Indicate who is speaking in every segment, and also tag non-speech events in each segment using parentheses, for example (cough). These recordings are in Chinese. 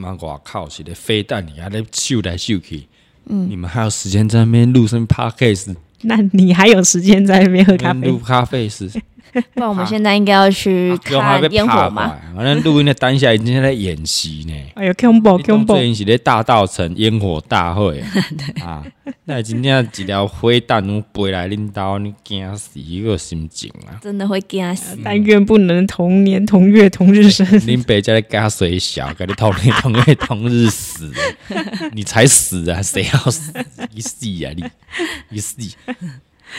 Speaker 1: 妈外靠是咧飞弹你还咧秀来秀去，嗯，你们还有时间在那边录什么 podcast，
Speaker 2: (laughs) 那你还有时间在那边喝
Speaker 1: 在
Speaker 2: 咖
Speaker 1: 那边嗯
Speaker 2: 啡
Speaker 1: 录？咖啡是
Speaker 3: (laughs) 不然我们现在应该要去
Speaker 1: 用还
Speaker 3: 看
Speaker 1: 被
Speaker 3: 烟
Speaker 1: 怕
Speaker 3: 火
Speaker 1: 过
Speaker 3: 嘛？
Speaker 1: 来，反正录音的当下已经在演习呢。
Speaker 2: 哎呦，combo
Speaker 1: 你当作
Speaker 2: combo，
Speaker 1: 因是咧大道城烟火大会啊，那真正一条火弹拢飞来恁兜，你惊死迄个心情啊！
Speaker 3: 真的会惊死。
Speaker 2: 但愿不能同年同月同日生。
Speaker 1: (laughs) 恁爸在咧加水小，跟你同年同月同日死，你才死啊！谁要死？你死啊你！你死！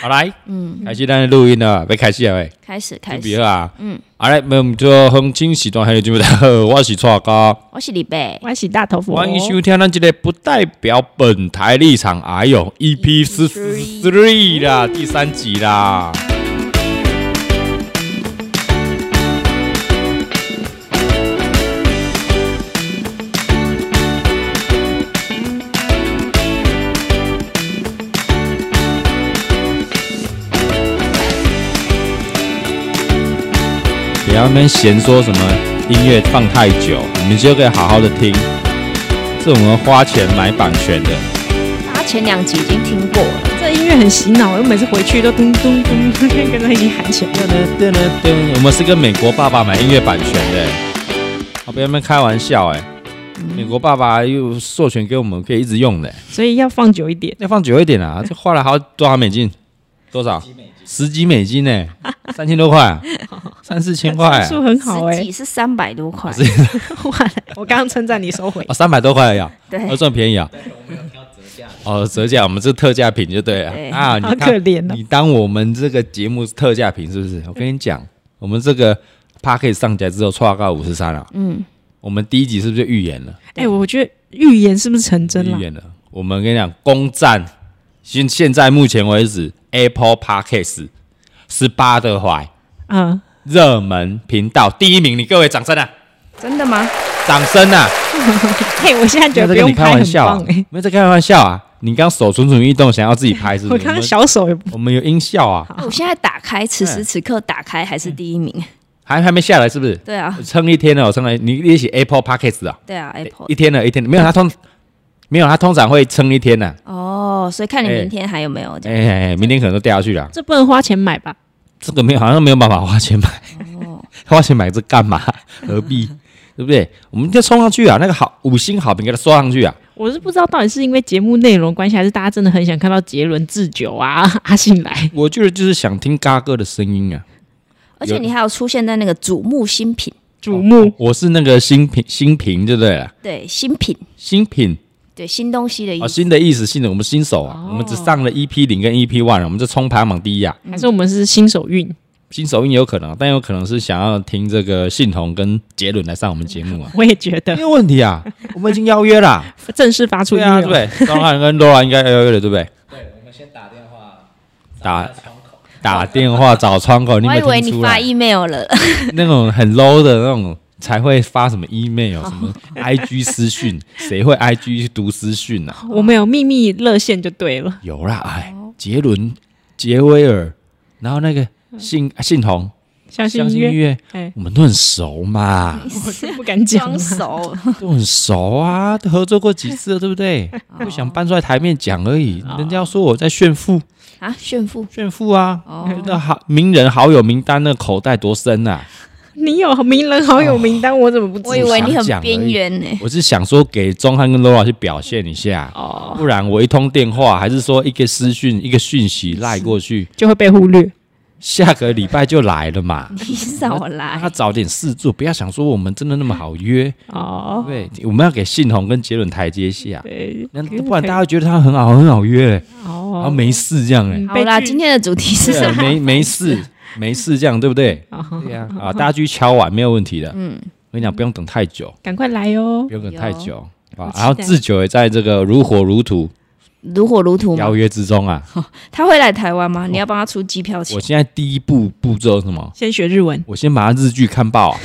Speaker 1: 好来，嗯，开始咱的录音了，要开始啊了喂，
Speaker 3: 开始开
Speaker 1: 准
Speaker 3: 始
Speaker 1: 备，好啊！嗯，好嘞，我们做红清时段，还有节目大家好，我是蔡哥。
Speaker 3: 我是李贝，
Speaker 2: 欢喜大头佛，哦
Speaker 1: 欢迎收听咱这个不代表本台立场，哎呦，EP 四十
Speaker 3: EP
Speaker 1: three 啦，第三集啦。不要那边闲说什么音乐放太久，你们就可以好好的听。这我们花钱买版权的，
Speaker 3: 大家前两集已经听过了，
Speaker 2: 这音乐很洗脑，我每次回去都咚咚咚，跟他一起喊起来。
Speaker 1: 噔噔噔，我们是跟美国爸爸买音乐版权的。好，不要那边开玩笑哎、美国爸爸又授权给我们可以一直用的、
Speaker 2: 所以要放久一点。
Speaker 1: 要放久一点啊！这花了好多少美金？多少？十几美金呢、三千多块啊、三四千块、啊
Speaker 2: 数很好哎、
Speaker 3: 十几是三百多块，
Speaker 2: 完了，我刚刚称赞你收回
Speaker 1: 哦，，三百多块而已啊，
Speaker 3: 对
Speaker 1: 哦，这么便宜啊！哦，折价，我们是特价品就对了
Speaker 3: 对
Speaker 1: 啊！你
Speaker 2: 好可
Speaker 1: 看，
Speaker 2: 怜哦。
Speaker 1: 你当我们这个节目是特价品是不是？我跟你讲，我们这个 p a c k a g e 上架之后，创到五十三了。
Speaker 3: 嗯，
Speaker 1: 我们第一集是不是就预言了？
Speaker 2: 哎、我觉得预言是不是成真啊了
Speaker 1: 预？言了。我们跟你讲，攻占现现在目前为止，Apple p a c k a g e 十八的怀
Speaker 2: 嗯，
Speaker 1: 热门频道第一名，你各位掌声啊！
Speaker 3: 真的吗？
Speaker 1: 掌声啊！
Speaker 2: 嘿、我现在
Speaker 1: 没
Speaker 2: 觉
Speaker 1: 有在
Speaker 2: 得不
Speaker 1: 跟
Speaker 2: 用
Speaker 1: 你开
Speaker 2: 拍很
Speaker 1: 玩笑、啊
Speaker 2: 棒哎、，
Speaker 1: 没有在开玩笑啊！你刚手蠢蠢欲动，想要自己拍是不
Speaker 2: (laughs) 我
Speaker 1: 是？我
Speaker 2: 刚刚
Speaker 1: 们
Speaker 2: 小手也不
Speaker 1: 我们有音效啊，
Speaker 3: (laughs) 我现在打开，此
Speaker 1: 嗯
Speaker 3: 时此刻打开还是第一名。
Speaker 1: 还还没下来是不是？
Speaker 3: 对啊，
Speaker 1: 撑一天了，我哦撑了，你一起 Apple p o c k e t 啊，
Speaker 3: 对啊，Apple
Speaker 1: 一。天了，一天了没有，他通没有，他通常会撑一天呐、啊。
Speaker 3: 哦，所以看你明天还有没有这
Speaker 1: 哎、
Speaker 3: 样？
Speaker 1: 哎哎明天可能都掉下去了。
Speaker 2: 这不能花钱买吧？
Speaker 1: 这个没有，好像没有办法花钱买， (laughs)
Speaker 3: 哦，
Speaker 1: 花钱买这干 (laughs) 嘛？何必？对不对？我们就冲上去啊！那个好五星好评给他刷上去啊！
Speaker 2: 我是不知道到底是因为节目内容关系，还是大家真的很想看到杰伦自酒啊阿信来。
Speaker 1: 我觉得就是想听嘎哥的声音啊。
Speaker 3: 而且你还有出现在那个瞩目新品，
Speaker 1: 哦
Speaker 2: 瞩目、
Speaker 1: 我是那个新品新品，对不对了？
Speaker 3: 对，新品，
Speaker 1: 新品
Speaker 3: 对，新东西的意
Speaker 1: 哦，
Speaker 3: 思。
Speaker 1: 新的意思，新的我们新手
Speaker 3: 哦
Speaker 1: 啊，我们只上了 EP 零跟 EP one，我们就冲排行榜第一啊。
Speaker 3: 嗯
Speaker 2: 还是我们是新手运？ (laughs)
Speaker 1: 新手运有可能，但有可能是想要听这个信彤跟杰伦来上我们节目啊。
Speaker 2: 我也
Speaker 1: (laughs)
Speaker 2: 觉
Speaker 1: 没
Speaker 2: 得
Speaker 1: 有问题 (laughs) 啊，我们已经邀约啦、
Speaker 2: 正式发出
Speaker 1: 对
Speaker 2: 音
Speaker 1: 啊，
Speaker 2: 乐
Speaker 1: 对不对？张翰跟 Laura 应该邀约了，对不对？对，我们先打电话打打电话找窗口，你有
Speaker 3: 我
Speaker 1: 没
Speaker 3: 以
Speaker 1: 有
Speaker 3: 为
Speaker 1: 听
Speaker 3: 你
Speaker 1: 出
Speaker 3: 发
Speaker 1: 来
Speaker 3: email 了，
Speaker 1: 那种很 low 的那种才会发什么 email 什么 (laughs) IG 私讯，谁会 IG 读私讯啊？
Speaker 2: 我们有秘密热线就对了。
Speaker 1: 有啦，哎，杰伦、杰威尔，然后那个信啊信彤、
Speaker 2: 相信
Speaker 1: 相
Speaker 2: 音
Speaker 1: 信音
Speaker 2: 乐，
Speaker 1: 乐，
Speaker 2: 哎，
Speaker 1: 我们都很熟嘛，
Speaker 2: 我是不敢讲
Speaker 3: (laughs) 装
Speaker 2: 了。
Speaker 3: 熟。
Speaker 1: 都很熟啊，都合作过几次了，对不对？不想搬出来台面讲而已，人家说我在炫富，
Speaker 3: (laughs) 啊，炫富
Speaker 1: 炫富啊！
Speaker 3: 哦
Speaker 1: 觉得好名人好友名单那个口袋多深啊！
Speaker 2: 你有名人好友名单，我怎么不知道？
Speaker 3: 我以为你很边缘呢。 (laughs)
Speaker 1: 我是想说给钟汉跟 Laura 去表现一下，
Speaker 2: 哦，
Speaker 1: 不然我一通电话还是说一个私讯一个讯息赖过去，
Speaker 2: 就会被忽略。
Speaker 1: 下个礼拜就来了嘛。
Speaker 3: 你少
Speaker 1: 让
Speaker 3: 来
Speaker 1: 他，找点事做，不要想说我们真的那么好约，
Speaker 2: 哦，
Speaker 1: 对，我们要给信宏跟杰伦台阶下，
Speaker 3: 嗯
Speaker 2: 对，
Speaker 1: 那不然大家会觉得他很好很好约、然后
Speaker 2: 哦，
Speaker 1: 没事这样哎、
Speaker 2: 嗯
Speaker 3: 好啦，
Speaker 2: 被拒
Speaker 3: 今天的主题是
Speaker 1: 对
Speaker 3: 什
Speaker 1: 啊
Speaker 3: 么？
Speaker 1: 没没事没事这样对不对？
Speaker 2: 哦
Speaker 1: 对呀、啊，大家去敲碗没有问题的，
Speaker 3: 嗯，
Speaker 1: 我跟你讲不用等太久，
Speaker 2: 赶快来哦
Speaker 1: 不！用等太久啊
Speaker 3: 我。期待
Speaker 1: 然后志久也在这个如火如荼
Speaker 3: 如火如荼吗
Speaker 1: 邀？约之中啊。
Speaker 3: 他会来台湾吗？你要帮他出机票钱
Speaker 1: 我。现在第一步步骤是什么？
Speaker 2: 先学日文，
Speaker 1: 我先把他日剧看爆啊，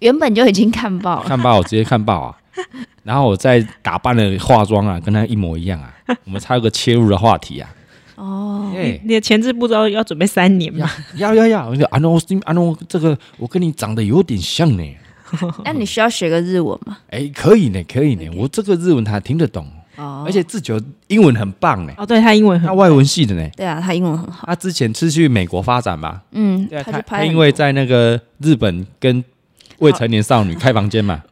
Speaker 3: 原本就已经看爆
Speaker 1: (laughs)
Speaker 3: 了，
Speaker 1: 看爆，我直接看爆啊。 (laughs) 然后我再打扮的化妆啊，跟他一模一样啊。我们才有个切入的话题啊。哦，哎，
Speaker 2: 你的前置步骤要准备三年嘛？
Speaker 1: 要要要！我就阿诺阿诺，这个我跟你长得有点像呢。
Speaker 3: 那你需要学个日文吗？
Speaker 1: 哎、可以呢，可以呢我这个日文他听得懂，
Speaker 3: 哦
Speaker 1: 而且自九英文很棒呢，
Speaker 2: 哦，对他英文
Speaker 1: 他
Speaker 2: 很
Speaker 1: 外文系的呢，
Speaker 3: 对啊，他英文很好。
Speaker 1: 他之前是去美国发展吧？
Speaker 3: 嗯，
Speaker 1: 对啊，
Speaker 3: 他
Speaker 1: 他
Speaker 3: 就拍很多，
Speaker 1: 因 (laughs) 为在那个日本跟未成年少女开房间嘛，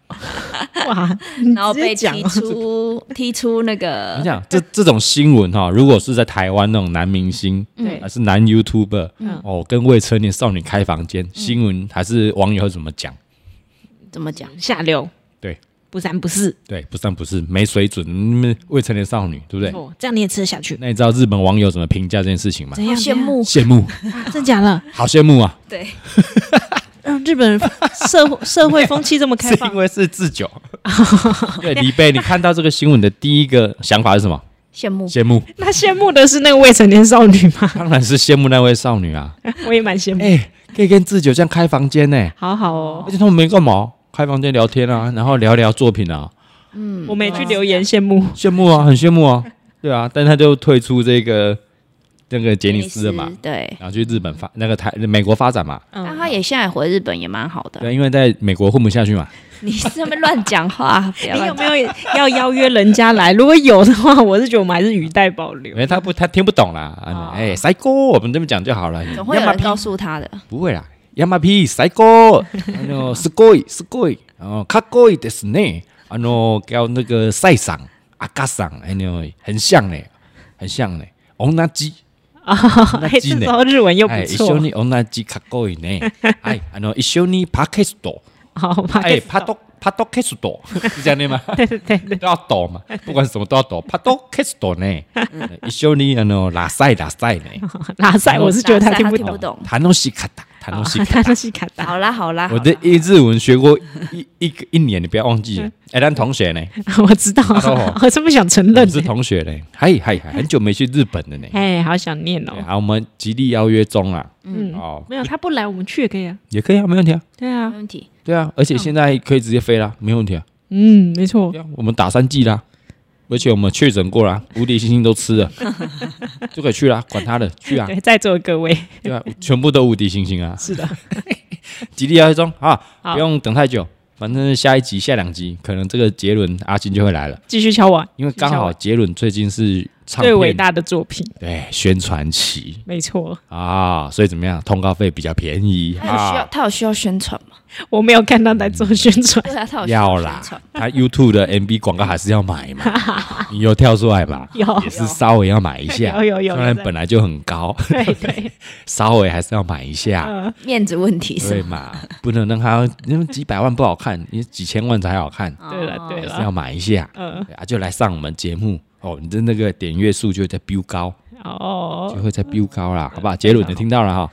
Speaker 2: 哇，
Speaker 3: 然后
Speaker 2: 直
Speaker 3: 被
Speaker 2: 接讲
Speaker 3: 踢
Speaker 1: 啊
Speaker 3: 出
Speaker 1: (laughs)
Speaker 3: 踢出那个
Speaker 1: 你，想这这种新闻哈、如果是在台湾那种男明星
Speaker 3: 嗯
Speaker 2: 对
Speaker 1: 还是男 YouTuber、
Speaker 2: 嗯
Speaker 1: 哦，跟未成年少女开房间，新闻还是网友会怎么讲？
Speaker 3: 怎么讲？
Speaker 2: 下流，
Speaker 1: 对，
Speaker 2: 不三不四，
Speaker 1: 对，不三不四，没水准，嗯未成年少女，对不嗯对？
Speaker 2: 哦，这样你也吃得下去？
Speaker 1: 那你知道日本网友怎么评价这件事情吗？
Speaker 2: 怎
Speaker 3: 好
Speaker 2: 样
Speaker 3: 哦羡慕，
Speaker 1: 羡慕，
Speaker 2: 怎样啊真假
Speaker 1: (laughs)
Speaker 2: 的？
Speaker 1: 好羡慕啊！
Speaker 3: (laughs) 对，
Speaker 2: 让日本人社会社会风气这么开
Speaker 1: 是
Speaker 2: 放
Speaker 1: 因，为是自酒。 (laughs) 对，李贝，你看到这个新闻的第一个想法是什么？
Speaker 3: 羡慕。
Speaker 1: 羡慕，
Speaker 2: (laughs) 那羡慕的是那个未成年少女吗？ (laughs)
Speaker 1: 当然是羡慕那位少女啊！
Speaker 2: 我也蛮羡慕。
Speaker 1: 哎、可以跟自酒这样开房间呢、
Speaker 2: 好好哦
Speaker 1: 而，且他们没干嘛，开房间聊天啊，然后聊聊作品啊，
Speaker 2: 我没去留言羡慕。
Speaker 1: 羡慕啊，很羡慕啊，对啊，但他就退出这个那个杰尼斯了嘛
Speaker 3: 尼，对，
Speaker 1: 然后去日本发那个台美国发展嘛，
Speaker 3: 那
Speaker 2: 嗯，
Speaker 3: 他也现在回日本也蛮好的。
Speaker 1: 对，因为在美国混不下去嘛，
Speaker 3: (laughs) 你这么乱讲话，
Speaker 1: 啊
Speaker 3: 不要
Speaker 2: 你有
Speaker 3: 乱
Speaker 2: 没有 (laughs) 要邀约人家来？如果有的话，我是觉得我们还是语带保留 (laughs)
Speaker 1: 因。为他不他听不懂啦，啊哎，塞哥，我们这么讲就好了，
Speaker 3: 总会有人告诉他的。
Speaker 1: 不会啦。ヤマピー最高，あのすごいすごい，然后かっこいいですね。あの叫那个赛桑阿嘎桑，哎呦，很像嘞，很像嘞。同じ
Speaker 2: 啊，
Speaker 1: 那
Speaker 2: 哎
Speaker 1: 技
Speaker 2: 这
Speaker 1: 能
Speaker 2: 时候日文又
Speaker 1: 哎
Speaker 2: 不
Speaker 1: 一
Speaker 2: 错
Speaker 1: 緒。に同じかっこいい
Speaker 2: (laughs)
Speaker 1: ね。哎，あの一緒にパケスト，
Speaker 2: 好，怕
Speaker 1: 哎，パドパドケス
Speaker 2: (laughs)
Speaker 1: ト是这样念吗？
Speaker 2: 对对对对，嗯
Speaker 1: 都要抖嘛，不管什么都要抖。パドケスト呢，一緒にあの拉塞拉塞呢。哦
Speaker 2: 拉塞，我是觉得他
Speaker 3: 拉塞
Speaker 2: 听
Speaker 3: 他
Speaker 2: 不
Speaker 3: 听
Speaker 2: 懂
Speaker 3: 不。懂
Speaker 1: 楽しかった，楽しかった
Speaker 2: 他。那是卡达，
Speaker 3: 好啦好啦，
Speaker 1: 我的一日文学过一一个一年，你不要忘
Speaker 2: 嗯
Speaker 1: 记。哎，咱同学呢，
Speaker 2: (laughs) 我知道
Speaker 1: 他说哦，
Speaker 2: (laughs) 我真不想承
Speaker 1: 我
Speaker 2: 认嗯
Speaker 1: 们。是同学呢。嗨嗨嗨，很久没去日本了呢。
Speaker 2: 哎，好想念
Speaker 1: 对啊
Speaker 2: 哦。
Speaker 1: 好，我们极力邀约中啊。
Speaker 2: 嗯，
Speaker 1: 哦，
Speaker 2: 没有他不来，我们去也可以啊。
Speaker 1: 也可以啊，没问题啊。
Speaker 2: 对
Speaker 3: 没
Speaker 2: 啊，
Speaker 3: 问题。
Speaker 1: 对啊，而且现在可以直接飞啦，没问题啊。
Speaker 2: 嗯，没错
Speaker 1: 对。啊，我们打三剂啦，而且我们确诊过啦，无敌星星都吃了， (laughs) 就可以去啦，管他的，去啊，
Speaker 2: 对，在座的各位，
Speaker 1: (laughs) 对啊，全部都无敌星星啊。
Speaker 2: 是的，
Speaker 1: 极力邀约中啊，
Speaker 2: 好
Speaker 1: 不用等太久，反正下一集、下两集，可能这个杰伦阿信就会来了。
Speaker 2: 继续敲碗。
Speaker 1: 因为刚好杰伦最近是唱
Speaker 2: 最伟
Speaker 1: 片
Speaker 2: 大的作品，
Speaker 1: 对宣传期
Speaker 2: 没错，
Speaker 1: 啊，所以怎么样，通告费比较便宜
Speaker 3: 他有需要
Speaker 1: 啊。
Speaker 3: 他有需要宣传吗？
Speaker 2: 我没有看到在做宣传。
Speaker 3: 对啊，他有需
Speaker 1: 要
Speaker 3: 宣
Speaker 1: 啦
Speaker 3: 传。，
Speaker 1: 他 YouTube 的 MB 广告还是要买
Speaker 2: (laughs)
Speaker 1: 嘛，你有跳出来嘛，
Speaker 2: 有
Speaker 1: 也是稍微要买一下，
Speaker 2: 哦 (laughs) 有有有有
Speaker 1: 虽然本来就很高， (laughs)
Speaker 2: 对对，
Speaker 1: 稍微还是要买一下，
Speaker 2: 嗯，
Speaker 3: 面子问题是
Speaker 1: 对
Speaker 3: 吗
Speaker 2: (laughs)
Speaker 1: 嘛，不能让他那么几百万不好看，你几千万才好看，
Speaker 2: 对了 (laughs) 对
Speaker 1: 还
Speaker 2: 了
Speaker 1: 是要，买一下，
Speaker 2: 嗯，
Speaker 1: 对啊，就来上我们节目哦，你的那个点阅数就会在飙高。就
Speaker 2: 哦，
Speaker 1: 会再飙高啦，好不好？杰伦，你听到了哈？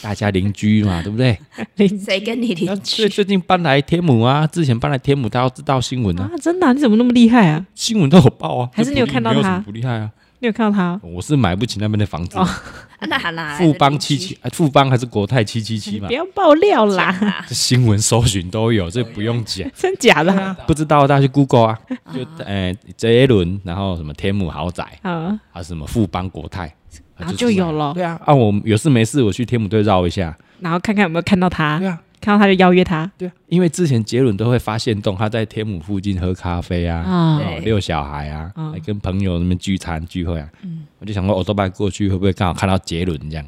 Speaker 1: 大家邻居
Speaker 2: (laughs)
Speaker 1: 嘛，对不对？
Speaker 2: 林
Speaker 3: 谁跟你
Speaker 1: 那
Speaker 3: 邻
Speaker 1: 最
Speaker 3: 居？
Speaker 1: 最近搬来天母啊，之前搬来天母，大家都知道新闻啊，
Speaker 2: 啊，真的啊、你怎么那么厉害啊？
Speaker 1: 新闻都有报啊。
Speaker 2: 还是你有看到
Speaker 1: 这不厉没有
Speaker 2: 他
Speaker 1: 什么不厉害啊，
Speaker 2: 你有看到他？
Speaker 1: 我是买不起那边的房子
Speaker 2: 哦，
Speaker 3: 啊那哪来的
Speaker 1: 富邦
Speaker 3: 邻
Speaker 1: 七
Speaker 3: 居
Speaker 1: 七，哎富邦还是国泰七七七
Speaker 2: (laughs)
Speaker 1: 嘛
Speaker 2: 不，要爆料啦，
Speaker 1: 这新闻搜寻都有，这不用讲。
Speaker 2: 真假的啊？
Speaker 1: 不知道大家去 Google (laughs) 啊，就哎杰伦，然后什么天母豪宅，
Speaker 2: 啊，
Speaker 1: 还是什么富邦国泰，
Speaker 2: 然后
Speaker 1: 出
Speaker 2: 就
Speaker 1: 来
Speaker 2: 有了，
Speaker 1: 对啊，啊，我有事没事我去天母队绕一下，
Speaker 2: 然后看看有没有看到他
Speaker 1: 对，啊，
Speaker 2: 看到他就邀约他
Speaker 1: 对啊，因为之前杰伦都会发现动，他在天母附近喝咖啡啊，
Speaker 2: 啊
Speaker 1: 然后遛小孩啊，
Speaker 2: 嗯
Speaker 1: 还跟朋友那边聚餐聚会啊。我就想说，我都拜过去会不会刚好看到杰伦这样？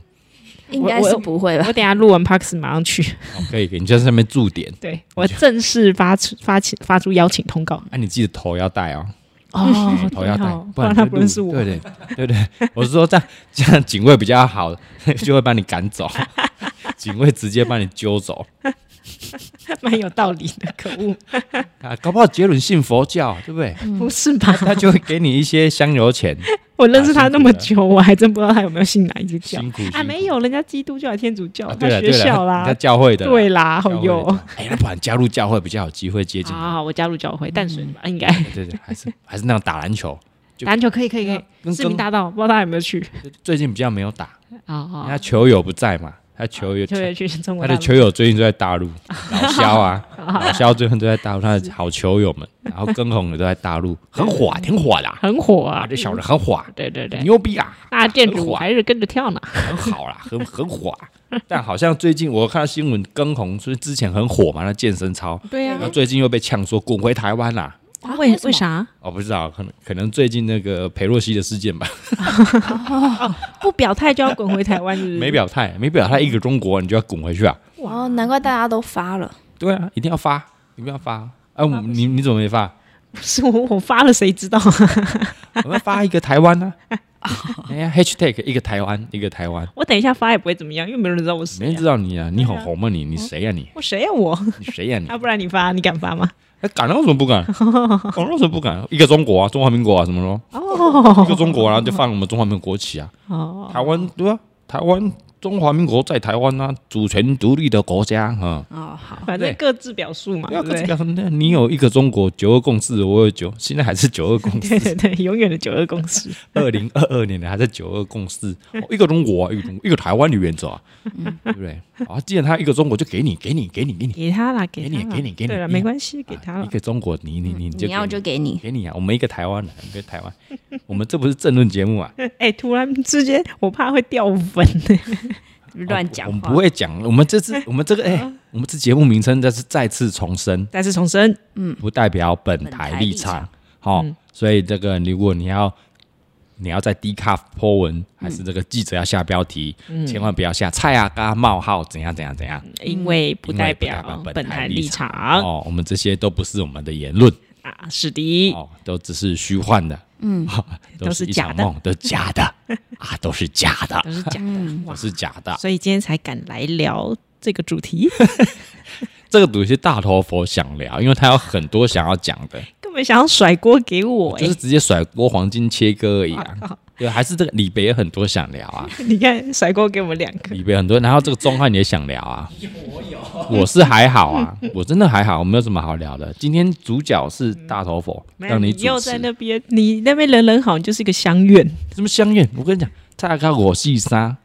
Speaker 3: 应该是不
Speaker 1: 啊
Speaker 3: 会吧？
Speaker 2: 我等一下录完 Parks 马上去， (laughs)
Speaker 1: 哦可以，你就在上面驻点。
Speaker 2: 对我正式发出发起发出邀请通告
Speaker 1: 啊，你记得头要戴哦，
Speaker 2: 哦，
Speaker 1: 头要戴
Speaker 2: 好，
Speaker 1: 不
Speaker 2: 不然
Speaker 1: 然
Speaker 2: 他
Speaker 1: 就
Speaker 2: 不认识
Speaker 1: 录
Speaker 2: 我。
Speaker 1: 对 (laughs) 对对对，我是说这样这样警卫比较好， (laughs) 就会把你赶走， (laughs) 警卫直接把你揪走。
Speaker 2: (laughs) 蛮有道理的，可恶，
Speaker 1: 啊，搞不好杰伦信佛教，对不对？
Speaker 2: 不是
Speaker 1: (laughs)
Speaker 2: 吧？
Speaker 1: 他就会给你一些香油
Speaker 2: (laughs)
Speaker 1: 钱，
Speaker 2: 我认识他那么久，我还真不知道他有没有信哪一只教
Speaker 1: 辛苦辛苦
Speaker 2: 啊？没有，人家基督教、天主教，
Speaker 1: 啊，
Speaker 2: 他
Speaker 1: 对了
Speaker 2: 学
Speaker 1: 对
Speaker 2: 校
Speaker 1: 了，他
Speaker 2: 啦，
Speaker 1: 教会的啦，
Speaker 2: 对啦，哦好
Speaker 1: 啊教会
Speaker 2: 有啊
Speaker 1: 的。哎，那不然加入教会比较有机会接近。
Speaker 2: 好好，好我加入
Speaker 1: 嗯
Speaker 2: 教会，淡水吧，应该
Speaker 1: 对对对，还是还是那样打篮球，
Speaker 2: (laughs)
Speaker 1: 就
Speaker 2: 篮球可以可以可以，
Speaker 1: 跟
Speaker 2: 市民
Speaker 1: 跟
Speaker 2: 大道，不知道大家有没有去
Speaker 1: 最近比较没有打，
Speaker 2: 啊？
Speaker 1: 因
Speaker 2: 哦
Speaker 1: 为他球友不在嘛，他球员
Speaker 2: 球员去中国
Speaker 1: 他
Speaker 2: 大
Speaker 1: 的
Speaker 2: 陆，
Speaker 1: 球友最近都在大
Speaker 2: (laughs)
Speaker 1: 陆，老肖啊，
Speaker 2: 好
Speaker 1: 老肖最近都在大陆，他的好球友们，然后跟红的都在大陆，很火，挺火的啊，
Speaker 2: 很火啊
Speaker 1: 啊，，这小子很火，
Speaker 2: 对对对，
Speaker 1: 牛逼啊，
Speaker 2: 大建
Speaker 1: 很
Speaker 2: 筑
Speaker 1: 火
Speaker 2: 还是跟着跳呢，
Speaker 1: 很好啦，很很火啊。
Speaker 2: (laughs)
Speaker 1: 但好像最近我看到新闻，跟红是之前很火嘛，那健身操，
Speaker 2: 对
Speaker 1: 然后最近又被呛说滚回台湾啦、
Speaker 3: 啊
Speaker 2: 为为
Speaker 3: 什么
Speaker 2: 啥
Speaker 1: 哦，不知道，可能可能最近那个裴洛西的事件吧，
Speaker 2: 不表态就要滚回
Speaker 1: (laughs)
Speaker 2: 台湾？是不是
Speaker 1: 没表态，没表态，一个中国你就要滚回去啊？
Speaker 3: 哦，难怪大家都发了。
Speaker 1: 对啊，一定要发，一定要发啊！我们你你怎么没发？
Speaker 2: 不 (laughs) 是我我发了谁知道？
Speaker 1: 我们发一个台湾呢、啊？哎呀，#hashtag 一个台湾，一个台湾，
Speaker 2: (laughs) 我等一下发也不会怎么样，因为没有人知道我是
Speaker 1: 没人
Speaker 2: 谁啊。嗯
Speaker 1: 知道你啊！你很红吗？你你谁呀、啊
Speaker 2: (laughs)
Speaker 1: 你？
Speaker 2: 我谁呀啊我？
Speaker 1: 你谁啊呀、你
Speaker 2: 啊要不然你发，你敢发吗？？
Speaker 1: 哎敢了为什么不敢？敢了为什么不敢？一个中国啊，中华民国啊，什么咯？一
Speaker 2: 哦
Speaker 1: 个中国、啊，然后就放我们中华民国国旗啊，
Speaker 2: 哦，
Speaker 1: 台湾对啊，台湾中华民国在台湾啊，主权独立的国家啊。
Speaker 3: 哦，好，
Speaker 2: 反正各自表述嘛，
Speaker 1: 不要
Speaker 2: 对不
Speaker 1: 跟这
Speaker 2: 对？
Speaker 1: 个，那你有一个中国九二共识，我有九，现在还是九二共
Speaker 2: 对对
Speaker 1: 识，
Speaker 2: 对，永远的九二共识。
Speaker 1: 二零二二年的还是九二共识，哦一个中国、啊，一个中国，一个台湾的原则、啊，对不对？啊，既然他一个中国，就给你，给你，给你，给你，
Speaker 2: 给他啦，
Speaker 1: 给
Speaker 2: 他
Speaker 1: 你
Speaker 2: 啦，
Speaker 1: 给你给你
Speaker 2: 对了，
Speaker 1: 你
Speaker 2: 没关系，给
Speaker 1: 啊
Speaker 2: 他
Speaker 1: 一
Speaker 2: 了。
Speaker 1: 个中国，你你你就
Speaker 3: 你要就给你。
Speaker 1: 给你啊！我们一个台湾人，一个台湾，我们这不是政论节
Speaker 3: (laughs)
Speaker 1: 目啊，
Speaker 2: 哎，突然之间，我怕会掉粉呢。
Speaker 3: 乱
Speaker 1: 哦
Speaker 3: 讲
Speaker 1: 我们
Speaker 3: 话，
Speaker 1: 不会讲，我们这次我们这个哎，我们这节目名称再次再次重申，
Speaker 2: 再次重申，
Speaker 1: 不代表本
Speaker 3: 嗯本
Speaker 1: 台
Speaker 3: 台
Speaker 1: 立
Speaker 3: 立
Speaker 1: 场
Speaker 3: 场。嗯
Speaker 1: 好、所以这个如果你要你要在 D 卡 po 文，还
Speaker 3: 嗯
Speaker 1: 是这个记者要下标题，千万不要下蔡阿嘎冒号怎样怎样怎样、
Speaker 2: 因为
Speaker 1: 嗯
Speaker 2: 不
Speaker 1: 因为
Speaker 2: 代
Speaker 1: 不代表
Speaker 2: 表本
Speaker 1: 台
Speaker 2: 台立
Speaker 1: 场
Speaker 2: 场
Speaker 1: 哦。我们这些都不是我们的言论
Speaker 2: 啊，是的。
Speaker 1: 哦，都只是虚幻的，嗯，都
Speaker 2: 都
Speaker 1: 是
Speaker 2: 是
Speaker 1: 一
Speaker 2: 假
Speaker 1: 场
Speaker 2: 的
Speaker 1: 梦，都假的
Speaker 2: (laughs)
Speaker 1: 啊，都是假的，
Speaker 2: 都是
Speaker 1: (laughs)
Speaker 2: 假的，
Speaker 1: 都
Speaker 2: 哇！
Speaker 1: 是假的。
Speaker 2: 所以今天才敢来聊这个主题， (laughs)
Speaker 1: 这个赌是大头佛想聊，因为他有很多想要讲的，
Speaker 2: 根本想要甩锅给我哎、
Speaker 1: 就是直接甩锅黄金切割而已啊。对，还是这个李北也很多想聊
Speaker 2: (laughs)
Speaker 1: 啊。
Speaker 2: 哎你看甩锅给我们两个，
Speaker 1: 里边很多，然后这个钟汉也想聊啊，我有，我是还好啊，我真的还好，没有什么好聊的。今天主角是大头佛，
Speaker 2: 没
Speaker 1: (laughs)
Speaker 2: 有
Speaker 1: 让
Speaker 2: 你
Speaker 1: 主
Speaker 2: 又
Speaker 1: 持
Speaker 2: 在，那边，你那边人人好，你就是一个乡愿，
Speaker 1: 什么相怨？我跟你讲，大概我细沙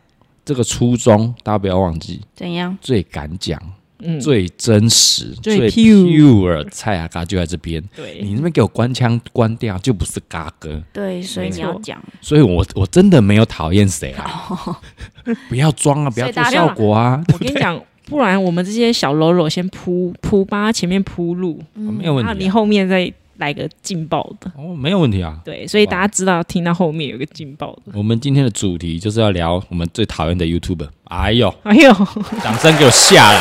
Speaker 1: 这个初衷，大家不要忘记，
Speaker 3: 怎样？
Speaker 1: 最敢讲、
Speaker 2: 嗯，
Speaker 1: 最真实、
Speaker 2: 最哎
Speaker 1: pure 蔡雅嘎就在这边。
Speaker 2: 对，
Speaker 1: 你那边给我关枪关掉，就不是嘎哥，
Speaker 3: 对，所以
Speaker 2: 没
Speaker 3: 你要
Speaker 2: 错
Speaker 3: 讲，
Speaker 1: 所以我我真的没有讨厌谁啊， (laughs) 不要装啊，不要
Speaker 3: 所以
Speaker 1: 做
Speaker 3: 大家
Speaker 1: 效果啊，
Speaker 2: (laughs) 我跟你讲，不然我们这些小喽啰先铺铺，帮他前面铺路，
Speaker 1: 没有问
Speaker 2: 然后
Speaker 1: 题
Speaker 2: 你
Speaker 1: 啊，
Speaker 2: 后面再来个劲爆的，
Speaker 1: 哦，没有问题啊，
Speaker 2: 对，所以大家知道听到后面有个劲爆的，
Speaker 1: 我们今天的主题就是要聊我们最讨厌的 YouTuber。哎呦，
Speaker 2: 哎呦，
Speaker 1: 掌声给我下来！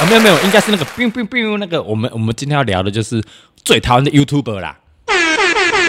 Speaker 1: 啊，没有没有，应该是那个 biu biu biu 那个，我们我们今天要聊的就是最讨厌的 YouTuber 啦。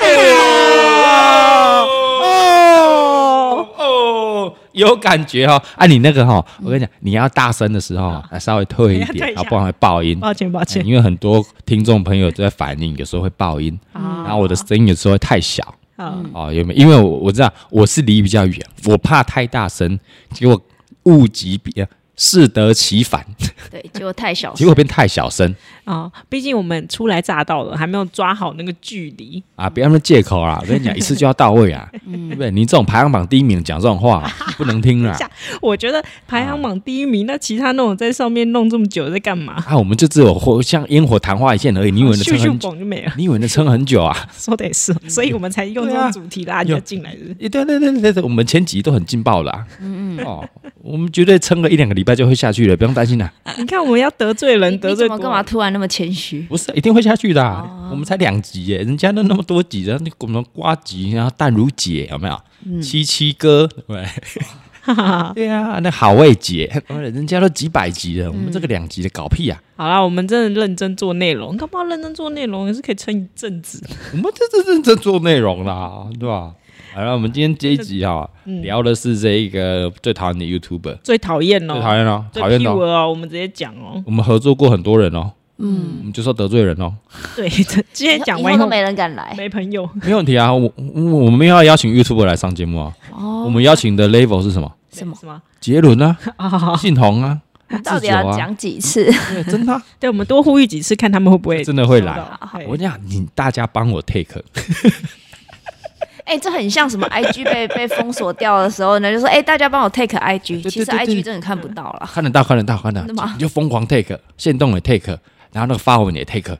Speaker 2: 哦
Speaker 1: 哦哦，有感觉哦！啊，你那个哈、哦，我跟你讲，你要大声的时候
Speaker 2: 嗯
Speaker 1: 啊，稍微退
Speaker 2: (laughs)
Speaker 1: 一
Speaker 2: 等一下退
Speaker 1: 点，
Speaker 2: 一下
Speaker 1: 啊，不然会爆音。
Speaker 2: 抱歉哦抱歉
Speaker 1: 因为很多听众朋友都在反映，有时候会爆音，然
Speaker 2: 啊，
Speaker 1: 后我的声音有时候会太小。
Speaker 2: 好
Speaker 1: 哦，有没有？因为我我知道我是离比较远，我怕太大声，结果物极必呃适得其反，
Speaker 3: 对，结果太小
Speaker 1: 结果变太小声
Speaker 2: 啊，毕竟我们初来乍到的，还没有抓好那个距离， (laughs)
Speaker 1: 啊！不要那么借口啦，我跟你讲，一次就要到位啊，对不对？你这种排行榜第一名讲这种话啊、不能听啦
Speaker 2: 一。下我觉得排行榜第一名，那其他那种在上面弄这么久在干嘛？
Speaker 1: 啊，我们就只有火像烟火昙花一现而已，你以为能撑
Speaker 2: 咻咻
Speaker 1: 很久？
Speaker 2: 嘣就没了， (laughs)
Speaker 1: 你以为能撑很久啊？ (laughs)
Speaker 2: 说的也是，所以我们才用这
Speaker 1: 对啊
Speaker 2: 种主题拉人家进来的。
Speaker 1: 对对对对对，我们前几集都很劲爆啦、嗯嗯哦，我们绝对撑个一两个礼拜就会下去了，不用担心啦。
Speaker 2: 你看，我们要得罪
Speaker 3: 啊你
Speaker 2: 人，
Speaker 3: 你
Speaker 2: 得
Speaker 3: 怎
Speaker 2: 罪
Speaker 3: 么
Speaker 2: 多
Speaker 1: 啊
Speaker 3: 干嘛？突然那么谦虚？
Speaker 1: 不是，一定会下去的啊、我们才两集耶，人家都那么多集，然后我们瓜集，然后淡如姐有没有？七七哥，对不对
Speaker 2: 哈哈哈
Speaker 1: 对啊，那好味姐，对不对人家都几百集了，我们这个两集的搞屁啊！
Speaker 2: 好啦，我们真的认真做内容，干嘛要认真做内容？也是可以撑一阵子。
Speaker 1: 我们这这认真做内容啦，对吧？好了，我们今天这一集哈、
Speaker 2: 嗯
Speaker 1: 聊的是这一个最讨厌的 YouTuber，
Speaker 2: 最讨厌
Speaker 1: 最讨
Speaker 2: 哦，
Speaker 1: 厌哦，
Speaker 2: 最
Speaker 1: 讨厌
Speaker 2: pure
Speaker 1: 哦。
Speaker 2: 哦，我们直接讲哦。 (laughs)
Speaker 1: 我们合作过很多人哦，嗯，我们就是要得罪人哦，
Speaker 2: 对， (laughs) 这今天讲
Speaker 3: 以
Speaker 2: 完以
Speaker 3: 后都
Speaker 2: 后
Speaker 3: 没人敢来
Speaker 2: 没朋友，
Speaker 1: 没问题啊。我我我们要邀请 YouTuber 来上节目啊，我
Speaker 3: 哦。
Speaker 1: 们邀请的 level 是什么？
Speaker 3: 什么？
Speaker 2: 是吗？
Speaker 1: 杰伦啊，(laughs)
Speaker 2: 啊，
Speaker 1: 信宏啊，
Speaker 3: 你到底
Speaker 1: 自
Speaker 3: 要
Speaker 1: 由啊
Speaker 3: 讲几次？
Speaker 1: 对，真的啊、
Speaker 2: (laughs) 对，我们多呼吁几次，看他们会不会
Speaker 1: (laughs) 真的会来
Speaker 2: 收到。
Speaker 3: (laughs)
Speaker 1: 我跟你讲，你大家帮我 take，
Speaker 3: 哎、 (laughs) 哎、这很像什么 IG 被 (laughs) 被封锁掉的时候呢，就说哎、大家帮我 take IG，
Speaker 1: 对
Speaker 3: 其实
Speaker 1: 对对
Speaker 3: IG 真的看不到了。
Speaker 1: 看得到，看得到，看得
Speaker 3: 真的
Speaker 1: 到
Speaker 3: 吗，
Speaker 1: 你就疯狂 take，线动也 take，然后那个发文也 take，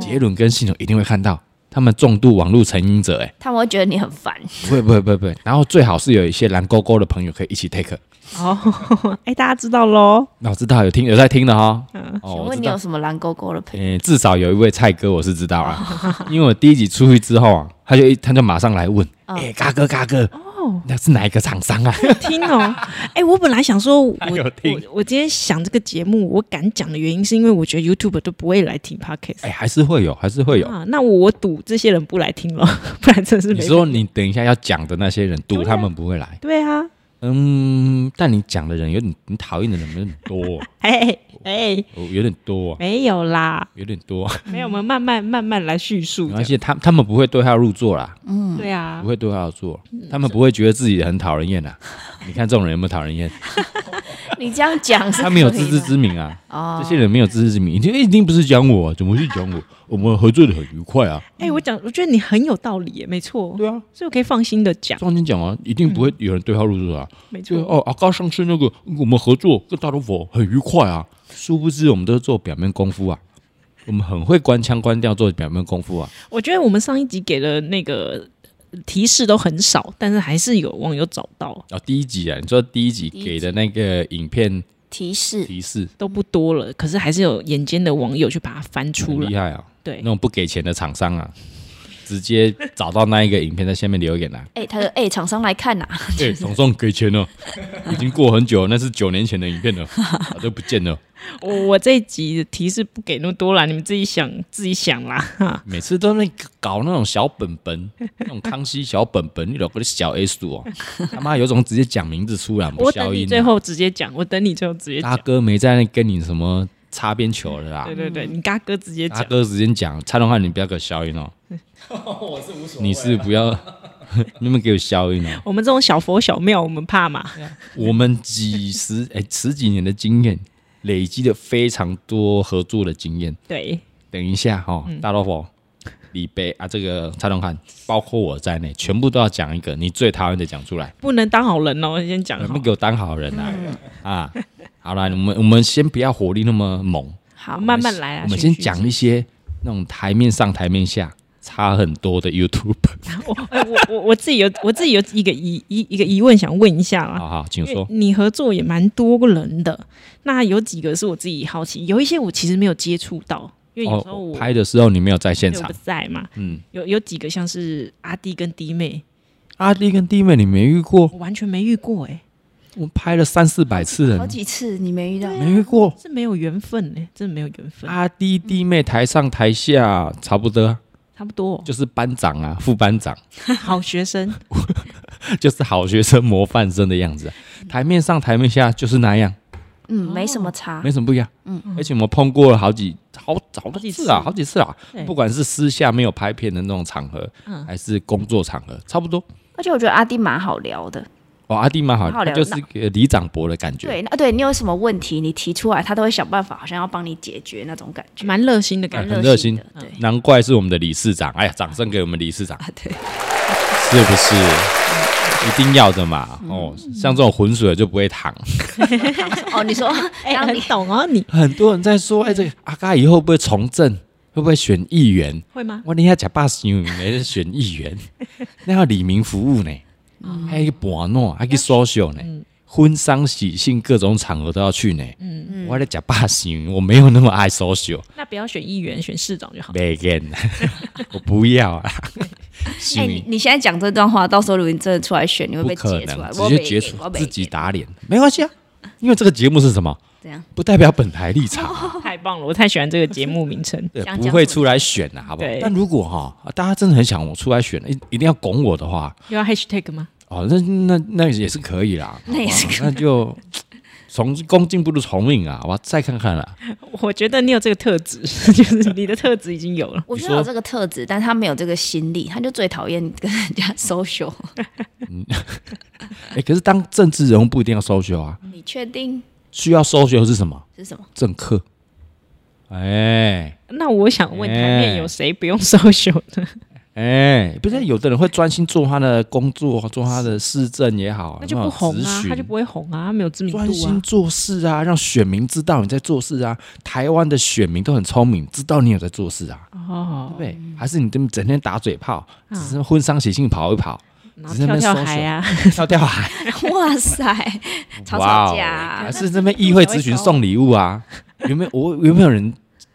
Speaker 1: 杰
Speaker 3: 哦
Speaker 1: 伦跟信总一定会看到，他们重度网络成瘾者，哎，
Speaker 3: 他们会觉得你很烦，
Speaker 1: 不会，不会，不会，不会。然后最好是有一些蓝勾勾的朋友可以一起 take。
Speaker 2: 哦， (laughs) 哎，大家知道喽。
Speaker 1: 那我知道有听有在听的哈，哦，
Speaker 3: 请
Speaker 1: 我
Speaker 3: 嗯问
Speaker 1: 知
Speaker 3: 你有
Speaker 1: 道，
Speaker 3: 什么蓝勾勾的朋友？
Speaker 1: 嗯，至少有一位蔡哥我是知道
Speaker 3: 哦
Speaker 1: 啊， (laughs) 因为我第一集出去之后啊，他就一他就马上来问，
Speaker 3: 哦
Speaker 1: 哎，嘎哥嘎哥，那是哪一个厂商啊？
Speaker 2: 听哦， (laughs) 哎、我本来想说我，
Speaker 1: 他
Speaker 2: 我
Speaker 1: 有听
Speaker 2: 我今天想这个节目，我敢讲的原因是因为我觉得 YouTube 都不会来听 Podcast、
Speaker 1: 哎，还是会有，还是会有。
Speaker 2: 啊，那我我赌这些人不来听了， (laughs) 不然真是没
Speaker 1: 你
Speaker 2: 朋友。
Speaker 1: 说你等一下要讲的那些人，赌
Speaker 2: 对啊
Speaker 1: 他们不会来。
Speaker 2: 对啊，
Speaker 1: 嗯，但你讲的人有点，你讨厌的人有点多， (laughs)
Speaker 2: 哎哎，
Speaker 1: 哦有点多，
Speaker 2: 没有啦，
Speaker 1: 有点多。
Speaker 2: 没有，我们慢慢慢慢来叙述
Speaker 1: 没
Speaker 2: 这
Speaker 1: 关
Speaker 2: 样。
Speaker 1: 系，他他们不会对号入座啦，
Speaker 2: 对啊嗯
Speaker 1: 不，会对号入座，他们不会觉得自己很讨人
Speaker 2: (laughs)
Speaker 1: 厌啦。啊你看这种人有没有讨人厌？
Speaker 3: 你这样讲是
Speaker 1: 他没有
Speaker 3: 可以
Speaker 1: 自知
Speaker 3: 的
Speaker 1: 之明啊，
Speaker 2: (laughs)
Speaker 3: 哦
Speaker 1: 这，些人没有自知之明，一定一定不是讲我啊，怎么会讲我？我们合作的很愉快啊，
Speaker 2: 哎、我讲，我觉得你很有道理耶，没错，
Speaker 1: 对啊，
Speaker 2: 所以我可以放心的讲，
Speaker 1: 中间讲啊，一定
Speaker 2: 嗯
Speaker 1: 不会有人对号入座啊。
Speaker 2: 没
Speaker 1: 对
Speaker 2: 错。
Speaker 1: 哦，阿高上次那个我们合作跟大头佛很愉快啊，殊不知我们都是做表面功夫啊，我们很会官腔官调做表面功夫啊。
Speaker 2: 我觉得我们上一集给的那个提示都很少，但是还是有网友找到，
Speaker 1: 哦，第一集啊，你说第一集
Speaker 3: 一
Speaker 1: 给的那个影片
Speaker 3: 提示
Speaker 1: 提示
Speaker 2: 都不多了，可是还是有眼尖的网友去把它翻
Speaker 1: 很
Speaker 2: 出
Speaker 1: 厉
Speaker 2: 来。
Speaker 1: 害啊，
Speaker 2: 对
Speaker 1: 那，种不给钱的厂商啊，直接找到那一个影片在下面留 (laughs) 言啊，
Speaker 3: 哎、他说：“哎、厂商来看呐、
Speaker 1: 对，总算给钱了，已经过很久了，那是九年前的影片了，早就不见了。
Speaker 2: 我我这一集的提示不给那么多啦，你们自己想自己想啦。
Speaker 1: (laughs)
Speaker 2: 哈，
Speaker 1: 每次都那个搞那种小本本，
Speaker 2: (laughs)
Speaker 1: 那种康熙小本本，你老个小 S 哦， (laughs) 他妈有种直接讲名字出来，不
Speaker 2: 我
Speaker 1: 消
Speaker 2: 等你
Speaker 1: 音、
Speaker 2: 最
Speaker 1: 啊。
Speaker 2: 后直接讲，我等你最后直接
Speaker 1: 大
Speaker 2: 讲。
Speaker 1: 哥没在那跟你什么擦边球了啦
Speaker 2: 对，对对，你嘎哥直接
Speaker 1: 大
Speaker 2: 讲。
Speaker 1: 啊嗯哥直接讲，蔡东汉你不要给我消音哦， (laughs) 我是无所谓，啊你是不要， (laughs) 你们给我消音哦。
Speaker 2: 我们这种小佛小庙，我们怕嘛？
Speaker 1: 我们几十哎、十几年的经验，累积了非常多合作的经验。
Speaker 2: 对，
Speaker 1: 等一下哈、
Speaker 2: 嗯
Speaker 1: 大老虎、李贝啊，这个蔡东汉，包括我在内，全部都要讲一个你最讨厌的讲出来，
Speaker 2: 不能当好人哦，先讲
Speaker 1: 你
Speaker 2: 好
Speaker 1: 们。给我当好人啊、
Speaker 2: 嗯
Speaker 1: 啊！好啦，我们我们先不要火力那么猛，
Speaker 3: 好，
Speaker 2: 慢慢来啊。
Speaker 1: 我们
Speaker 2: 循
Speaker 1: 先
Speaker 2: 序
Speaker 1: 讲一些那种台面上、台面下差很多的 YouTube。
Speaker 2: 我哎我我我自己有我自己有一个疑一一个疑问想问一下啦，
Speaker 1: 好好，请
Speaker 2: 因为
Speaker 1: 说。
Speaker 2: 你合作也蛮多人的，那有几个是我自己好奇，有一些我其实没有接触到，因为有时候我、
Speaker 1: 哦拍的时候你没有在现
Speaker 2: 因为我
Speaker 1: 场
Speaker 2: 不，在嘛，
Speaker 1: 嗯，
Speaker 2: 有有几个像是阿弟跟弟妹，
Speaker 1: 阿弟跟弟妹你没遇过，
Speaker 2: 我完全没遇过、欸，
Speaker 1: 我拍了三四百次
Speaker 3: 好
Speaker 1: 人，
Speaker 3: 几次你没遇到，
Speaker 1: 没遇过。
Speaker 2: 是没有缘分呢、欸真的没有缘分，
Speaker 1: 阿弟弟妹台上台下差不多啊，
Speaker 2: 差不多、
Speaker 1: 就是班长啊、副班长，
Speaker 2: (laughs) 好学生，
Speaker 1: 就是好学生模范生的样子啊、台面上、台面下就是那样，
Speaker 3: 嗯，没什么差
Speaker 1: 没。什么不一样。嗯，而且我们碰过了好几、好好几次啊，
Speaker 2: 好几次
Speaker 1: 好几次啊
Speaker 2: 对。
Speaker 1: 不管是私下没有拍片的那种场合，
Speaker 2: 嗯
Speaker 1: 还是工作场合，差不多。
Speaker 3: 而且我觉得阿弟蛮好聊的。
Speaker 1: 哦，阿弟蛮好，
Speaker 3: 好
Speaker 1: 他
Speaker 3: 聊
Speaker 1: 就是个里长伯的感觉，
Speaker 3: 对，那对你有什么问题，你提出来，他都会想办法，好像要帮你解决那种感觉，
Speaker 2: 蛮热心的感
Speaker 3: 蛮
Speaker 1: 嗯
Speaker 2: 觉。
Speaker 1: 很
Speaker 3: 热
Speaker 1: 热
Speaker 3: 心
Speaker 1: 心
Speaker 3: 的。对，
Speaker 1: 难怪是我们的理事长。哎呀，掌声给我们理事长。
Speaker 3: 啊，对，
Speaker 1: 是不是？一定要的嘛！哦，像这种浑水就不会淌。
Speaker 3: 哦， (laughs) 你说，
Speaker 2: 哎、
Speaker 3: 当
Speaker 2: 很
Speaker 3: 你
Speaker 2: 懂哦，你
Speaker 1: 很多人在说，哎，这个阿嘎以后会不会从政？会不会选议员？
Speaker 2: 会吗？
Speaker 1: 我等一下假把新闻来选议
Speaker 3: (laughs)
Speaker 1: 员，那要李明服务呢，
Speaker 3: 嗯
Speaker 1: 还有博诺，还有 social 呢，婚丧喜庆各种场合都要去呢。
Speaker 3: 嗯
Speaker 1: 我在假把新闻，我没有那么爱 social，
Speaker 2: 那不要选议员，选市长就好。
Speaker 1: 没 g
Speaker 3: (laughs)
Speaker 1: 我不要啊。
Speaker 3: 哎、
Speaker 1: 新
Speaker 3: 你你现在讲这段话，到时候如果你真的出来选，你会被
Speaker 1: 不可
Speaker 3: 截出来，
Speaker 1: 能，
Speaker 3: 我
Speaker 1: 直
Speaker 3: 没
Speaker 1: 接解
Speaker 3: 给
Speaker 1: 除
Speaker 3: 我没
Speaker 1: 自己
Speaker 3: 给
Speaker 1: 打脸，没关系啊，因为这个节目是什么？
Speaker 3: 这样。哦
Speaker 1: 不代表本台立场，
Speaker 2: (laughs)
Speaker 1: 啊
Speaker 2: 太棒了，我太喜欢这个节目名 (laughs) 称。
Speaker 1: 对
Speaker 3: 想，讲
Speaker 1: 不会出来选啊，好不好
Speaker 2: 对？
Speaker 1: 但如果哈、啊大家真的很想我出来选，一一定要拱我的话，
Speaker 2: 又要 hashtag 吗？
Speaker 1: 哦，那那那也是可以啦，
Speaker 3: 那也是
Speaker 1: 好不好那就从 (laughs) 恭敬不如从命啊，我再看看啦。
Speaker 2: (laughs) 我觉得你有这个特 (laughs) 质，就是你的特质已经有了。
Speaker 3: 我
Speaker 1: 你
Speaker 3: 觉得有
Speaker 1: 说
Speaker 3: 这个特质，但他没有这个心力，他就最讨厌跟人家 social。
Speaker 1: 哎、可是当政治人物不一定要 social 啊，
Speaker 3: (laughs) 你确定
Speaker 1: 需要 social 是什么？
Speaker 3: 是什么？
Speaker 1: 政客。哎、
Speaker 2: 那我想问，
Speaker 1: 哎
Speaker 2: 台面有谁不用 social 的？
Speaker 1: 哎、不是有的人会专心做他的工作，做他的市政也好，
Speaker 2: 那就不红
Speaker 1: 有没有
Speaker 2: 啊
Speaker 1: 咨，询
Speaker 2: 他就不会红啊，他没有知名
Speaker 1: 专
Speaker 2: 度
Speaker 1: 心
Speaker 2: 啊。
Speaker 1: 做事啊，让选民知道你在做事啊。台湾的选民都很聪明，知道你有在做事啊，对
Speaker 2: 哦
Speaker 1: 不，对？还是你这么整天打嘴炮，
Speaker 2: 啊
Speaker 1: 只是婚丧喜庆跑一跑，
Speaker 2: 然后
Speaker 1: 只是那
Speaker 2: 跳
Speaker 1: 边
Speaker 2: 跳
Speaker 1: social
Speaker 2: 海啊，
Speaker 1: 跳跳海，
Speaker 3: (laughs) 哇塞，吵吵架啊
Speaker 1: 哦还
Speaker 2: (laughs)
Speaker 1: 是这边议会咨询送礼物啊？有没有我有没有人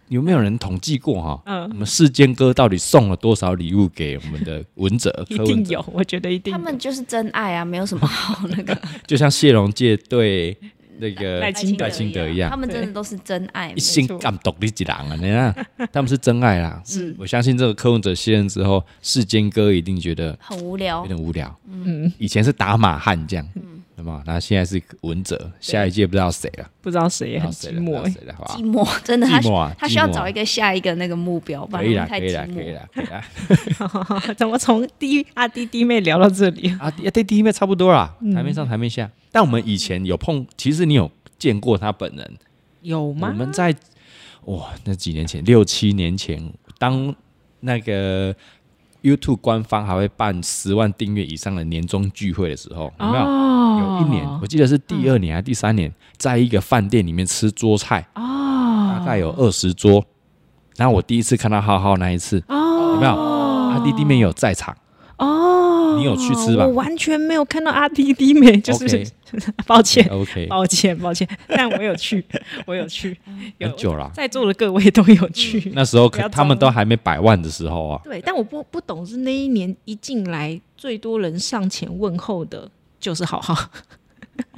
Speaker 1: 有没有人统计过哈、我
Speaker 2: 嗯，
Speaker 1: 们世间哥到底送了多少礼物给我们的文者？
Speaker 2: 一
Speaker 1: 柯文
Speaker 2: 定
Speaker 1: 哲
Speaker 2: 有，我觉得一定有。
Speaker 3: 他们就是真爱啊，没有什么好那个
Speaker 1: 就像谢龙介对那个
Speaker 2: 赖清德
Speaker 1: 赖清德一
Speaker 3: 他
Speaker 1: 样，
Speaker 3: 们真的都是真爱
Speaker 1: 一。心
Speaker 2: 错
Speaker 1: 感动你几人啊？你看，他们是真爱
Speaker 2: 嗯
Speaker 1: 啦。
Speaker 3: 是
Speaker 1: 我相信这个柯文哲卸任之后，世间哥一定觉得
Speaker 3: 很无聊
Speaker 1: 有，点无聊。
Speaker 2: 哦嗯，
Speaker 1: 以前是打马汉这样，对吗？那现在是文哲，下一届不知道谁了，
Speaker 2: 不知道
Speaker 1: 不
Speaker 2: 谁也
Speaker 1: 知
Speaker 2: 很
Speaker 1: 道谁
Speaker 2: 寂
Speaker 1: 了，不知
Speaker 2: 寞
Speaker 1: 道
Speaker 2: 欸。
Speaker 1: 谁了，好吧
Speaker 3: 寂？寞，真的，他
Speaker 1: 寂寞啊
Speaker 3: 他需要
Speaker 1: 寂寞啊
Speaker 3: 找一个下一个那个目标，不
Speaker 1: 可
Speaker 3: 然
Speaker 1: 以
Speaker 3: 他
Speaker 1: 啦，可
Speaker 3: 们太
Speaker 1: 以啦，
Speaker 3: 寂
Speaker 1: 可以
Speaker 3: 寞。
Speaker 1: 啦，可以啦。 (laughs)
Speaker 2: (laughs) 怎么从弟阿弟弟妹聊到这里？
Speaker 1: 啊，对对，弟妹差不多啦，
Speaker 3: 嗯
Speaker 1: 台面上台面下。但我们以前有碰，其实你有见过他本人，
Speaker 2: 有
Speaker 1: 我
Speaker 2: 吗？
Speaker 1: 们在哇，那几年前，六七年前，当那个 YouTube 官方还会办十万订阅以上的年终聚会的时候，有没有？
Speaker 2: 哦
Speaker 1: 有一年，我记得是第二年还是第三年，在一个饭店里面吃桌菜，
Speaker 2: 哦
Speaker 1: 大概有二十桌。然后我第一次看到浩浩那一次，
Speaker 2: 哦，
Speaker 1: 有没有？他弟弟妹有在场，
Speaker 2: 哦，
Speaker 1: 你有去吃吧
Speaker 2: 我完全没有看到阿弟弟妹，就是
Speaker 1: OK
Speaker 2: (laughs) 抱歉。
Speaker 1: (laughs) OK，
Speaker 2: 抱歉，抱歉，但我有
Speaker 1: (laughs)
Speaker 2: 去，我有去，有
Speaker 1: 很久了。嗯
Speaker 2: 在座的各位都有去。
Speaker 1: 那时候
Speaker 2: 不
Speaker 1: 可
Speaker 2: 要
Speaker 1: 他们都还没百万的时候啊，
Speaker 2: 对，但我不不懂是那一年一进来最多人上前问候的就是好好，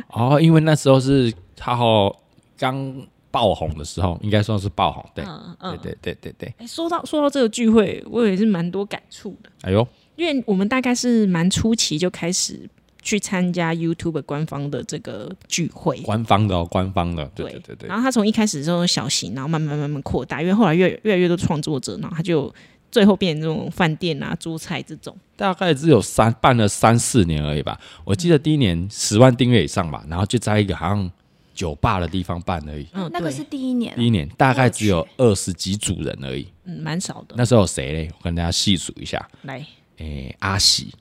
Speaker 1: 哦，因为那时候是浩浩刚爆红的时候，应该算是爆红，对，
Speaker 2: 嗯
Speaker 1: 对对对对对，
Speaker 2: 哎，说到说到这个聚会，我也是蛮多感触的，
Speaker 1: 哎呦，
Speaker 2: 因为我们大概是蛮初期就开始去参加 YouTube 官方的这个聚会，
Speaker 1: 官方的哦，官方的，对对对对
Speaker 2: 然，后他从一开始这种小型，然后慢慢慢慢扩大，因为后来越越来越多创作者，然后他就最后变成这种饭店啊、桌菜这种。
Speaker 1: 大概只有三办了三四年而已吧，我记得第一年十万订阅以上吧，然后就在一个好像酒吧的地方办而已，
Speaker 2: 嗯，
Speaker 3: 那个
Speaker 2: 对
Speaker 3: 是第一年啊
Speaker 1: 第一年大概只有二十几组人而已，
Speaker 2: 嗯蛮少的。
Speaker 1: 那时候有谁嘞？我跟大家细数一下，
Speaker 2: 来
Speaker 1: 诶，阿喜，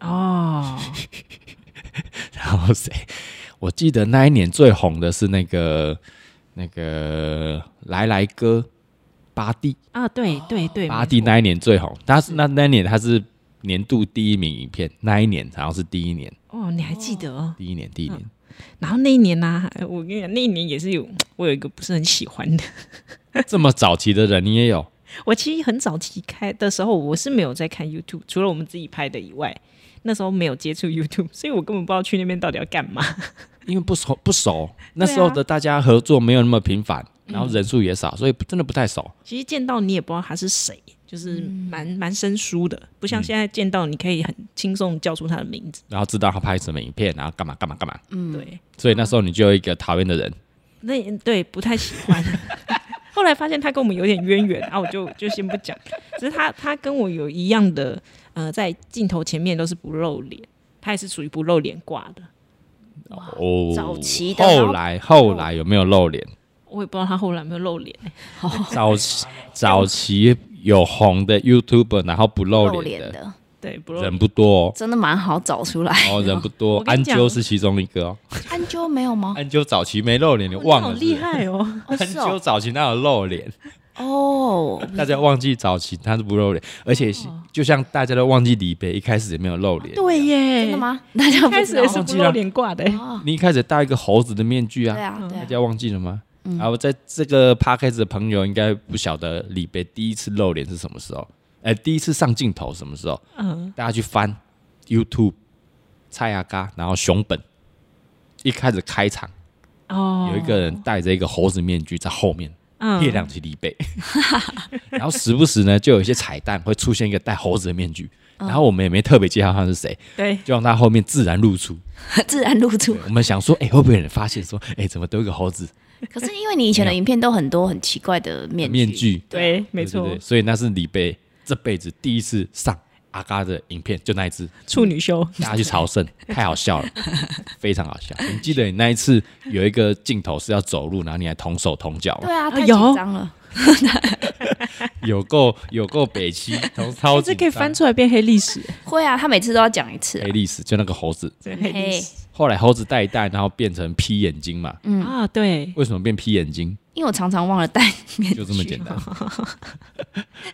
Speaker 2: 哦，
Speaker 1: 然后谁？我记得那一年最红的是那个那个来来哥巴蒂，
Speaker 2: 啊，对对对，
Speaker 1: 巴
Speaker 2: 没
Speaker 1: 蒂
Speaker 2: 错
Speaker 1: 那一年最红，他是那那一年他是年度第一名影片，那一年好像是第一年，
Speaker 2: 哦，你还记得哦？
Speaker 1: 第一年，第一年，
Speaker 2: 然后那一年呢、哎我跟你讲，那一年也是有我有一个不是很喜欢的。
Speaker 1: 这么早期的人你也有，
Speaker 2: 我其实很早期开的时候，我是没有在看 YouTube，除了我们自己拍的以外，那时候没有接触 YouTube，所以我根本不知道去那边到底要干嘛。
Speaker 1: 因为不熟不熟，那时候的大家合作没有那么频繁，然后人数也少，所以真的不太熟。
Speaker 2: 其实见到你也不知道他是谁，就是蛮蛮生疏的，不像现在见到你可以很轻松地叫出他的名字。
Speaker 1: 然后知道他拍什么影片，然后干嘛干嘛干嘛，
Speaker 2: 对，
Speaker 1: 所以那时候你就有一个讨厌的人，
Speaker 2: 那对不太喜欢。 (laughs) 后来发现他跟我们有点渊源，啊，我就就先不讲。只是他他跟我有一样的，呃，在镜头前面都是不露脸，他也是属于不露脸挂的。
Speaker 1: 哦，
Speaker 3: 早期的
Speaker 1: 后来后来有没有露脸？
Speaker 2: 我也不知道他后来有没有露脸、
Speaker 1: 早期早期有红的 YouTuber，然后不露
Speaker 3: 露
Speaker 1: 脸
Speaker 3: 脸
Speaker 1: 的
Speaker 3: 的，
Speaker 2: 对，不露脸
Speaker 1: 人。不多哦
Speaker 3: 真的蛮好找出来。
Speaker 1: 哦，人不多
Speaker 2: 我，跟
Speaker 1: 安
Speaker 2: 你讲
Speaker 1: 啾是其中一个哦。
Speaker 3: 安啾没有吗？
Speaker 1: 安啾早期没露脸，你
Speaker 2: 哦
Speaker 1: 忘
Speaker 2: 你好
Speaker 1: 了是不
Speaker 2: 厉
Speaker 1: 是？
Speaker 2: 害哦！
Speaker 3: 哦，
Speaker 1: (laughs) 安
Speaker 3: 是
Speaker 1: 啾
Speaker 3: 哦，
Speaker 1: 早期那有露脸，
Speaker 3: 哦，
Speaker 1: 大家忘记早期他是不露脸，而且是就像大家都忘记李贝一开始也没有露脸，
Speaker 2: 对耶，
Speaker 3: 真的？ (laughs) 吗？大家
Speaker 2: 一
Speaker 3: 不
Speaker 2: 开
Speaker 3: 知
Speaker 2: 始
Speaker 3: 道
Speaker 2: 也是不露脸挂的、欸
Speaker 3: 哦，
Speaker 1: 你一开始戴一个猴子的面具
Speaker 3: 对
Speaker 1: 啊，
Speaker 3: 啊，对
Speaker 1: 大
Speaker 3: 啊，
Speaker 1: 家忘记了吗？然后在这个 p a c a s 的朋友应该不晓得李贝第一次露脸是什么时候，哎，第一次上镜头什么时候？
Speaker 2: 嗯，
Speaker 1: 大家去翻 YouTube 蔡阿嘎，然后熊本一开始开场
Speaker 2: 哦，
Speaker 1: 有一个人戴着一个猴子面具在后面。
Speaker 2: 嗯
Speaker 1: 月亮及李贝， (laughs) 然后时不时呢就有一些彩蛋会出现一个戴猴子的面具，
Speaker 2: 嗯
Speaker 1: 然后我们也没特别介绍他是谁，
Speaker 2: 对，
Speaker 1: 就让他后面自然露出。
Speaker 3: 自然露出。
Speaker 1: 我们想说，哎、会不会有人发现说，哎、怎么都有一个猴子
Speaker 3: 可是因为你以前的影片都很多很奇怪的面具
Speaker 1: 面，具？
Speaker 3: 啊
Speaker 2: 对，没
Speaker 1: 对
Speaker 2: 错，
Speaker 1: 对对所以那是李贝这辈子第一次上阿嘎的影片，就那一只，
Speaker 2: 处女修，
Speaker 1: 大家去朝
Speaker 2: (laughs)
Speaker 1: 圣，太好笑了，非常好笑。你记得你那一次有一个镜头是要走路，然后你还同手同脚吗
Speaker 3: 对？啊，
Speaker 2: 啊
Speaker 3: 太紧
Speaker 2: 有
Speaker 3: 张了。
Speaker 1: 有够有够北
Speaker 2: (laughs)
Speaker 1: 七，从超
Speaker 2: 哎这
Speaker 1: 级
Speaker 2: 可以翻出来变黑历史，
Speaker 3: 会啊，他每次都要讲一次啊
Speaker 1: 黑。历史，就那个猴子，
Speaker 2: 这黑历史
Speaker 1: 后来猴子带一带，然后变成劈眼睛嘛。
Speaker 3: 嗯
Speaker 2: 啊，对，
Speaker 1: 为什么变劈眼睛？
Speaker 3: 因为我常常忘了带面具，
Speaker 1: 就这么简单。 (laughs)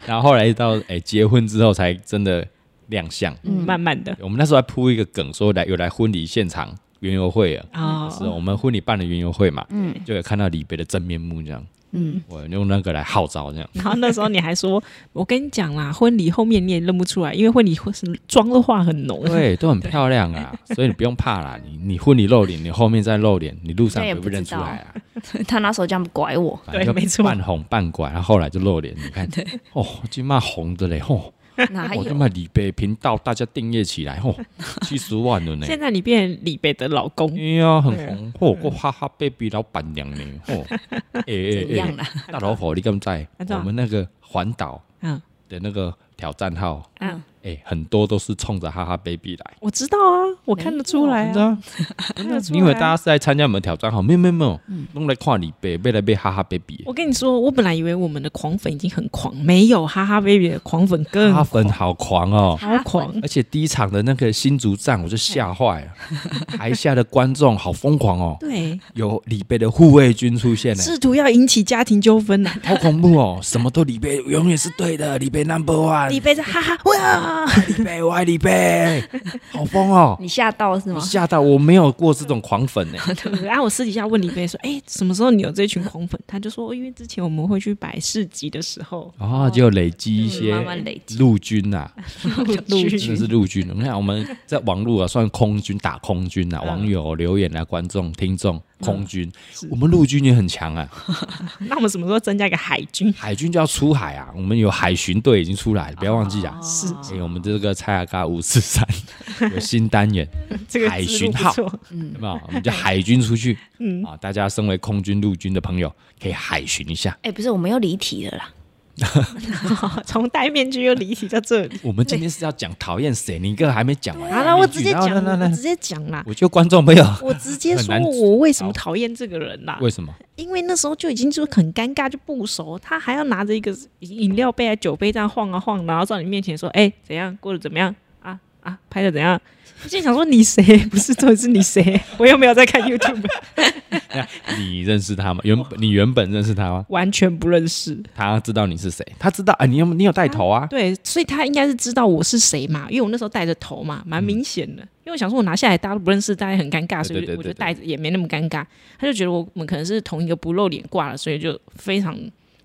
Speaker 1: 然后后来到哎、结婚之后才真的亮相。
Speaker 3: 嗯
Speaker 2: 慢慢的
Speaker 1: 我们那时候还铺一个梗，说来有来婚礼现场园游会啊，
Speaker 2: 啊，
Speaker 1: 是我们婚礼办的园游会嘛，嗯，就有看到李白的真面目这样。嗯，我用那个来号召这样。
Speaker 2: (laughs) 然后那时候你还说，我跟你讲啦，婚礼后面你也认不出来，因为婚礼会是妆的化很浓。
Speaker 1: 对，都很漂亮啊，所以你不用怕啦。你你婚礼露脸，你后面再露脸，你路上也不认出来啊。
Speaker 3: 他拿手这样拐我，
Speaker 1: 反正
Speaker 2: 对没错
Speaker 1: 半红半拐，然后后来就露脸。你看，哦，今嘛红的嘞，哦，
Speaker 3: 哪
Speaker 1: 我今
Speaker 3: 哎有？
Speaker 1: 嘛李白频道大家订阅起来，哦，七十万了呢。
Speaker 2: 现在你变李贝的老公
Speaker 1: 哎，呀，很红，哦，我哈哈 baby 老板娘呢，哦，哎
Speaker 3: 怎
Speaker 1: 哎
Speaker 3: 样
Speaker 1: 哎，
Speaker 3: 啦？
Speaker 1: 大老婆你敢在
Speaker 2: 安怎
Speaker 1: 我们那个环岛
Speaker 2: 嗯
Speaker 1: 的那个挑战号，
Speaker 2: 嗯，
Speaker 1: 哎，很多都是冲着哈哈 baby 来。
Speaker 2: 我知道啊，我看得出来
Speaker 1: 真的
Speaker 2: 啊，
Speaker 1: 啊，
Speaker 2: 看得出
Speaker 1: 你
Speaker 2: 来。
Speaker 1: 以为大家是来参加我们挑战好？没有没有没有，弄来看李贝，被来被哈哈 baby，
Speaker 2: 我跟你说，我本来以为我们的狂粉已经很狂，没有，哈哈 baby 的狂粉更
Speaker 1: 哈粉好狂哦！
Speaker 2: 超狂，
Speaker 1: 而且第一场的那个新竹站，我就吓坏了，台下的观众好疯狂哦，
Speaker 2: 对，
Speaker 1: 有李贝的护卫军出现呢，
Speaker 2: 试图要引起家庭纠纷啊呐。
Speaker 1: 好恐怖哦！什么都李贝永远是对的，李贝 number one，
Speaker 2: 李贝是哈哈哇， (laughs)
Speaker 1: 李贝我爱李贝，好疯哦！
Speaker 3: 你吓到是吗？
Speaker 1: 吓到我没有过这种狂粉呢，
Speaker 2: 对然后我私底下问李贝说：“哎、什么时候你有这群狂粉？”他就说：“因为之前我们会去摆市集的
Speaker 1: (laughs)
Speaker 2: 时候，
Speaker 1: 然后啊就嗯累积一些
Speaker 3: 嗯慢慢累积
Speaker 1: 陆军呐、真
Speaker 2: 陆
Speaker 1: 的是陆军。你看我们在网络啊，算空军打空军啊，网友留言啊，观众听众空军，我们陆军也很强啊，
Speaker 2: 那我们什么时候增加一个海
Speaker 1: (laughs)
Speaker 2: 军？
Speaker 1: 海军就要出海啊，我们有海巡队已经出来了，不要忘记啊。
Speaker 2: 是
Speaker 1: 哎、我们这个蔡阿嘎五四三有新单元，
Speaker 2: 这个
Speaker 1: 海
Speaker 2: 思
Speaker 1: 巡
Speaker 2: 路不
Speaker 1: 号
Speaker 2: 错 (laughs)
Speaker 1: 有没有？我们叫海军出去，
Speaker 2: 嗯
Speaker 1: 啊，大家身为空军、陆军的朋友可以海巡一下。
Speaker 3: 哎，不是，我们又离题了啦。
Speaker 2: 从戴面具又离题
Speaker 1: (laughs)
Speaker 2: 到这里。
Speaker 1: 我们今天是要讲讨厌谁，你一个还没讲完。
Speaker 2: 好了，我直接
Speaker 1: 然后 (laughs)
Speaker 2: 讲，
Speaker 1: 来来
Speaker 2: 我
Speaker 1: 来
Speaker 2: 直接讲啦。
Speaker 1: 我就观众朋友，
Speaker 2: 我直接
Speaker 1: 很
Speaker 2: 说
Speaker 1: 难
Speaker 2: 我为什么讨厌这个人啦、
Speaker 1: 为什么？
Speaker 2: 因为那时候就已经就很尴尬，就不熟，他还要拿着一个饮料杯、酒杯这样晃啊晃，然后到你面前说：“哎、怎样过得怎么样啊啊，拍的怎样？” (laughs) 我心里想说你谁？ (laughs) 不是，到底是你谁？ (laughs) 我又没有在看 YouTube，
Speaker 1: 你认识他吗？原本你原本认识他吗？
Speaker 2: 完全不认识。
Speaker 1: 他知道你是谁，他知道啊，你有你有带头 (laughs) 啊，
Speaker 2: 对，所以他应该是知道我是谁嘛，因为我那时候戴着头嘛，蛮明显的。因为我想说，我拿下来大家都不认识，大家很尴尬，
Speaker 1: 嗯
Speaker 2: 所
Speaker 1: 对对
Speaker 2: 以
Speaker 1: 对
Speaker 2: 我
Speaker 1: 对对
Speaker 2: 就戴着也没那么尴尬。他就觉得我们可能是同一个不露脸挂了，所以就非常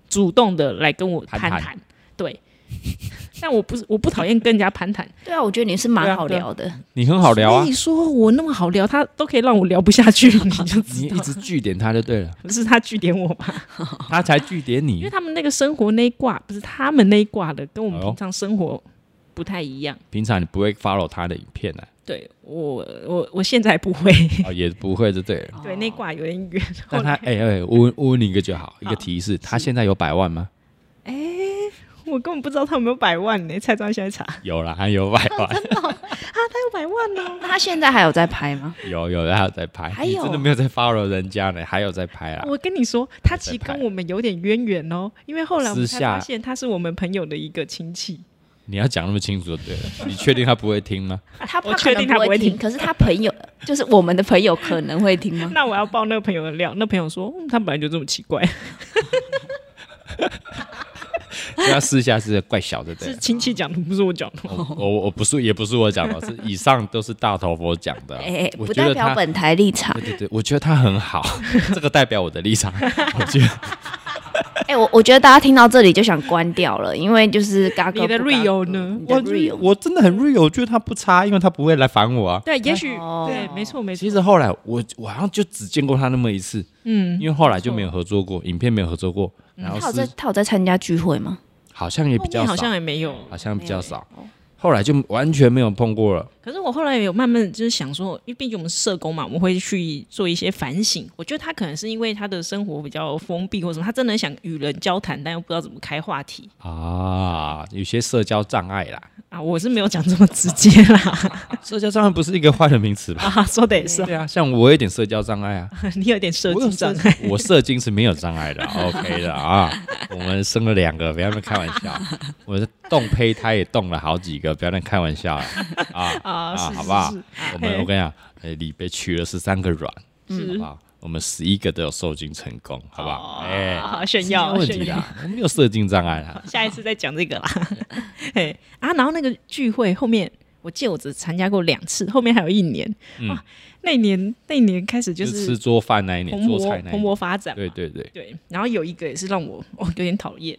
Speaker 2: 主动的来跟我
Speaker 1: 攀
Speaker 2: 攀
Speaker 1: 谈
Speaker 2: 谈。对， (laughs) 但我不是我不讨厌跟人家攀谈，
Speaker 3: 对啊，我觉得你是蛮好聊的，
Speaker 1: 你很好聊啊
Speaker 2: 所以，说我那么好聊，他都可以让我聊不下去了，你就
Speaker 1: (laughs) 你嗯
Speaker 2: 知道
Speaker 1: 一直据点他就对
Speaker 2: (laughs)
Speaker 1: 了，
Speaker 2: 不是他据点我吧？
Speaker 1: 他才据点
Speaker 2: 因
Speaker 1: 你
Speaker 2: 为。他们那个生活那一挂，不是他们那一挂的，跟我们
Speaker 1: 哎呦
Speaker 2: 平常生活不太一样。
Speaker 1: 平常你不会 follow 他的影片
Speaker 2: (laughs)
Speaker 1: 啊，
Speaker 2: 对我，我我现在不会。
Speaker 1: 哦，也不会就对
Speaker 2: (laughs)
Speaker 1: 了。
Speaker 2: 对，那挂有点远。 (laughs) 后
Speaker 1: 但他
Speaker 2: 来
Speaker 1: 哎哎，我问我问你一个就好，一个提示，他现在有百万
Speaker 2: (laughs)
Speaker 1: 吗？
Speaker 2: 我根本不知道他有没有百万呢、蔡庄现在查，他
Speaker 1: 有啦，他有百万，
Speaker 2: 有百万呢、
Speaker 3: 那他现在还有在拍吗？
Speaker 1: 有有，他有在拍。
Speaker 3: 还
Speaker 1: 你
Speaker 3: 有
Speaker 1: 真的没有在 follow 人家呢，还有在拍啊啦。
Speaker 2: (laughs) 我跟你说，他其实
Speaker 1: 在拍
Speaker 2: 跟我们有点渊源哦，因为后来我们
Speaker 1: 私
Speaker 2: 才
Speaker 1: 下
Speaker 2: 发现他是我们朋友的一个亲戚。
Speaker 1: 你要讲那么清楚就对了，你确定他不会听
Speaker 3: (laughs)
Speaker 1: 吗？
Speaker 3: 他
Speaker 2: 我
Speaker 3: 他
Speaker 2: 确
Speaker 3: 可
Speaker 2: 定
Speaker 3: 能
Speaker 2: 他不
Speaker 3: 会
Speaker 2: 会听
Speaker 3: 听，可是他朋友就是我们的朋友可能会听
Speaker 2: (laughs)
Speaker 3: 吗？
Speaker 2: 那我要爆那个朋友的料，那朋友说，嗯，他本来就这么奇怪，
Speaker 1: 所以他私下是怪小的，对
Speaker 2: 是
Speaker 1: 了。
Speaker 2: 亲戚讲的，不是我讲的。
Speaker 3: 哦
Speaker 1: 我我我不是，也不是我讲的，是以上都是大头佛讲的。
Speaker 3: 哎，
Speaker 1: 我
Speaker 3: 不
Speaker 1: 觉
Speaker 3: 代
Speaker 1: 得
Speaker 3: 表
Speaker 1: 他
Speaker 3: 本台立场
Speaker 1: 对。对对，我觉得他很好，
Speaker 3: (laughs)
Speaker 1: 这个代表我的立场。我觉得
Speaker 3: 哎，我我觉得大家听到这里就想关掉了，因为就是嘎哥
Speaker 2: 你的
Speaker 3: 不嘎
Speaker 2: real 呢
Speaker 3: 你的
Speaker 1: 我
Speaker 3: real
Speaker 1: 我真的很 real，我觉得他不差，因为他不会来烦我啊。
Speaker 2: 对，也许
Speaker 3: 哦
Speaker 2: 对，没错没错
Speaker 1: 其。实后来我我好像就只见过他那么一次，
Speaker 2: 嗯，
Speaker 1: 因为后来就没有合作过，影片没有合作过，然后
Speaker 3: 嗯他有在
Speaker 1: 是
Speaker 3: 他有在参加聚会吗？
Speaker 1: 好像也
Speaker 2: 后
Speaker 1: 比较
Speaker 2: 面好
Speaker 1: 少
Speaker 2: 像，也没有。
Speaker 1: 好像比较少。后来就完全没有碰过了。
Speaker 2: 可是我后来有慢慢就是想说，因为毕竟我们是社工嘛，我们会去做一些反省。我觉得他可能是因为他的生活比较封闭或什么，他真的很想与人交谈，但又不知道怎么开话题
Speaker 1: 啊，有些社交障碍啦，
Speaker 2: (laughs) 啊。我是没有讲这么直接
Speaker 3: (laughs)
Speaker 2: 啦。
Speaker 1: 社交障碍不是一个坏的名词
Speaker 2: (laughs)
Speaker 1: 吧？
Speaker 2: 啊，说的也是哦，
Speaker 1: 对啊，像我有点社交障碍啊，
Speaker 2: 你有点 (laughs) 社
Speaker 1: 我有
Speaker 2: 经
Speaker 1: 社
Speaker 2: 障碍。
Speaker 1: (laughs) 我射精是没有障碍的，OK
Speaker 2: (laughs)
Speaker 1: 的啊。我们生了两个，不要在那边开玩笑。我是动胚胎也动了好几个，不要在那边开玩笑了啊
Speaker 2: 啊是
Speaker 1: 好
Speaker 2: 是
Speaker 1: 不好
Speaker 2: 是？
Speaker 1: 我们
Speaker 2: (laughs) 嘿
Speaker 1: 我跟你讲，呃，里边取了十三个卵，
Speaker 2: 是哦
Speaker 1: 好不好？我们十一个都有受精成功，好不好？哎，
Speaker 2: 好炫
Speaker 1: 没有
Speaker 2: 耀
Speaker 1: 问
Speaker 2: 炫
Speaker 1: 题啊
Speaker 2: 耀。
Speaker 1: 啦，我没有射精障碍啦。
Speaker 2: 下一次再讲这个啦。 (laughs) 嘿啊，然后那个聚会后面，我记得我只参加过两次，后面还有一年。
Speaker 1: 嗯
Speaker 2: 哇，那一年那一年开始就
Speaker 1: 就是吃
Speaker 2: 是
Speaker 1: 桌饭那一年，
Speaker 2: 蓬
Speaker 1: 做
Speaker 2: 勃
Speaker 1: 菜那一
Speaker 2: 蓬
Speaker 1: 年，
Speaker 2: 勃发展嘛。
Speaker 1: 对对对，
Speaker 2: 对，然后有一个也是让我 (laughs) 哦有点讨厌，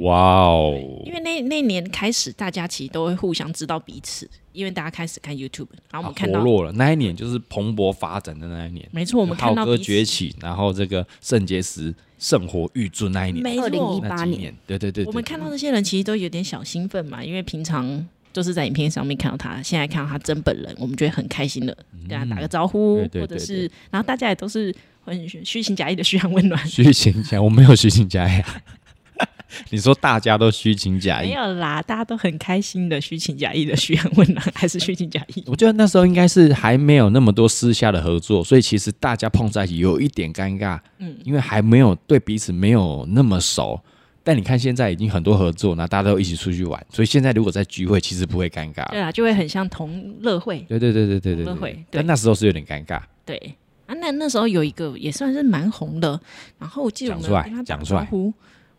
Speaker 1: 哇哦
Speaker 2: 因，为那那一年开始，大家其实都会互相知道彼此，因为大家开始看 YouTube，然后我们看
Speaker 1: 啊活
Speaker 2: 到，
Speaker 1: 络了，那一年就是蓬勃发展的那一年。
Speaker 2: 没错，我们看
Speaker 1: 浩
Speaker 2: 到
Speaker 1: 哥
Speaker 2: 彼
Speaker 1: 崛
Speaker 2: 此，
Speaker 1: 起，然后这个肾结石圣火玉尊那一年，
Speaker 2: 没
Speaker 3: 二零
Speaker 2: 错，
Speaker 3: 一
Speaker 1: 那
Speaker 3: 八
Speaker 1: 几
Speaker 3: 年，
Speaker 1: 年，对对对，
Speaker 2: 我
Speaker 1: 对
Speaker 2: 们看到这些人其实都有点小兴奋嘛，因为平常都是在影片上面看到他，现在看到他真本人，我们就会很开心的跟他打个招呼，
Speaker 1: 嗯对对对
Speaker 2: 或者是，然后大家也都是很虚情假意的嘘寒问暖，
Speaker 1: 虚情假，我没有虚情假意啊。 (laughs) 你说大家都虚情假
Speaker 2: 没
Speaker 1: 意，
Speaker 2: 有啦，大家都很开心的虚情假意的嘘寒问暖，还是虚情假
Speaker 1: (laughs)
Speaker 2: 意。
Speaker 1: 我觉得那时候应该是还没有那么多私下的合作，所以其实大家碰在一起有一点尴尬，嗯，因为还没有对彼此没有那么熟。但你看现在已经很多合作，那大家都一起出去玩，所以现在如果在聚会，其实不会尴尬。
Speaker 2: 对啦，啊就会很像同乐会，
Speaker 1: 对对对对啊对对
Speaker 2: 同乐会
Speaker 1: 对
Speaker 2: 对。
Speaker 1: 但那时候是有点尴尬，
Speaker 2: 对啊，那那时候有一个也算是蛮红的，然后我记得我
Speaker 1: 讲
Speaker 2: 们
Speaker 1: 出来
Speaker 2: 有跟他打
Speaker 1: 讲出来
Speaker 2: 招呼，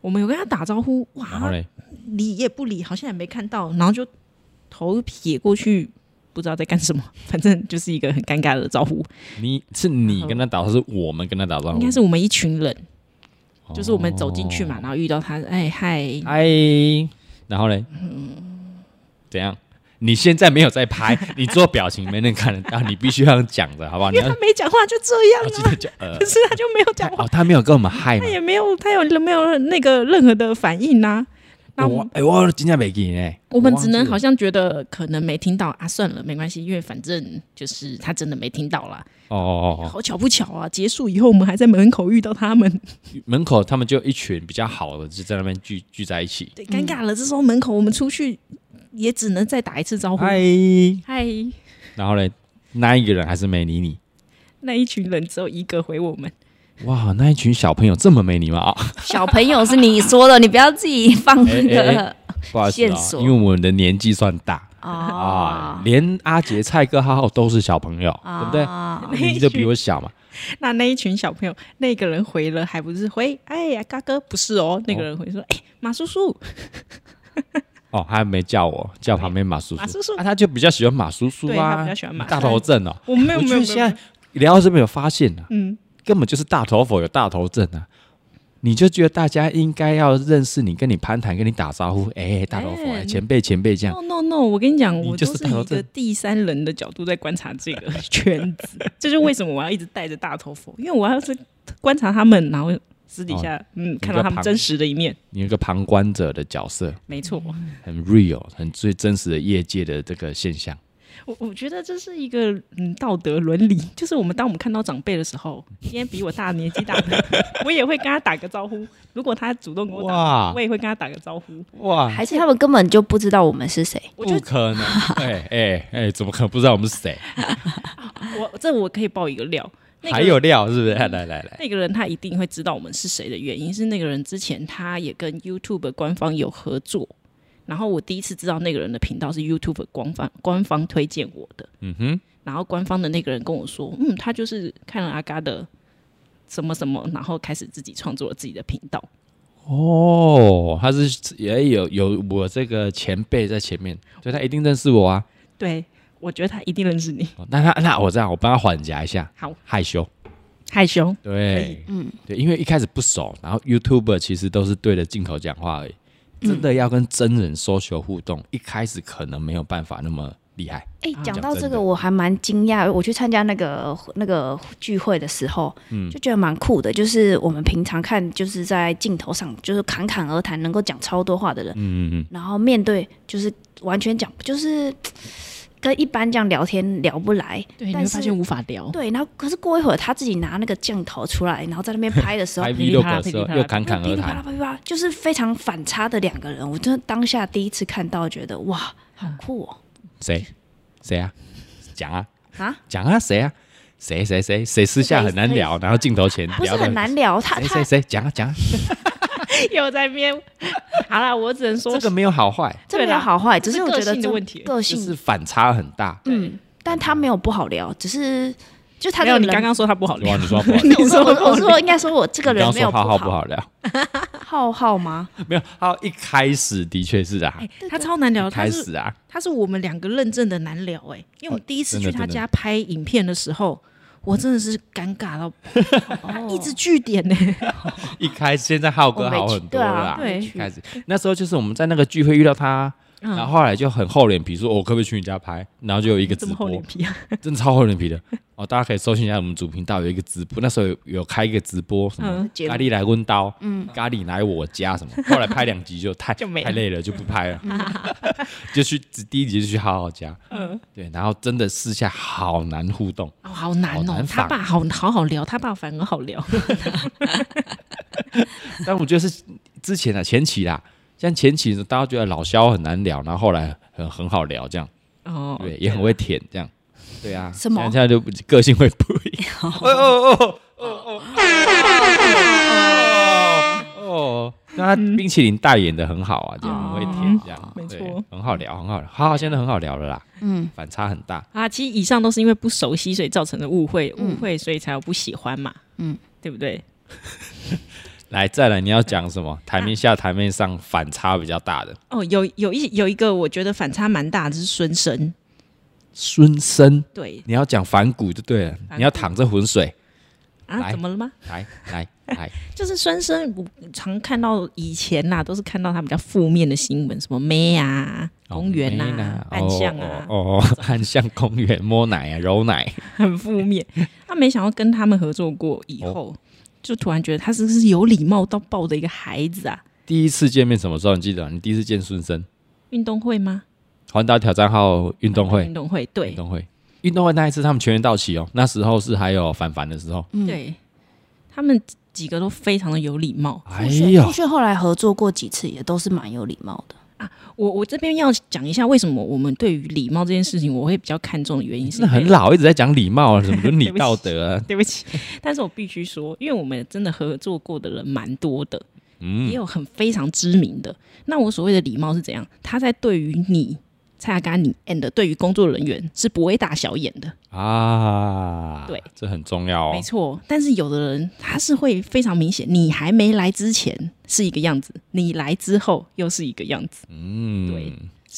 Speaker 2: 我们有跟他打招呼，哇，
Speaker 1: 然后嘞，
Speaker 2: 理也不理，好像也没看到，然后就头撇过去，不知道在干什么，反正就是一个很尴尬的招呼。
Speaker 1: 你是你跟他打招呼，是我们跟他打招
Speaker 2: 应
Speaker 1: 呼
Speaker 2: 该，是我们一群人，就是我们走进去嘛，然后遇到
Speaker 1: 哦
Speaker 2: 他，哎嗨，
Speaker 1: 嗨，哎然后嘞，怎样？你现在没有在拍，你做表情没人看得到，你必须要讲的好不好？你
Speaker 2: 因为 (laughs)
Speaker 1: 要
Speaker 2: 他没讲话就这样
Speaker 1: 要记
Speaker 2: 啊，
Speaker 1: 得讲，呃
Speaker 2: 可，是他就没有讲话，
Speaker 1: 哦，他没有跟我们嗨嘛
Speaker 2: 他，也没有他有没有那个任何的反应呐、那我
Speaker 1: 我哎，我今天没给呢，
Speaker 2: 我们只能
Speaker 1: 我
Speaker 2: 好
Speaker 1: 忘记了
Speaker 2: 像觉得可能没听到啊，算了，没关系，因为反正就是他真的没听到啦。
Speaker 1: 哦哦哦
Speaker 2: 好巧不巧啊，结束以后我们还在门口遇到他们，
Speaker 1: 哦，门口他们就一群比较好的就在那边聚聚在一起，
Speaker 2: 对，尴尬了。这时候门口我们出去也只能再打一次招呼。
Speaker 1: 嗨，
Speaker 2: 嗨，
Speaker 1: 然后嘞，那一个人还是没理你。
Speaker 2: 那一群人只有一个回我们，
Speaker 1: 哇，那一群小朋友这么没礼貌
Speaker 2: (laughs)
Speaker 1: 啊！
Speaker 3: 小朋友是你说的，你不要自己放那
Speaker 1: 哎
Speaker 3: 个
Speaker 1: 哎不好意思
Speaker 3: 线
Speaker 1: 啊，
Speaker 3: 索
Speaker 1: 因为我们的年纪算大，啊
Speaker 3: 哦，
Speaker 1: 连阿杰、蔡哥、浩浩都是小朋友，对不对？
Speaker 3: 啊
Speaker 1: 年纪都比我小嘛。
Speaker 2: 那那一群小朋友，那个人回了还不是回，哎呀，嘎哥不是哦，那个人
Speaker 1: 嗯
Speaker 2: 回说，哎，马叔叔，
Speaker 1: 哦，他还没叫我，叫旁边马叔
Speaker 2: 马
Speaker 1: 叔。
Speaker 2: 叔叔
Speaker 1: 啊，他就比较喜欢马叔叔
Speaker 2: 对
Speaker 1: 啊，
Speaker 2: 他比较喜欢马
Speaker 1: 大头症哦。
Speaker 2: 我没有
Speaker 1: 我
Speaker 2: 没
Speaker 1: 觉
Speaker 2: 有
Speaker 1: 得
Speaker 2: 没有
Speaker 1: 现
Speaker 2: 没有
Speaker 1: 在聊到这边有发现啊，
Speaker 2: 嗯，
Speaker 1: 根本就是大头佛有大头症啊。你就觉得大家应该要认识你，跟你攀谈，跟你打招呼，哎，大头佛，
Speaker 2: 哎
Speaker 1: 哎前辈前辈这样。
Speaker 2: No No No！我跟你讲，
Speaker 1: 你
Speaker 2: 我
Speaker 1: 就
Speaker 2: 都
Speaker 1: 是
Speaker 2: 是
Speaker 1: 大头
Speaker 2: 一
Speaker 1: 症
Speaker 2: 个第三人的角度在观察
Speaker 1: (laughs)
Speaker 2: 这个圈子，这就是为什么我要一直带着大头佛，因为我要是观察他们，然后私底下、嗯
Speaker 1: 比较
Speaker 2: 看到他们
Speaker 1: 哦旁
Speaker 2: 真实的一面，
Speaker 1: 你有一个旁观者的角色，
Speaker 2: 没错。
Speaker 1: 很 real，很最真实的业界的这个现象。
Speaker 2: 我我觉得这是一个嗯道德伦理，就是我们当我们看到长辈的时候，今天比我大年纪大的，我也会跟他打个招呼。如果他主动跟我打，
Speaker 1: 哇
Speaker 2: 我也会跟他打个招呼。
Speaker 1: 哇，
Speaker 3: 还是他们根本就不知道我们是谁？
Speaker 2: 我觉
Speaker 1: 不可
Speaker 2: (laughs)
Speaker 1: 能！哎哎哎，怎么可能不知道我们是谁？
Speaker 2: 得我这我可以爆一个料，那个嗯
Speaker 1: 还有料是不是？来来来，
Speaker 2: 那个人他一定会知道我们是谁的原因是那个人之前他也跟 YouTube 官方有合作，然后我第一次知道那个人的频道是 YouTube 官方官方推荐我的，
Speaker 1: 嗯哼，
Speaker 2: 然后官方的那个人跟我说，嗯，他就是看了阿嘎的什么什么，然后开始自己创作了自己的频道，
Speaker 1: 哦，他是也有有我这个前辈在前面，所以他一定认识我啊。
Speaker 2: 对我觉得他一定认识你，
Speaker 1: 哦那他那我这样，我帮他缓夹一下，
Speaker 2: 好
Speaker 1: 害羞。
Speaker 2: (laughs) 害羞，
Speaker 1: 对，嗯，对，因为一开始不熟，然后 YouTuber 其实都是对着镜头讲话而已，
Speaker 3: 嗯
Speaker 1: 真的要跟真人 social 互动，一开始可能没有办法那么厉害。
Speaker 3: 哎、
Speaker 1: 啊
Speaker 3: 讲
Speaker 1: 讲
Speaker 3: 到
Speaker 1: 真
Speaker 3: 这
Speaker 1: 的
Speaker 3: 个，我还蛮惊讶。我去参加那个那个聚会的时候，
Speaker 1: 嗯
Speaker 3: 就觉得蛮酷的。就是我们平常看，就是在镜头上就是侃侃而谈，能够讲超多话的人，
Speaker 1: 嗯嗯嗯，
Speaker 3: 然后面对就是完全讲，就是跟一般这样聊天聊不来，
Speaker 4: 对，你
Speaker 3: 但
Speaker 4: 会
Speaker 3: 是
Speaker 4: 发现无法聊。
Speaker 3: 对，然后可是过一会儿他自己拿那个镜头出来，然后在那边拍的时候
Speaker 1: 拍，
Speaker 2: 噼里
Speaker 1: vlog
Speaker 2: 啪啦
Speaker 1: 的时候
Speaker 2: 噼里啪啦
Speaker 1: 又侃侃
Speaker 3: 噼
Speaker 1: 而
Speaker 3: 里啪啦
Speaker 1: 谈，
Speaker 3: 噼里啪啦，就是非常反差的两个人。我真的当下第一次看到，觉得哇，
Speaker 1: 嗯
Speaker 3: 好酷哦！
Speaker 1: 谁谁啊？讲啊
Speaker 3: 啊，
Speaker 1: 讲啊，谁啊？谁谁谁谁私下很难聊，然后镜头前
Speaker 3: 不是
Speaker 1: 聊得
Speaker 3: 很难聊，他
Speaker 1: 谁
Speaker 3: 他
Speaker 1: 谁谁讲啊讲啊，
Speaker 2: 又在编。 (laughs) 好啦，我只能说
Speaker 1: 这个没有好坏，
Speaker 3: 这没
Speaker 2: 对
Speaker 3: 有
Speaker 2: 啦
Speaker 3: 好坏，只
Speaker 2: 这
Speaker 3: 是
Speaker 2: 是
Speaker 3: 我觉
Speaker 2: 个
Speaker 3: 得
Speaker 2: 性的
Speaker 3: 这
Speaker 2: 问题
Speaker 3: 个
Speaker 1: 就
Speaker 3: 性
Speaker 1: 是反差很大。
Speaker 2: 嗯，
Speaker 3: 但他没有不好聊，只是就他
Speaker 2: 没
Speaker 3: 这
Speaker 2: 有
Speaker 3: 个
Speaker 2: 你
Speaker 3: 人，
Speaker 2: 刚刚说他不好
Speaker 1: 哇，
Speaker 2: 聊，
Speaker 1: 啊你说不
Speaker 2: (laughs)
Speaker 1: 好，
Speaker 2: 你
Speaker 3: 我
Speaker 2: 说
Speaker 3: 说
Speaker 2: 不好
Speaker 3: 我
Speaker 2: 聊
Speaker 3: 说应该说我这个
Speaker 1: 你
Speaker 3: 人
Speaker 1: 刚
Speaker 3: 没有
Speaker 1: 说浩浩不
Speaker 3: 好，
Speaker 1: 好聊， (laughs)
Speaker 3: 浩浩吗？
Speaker 1: 没有，浩一开始的确是
Speaker 3: 哎
Speaker 1: 啊，
Speaker 2: 他超难
Speaker 3: 哦
Speaker 2: 聊，
Speaker 1: 一
Speaker 2: 他
Speaker 1: 开
Speaker 2: 是
Speaker 1: 始啊，
Speaker 2: 他是我们两个认证的难聊哎、因为我们第一次
Speaker 1: 哦真
Speaker 2: 去
Speaker 1: 的
Speaker 2: 他
Speaker 1: 真的
Speaker 2: 家拍影片的时候，我真的是尴尬到
Speaker 1: (laughs)
Speaker 3: 哦
Speaker 2: 一直据点欸呢、
Speaker 1: 一开始现在浩
Speaker 3: 我
Speaker 1: 哥
Speaker 3: 没
Speaker 1: 好
Speaker 3: 去
Speaker 1: 很多
Speaker 3: 对
Speaker 1: 了
Speaker 3: 啊
Speaker 1: 啦。
Speaker 2: 对
Speaker 1: 一开始那时候就是我们在那个聚会遇到他，
Speaker 2: 嗯
Speaker 1: 然后后来就很厚脸皮说：“哦我可不可以去你家拍？”然后就有一个直
Speaker 2: 这么厚
Speaker 1: 播，
Speaker 2: 脸皮啊！
Speaker 1: (laughs) 真的超厚脸皮的哦。大家可以搜寻一下我们主频道有一个直播，那时候有有开一个直播，什么
Speaker 2: 嗯
Speaker 3: 节目
Speaker 1: 咖喱来温刀，嗯，咖喱来我家什么。后来拍两集
Speaker 2: (laughs)
Speaker 1: 就太
Speaker 2: 就没了
Speaker 1: 太累了，就不拍了， (laughs) 就去只第一集就去浩浩家，
Speaker 2: 嗯
Speaker 1: 对，然后真的私下好难互动，
Speaker 2: 哦，好难
Speaker 1: 好
Speaker 2: 哦，
Speaker 1: 难仿
Speaker 2: 他爸好好好聊，他爸反而好聊。
Speaker 1: 但我觉得是之前啊前期啦，像前期大家觉得老肖很难聊，然后后来很很好聊这样。
Speaker 2: 哦，
Speaker 1: (laughs) 对，也很会舔这样。对啊，
Speaker 3: 什么
Speaker 1: 现在就个性会不一样。哦哦哦哦哦哦哦！那他冰淇淋代言的很好啊，这样很会舔，这样
Speaker 2: 没错
Speaker 1: 对很好聊，很好聊。好好，现在很好聊了啦，
Speaker 3: 嗯，
Speaker 1: 反差很大。
Speaker 2: 啊，其实以上都是因为不熟悉，所以造成的误会，
Speaker 1: 嗯
Speaker 2: 误会，所以才有不喜欢嘛，嗯
Speaker 3: 嗯，
Speaker 2: 对不对？
Speaker 1: 来，再来，你要讲什么？台面下、台面上反差比较大的
Speaker 2: 哦，有有一有一个我觉得反差蛮大的是孙生，
Speaker 1: 孙生，
Speaker 2: 对
Speaker 1: 你要讲反骨就对了，
Speaker 2: 骨
Speaker 1: 你要淌这浑水，
Speaker 2: 啊，
Speaker 1: 来
Speaker 2: 怎么了吗？
Speaker 1: 来来来，
Speaker 2: 就是孙生，我常看到以前呐、都是看到他比较负面的新闻，什么妹啊、 (laughs) 公园
Speaker 1: 呐
Speaker 2: 啊、，
Speaker 1: 哦
Speaker 2: 暗巷啊，
Speaker 1: 哦，哦 (laughs) 暗巷公园摸奶啊，揉奶，
Speaker 2: (laughs) 很负面。他没想到跟他们合作过以
Speaker 1: 哦
Speaker 2: 后，就突然觉得他是不是有礼貌到爆的一个孩子啊？
Speaker 1: 第一次见面什么时候？你记得吗？你第一次见孙生，
Speaker 2: 运动会吗？
Speaker 1: 环岛挑战号运动会
Speaker 2: 运，动会，对
Speaker 1: 运动会，运动会那一次他们全员到齐哦，那时候是还有凡凡的时候，
Speaker 3: 嗯
Speaker 2: 对，他们几个都非常的有礼貌。
Speaker 1: 哎
Speaker 3: 酷炫酷
Speaker 1: 呦，
Speaker 3: 炫后来合作过几次，也都是蛮有礼貌的。
Speaker 2: 我我这边要讲一下，为什么我们对于礼貌这件事情，我会比较看重的原因是
Speaker 1: 真的
Speaker 2: 因为
Speaker 1: 很老，一直在讲礼貌啊，什么伦
Speaker 2: 对
Speaker 1: 理
Speaker 2: 不起
Speaker 1: 道德啊，
Speaker 2: (laughs) 对不起，但是我必须说，因为我们真的合作过的人蛮多的，
Speaker 1: 嗯
Speaker 2: 也有很非常知名的。那我所谓的礼貌是怎样？他在对于你蔡雅刚你 and 对于工作人员是不会大小眼的， (laughs)
Speaker 1: 啊，
Speaker 2: 对，
Speaker 1: 这很重要
Speaker 2: 没
Speaker 1: 哦。
Speaker 2: 错。但是有的人他是会非常明显，你还没来之前是一个样子，你来之后又是一个样子。
Speaker 1: 嗯，
Speaker 2: 对，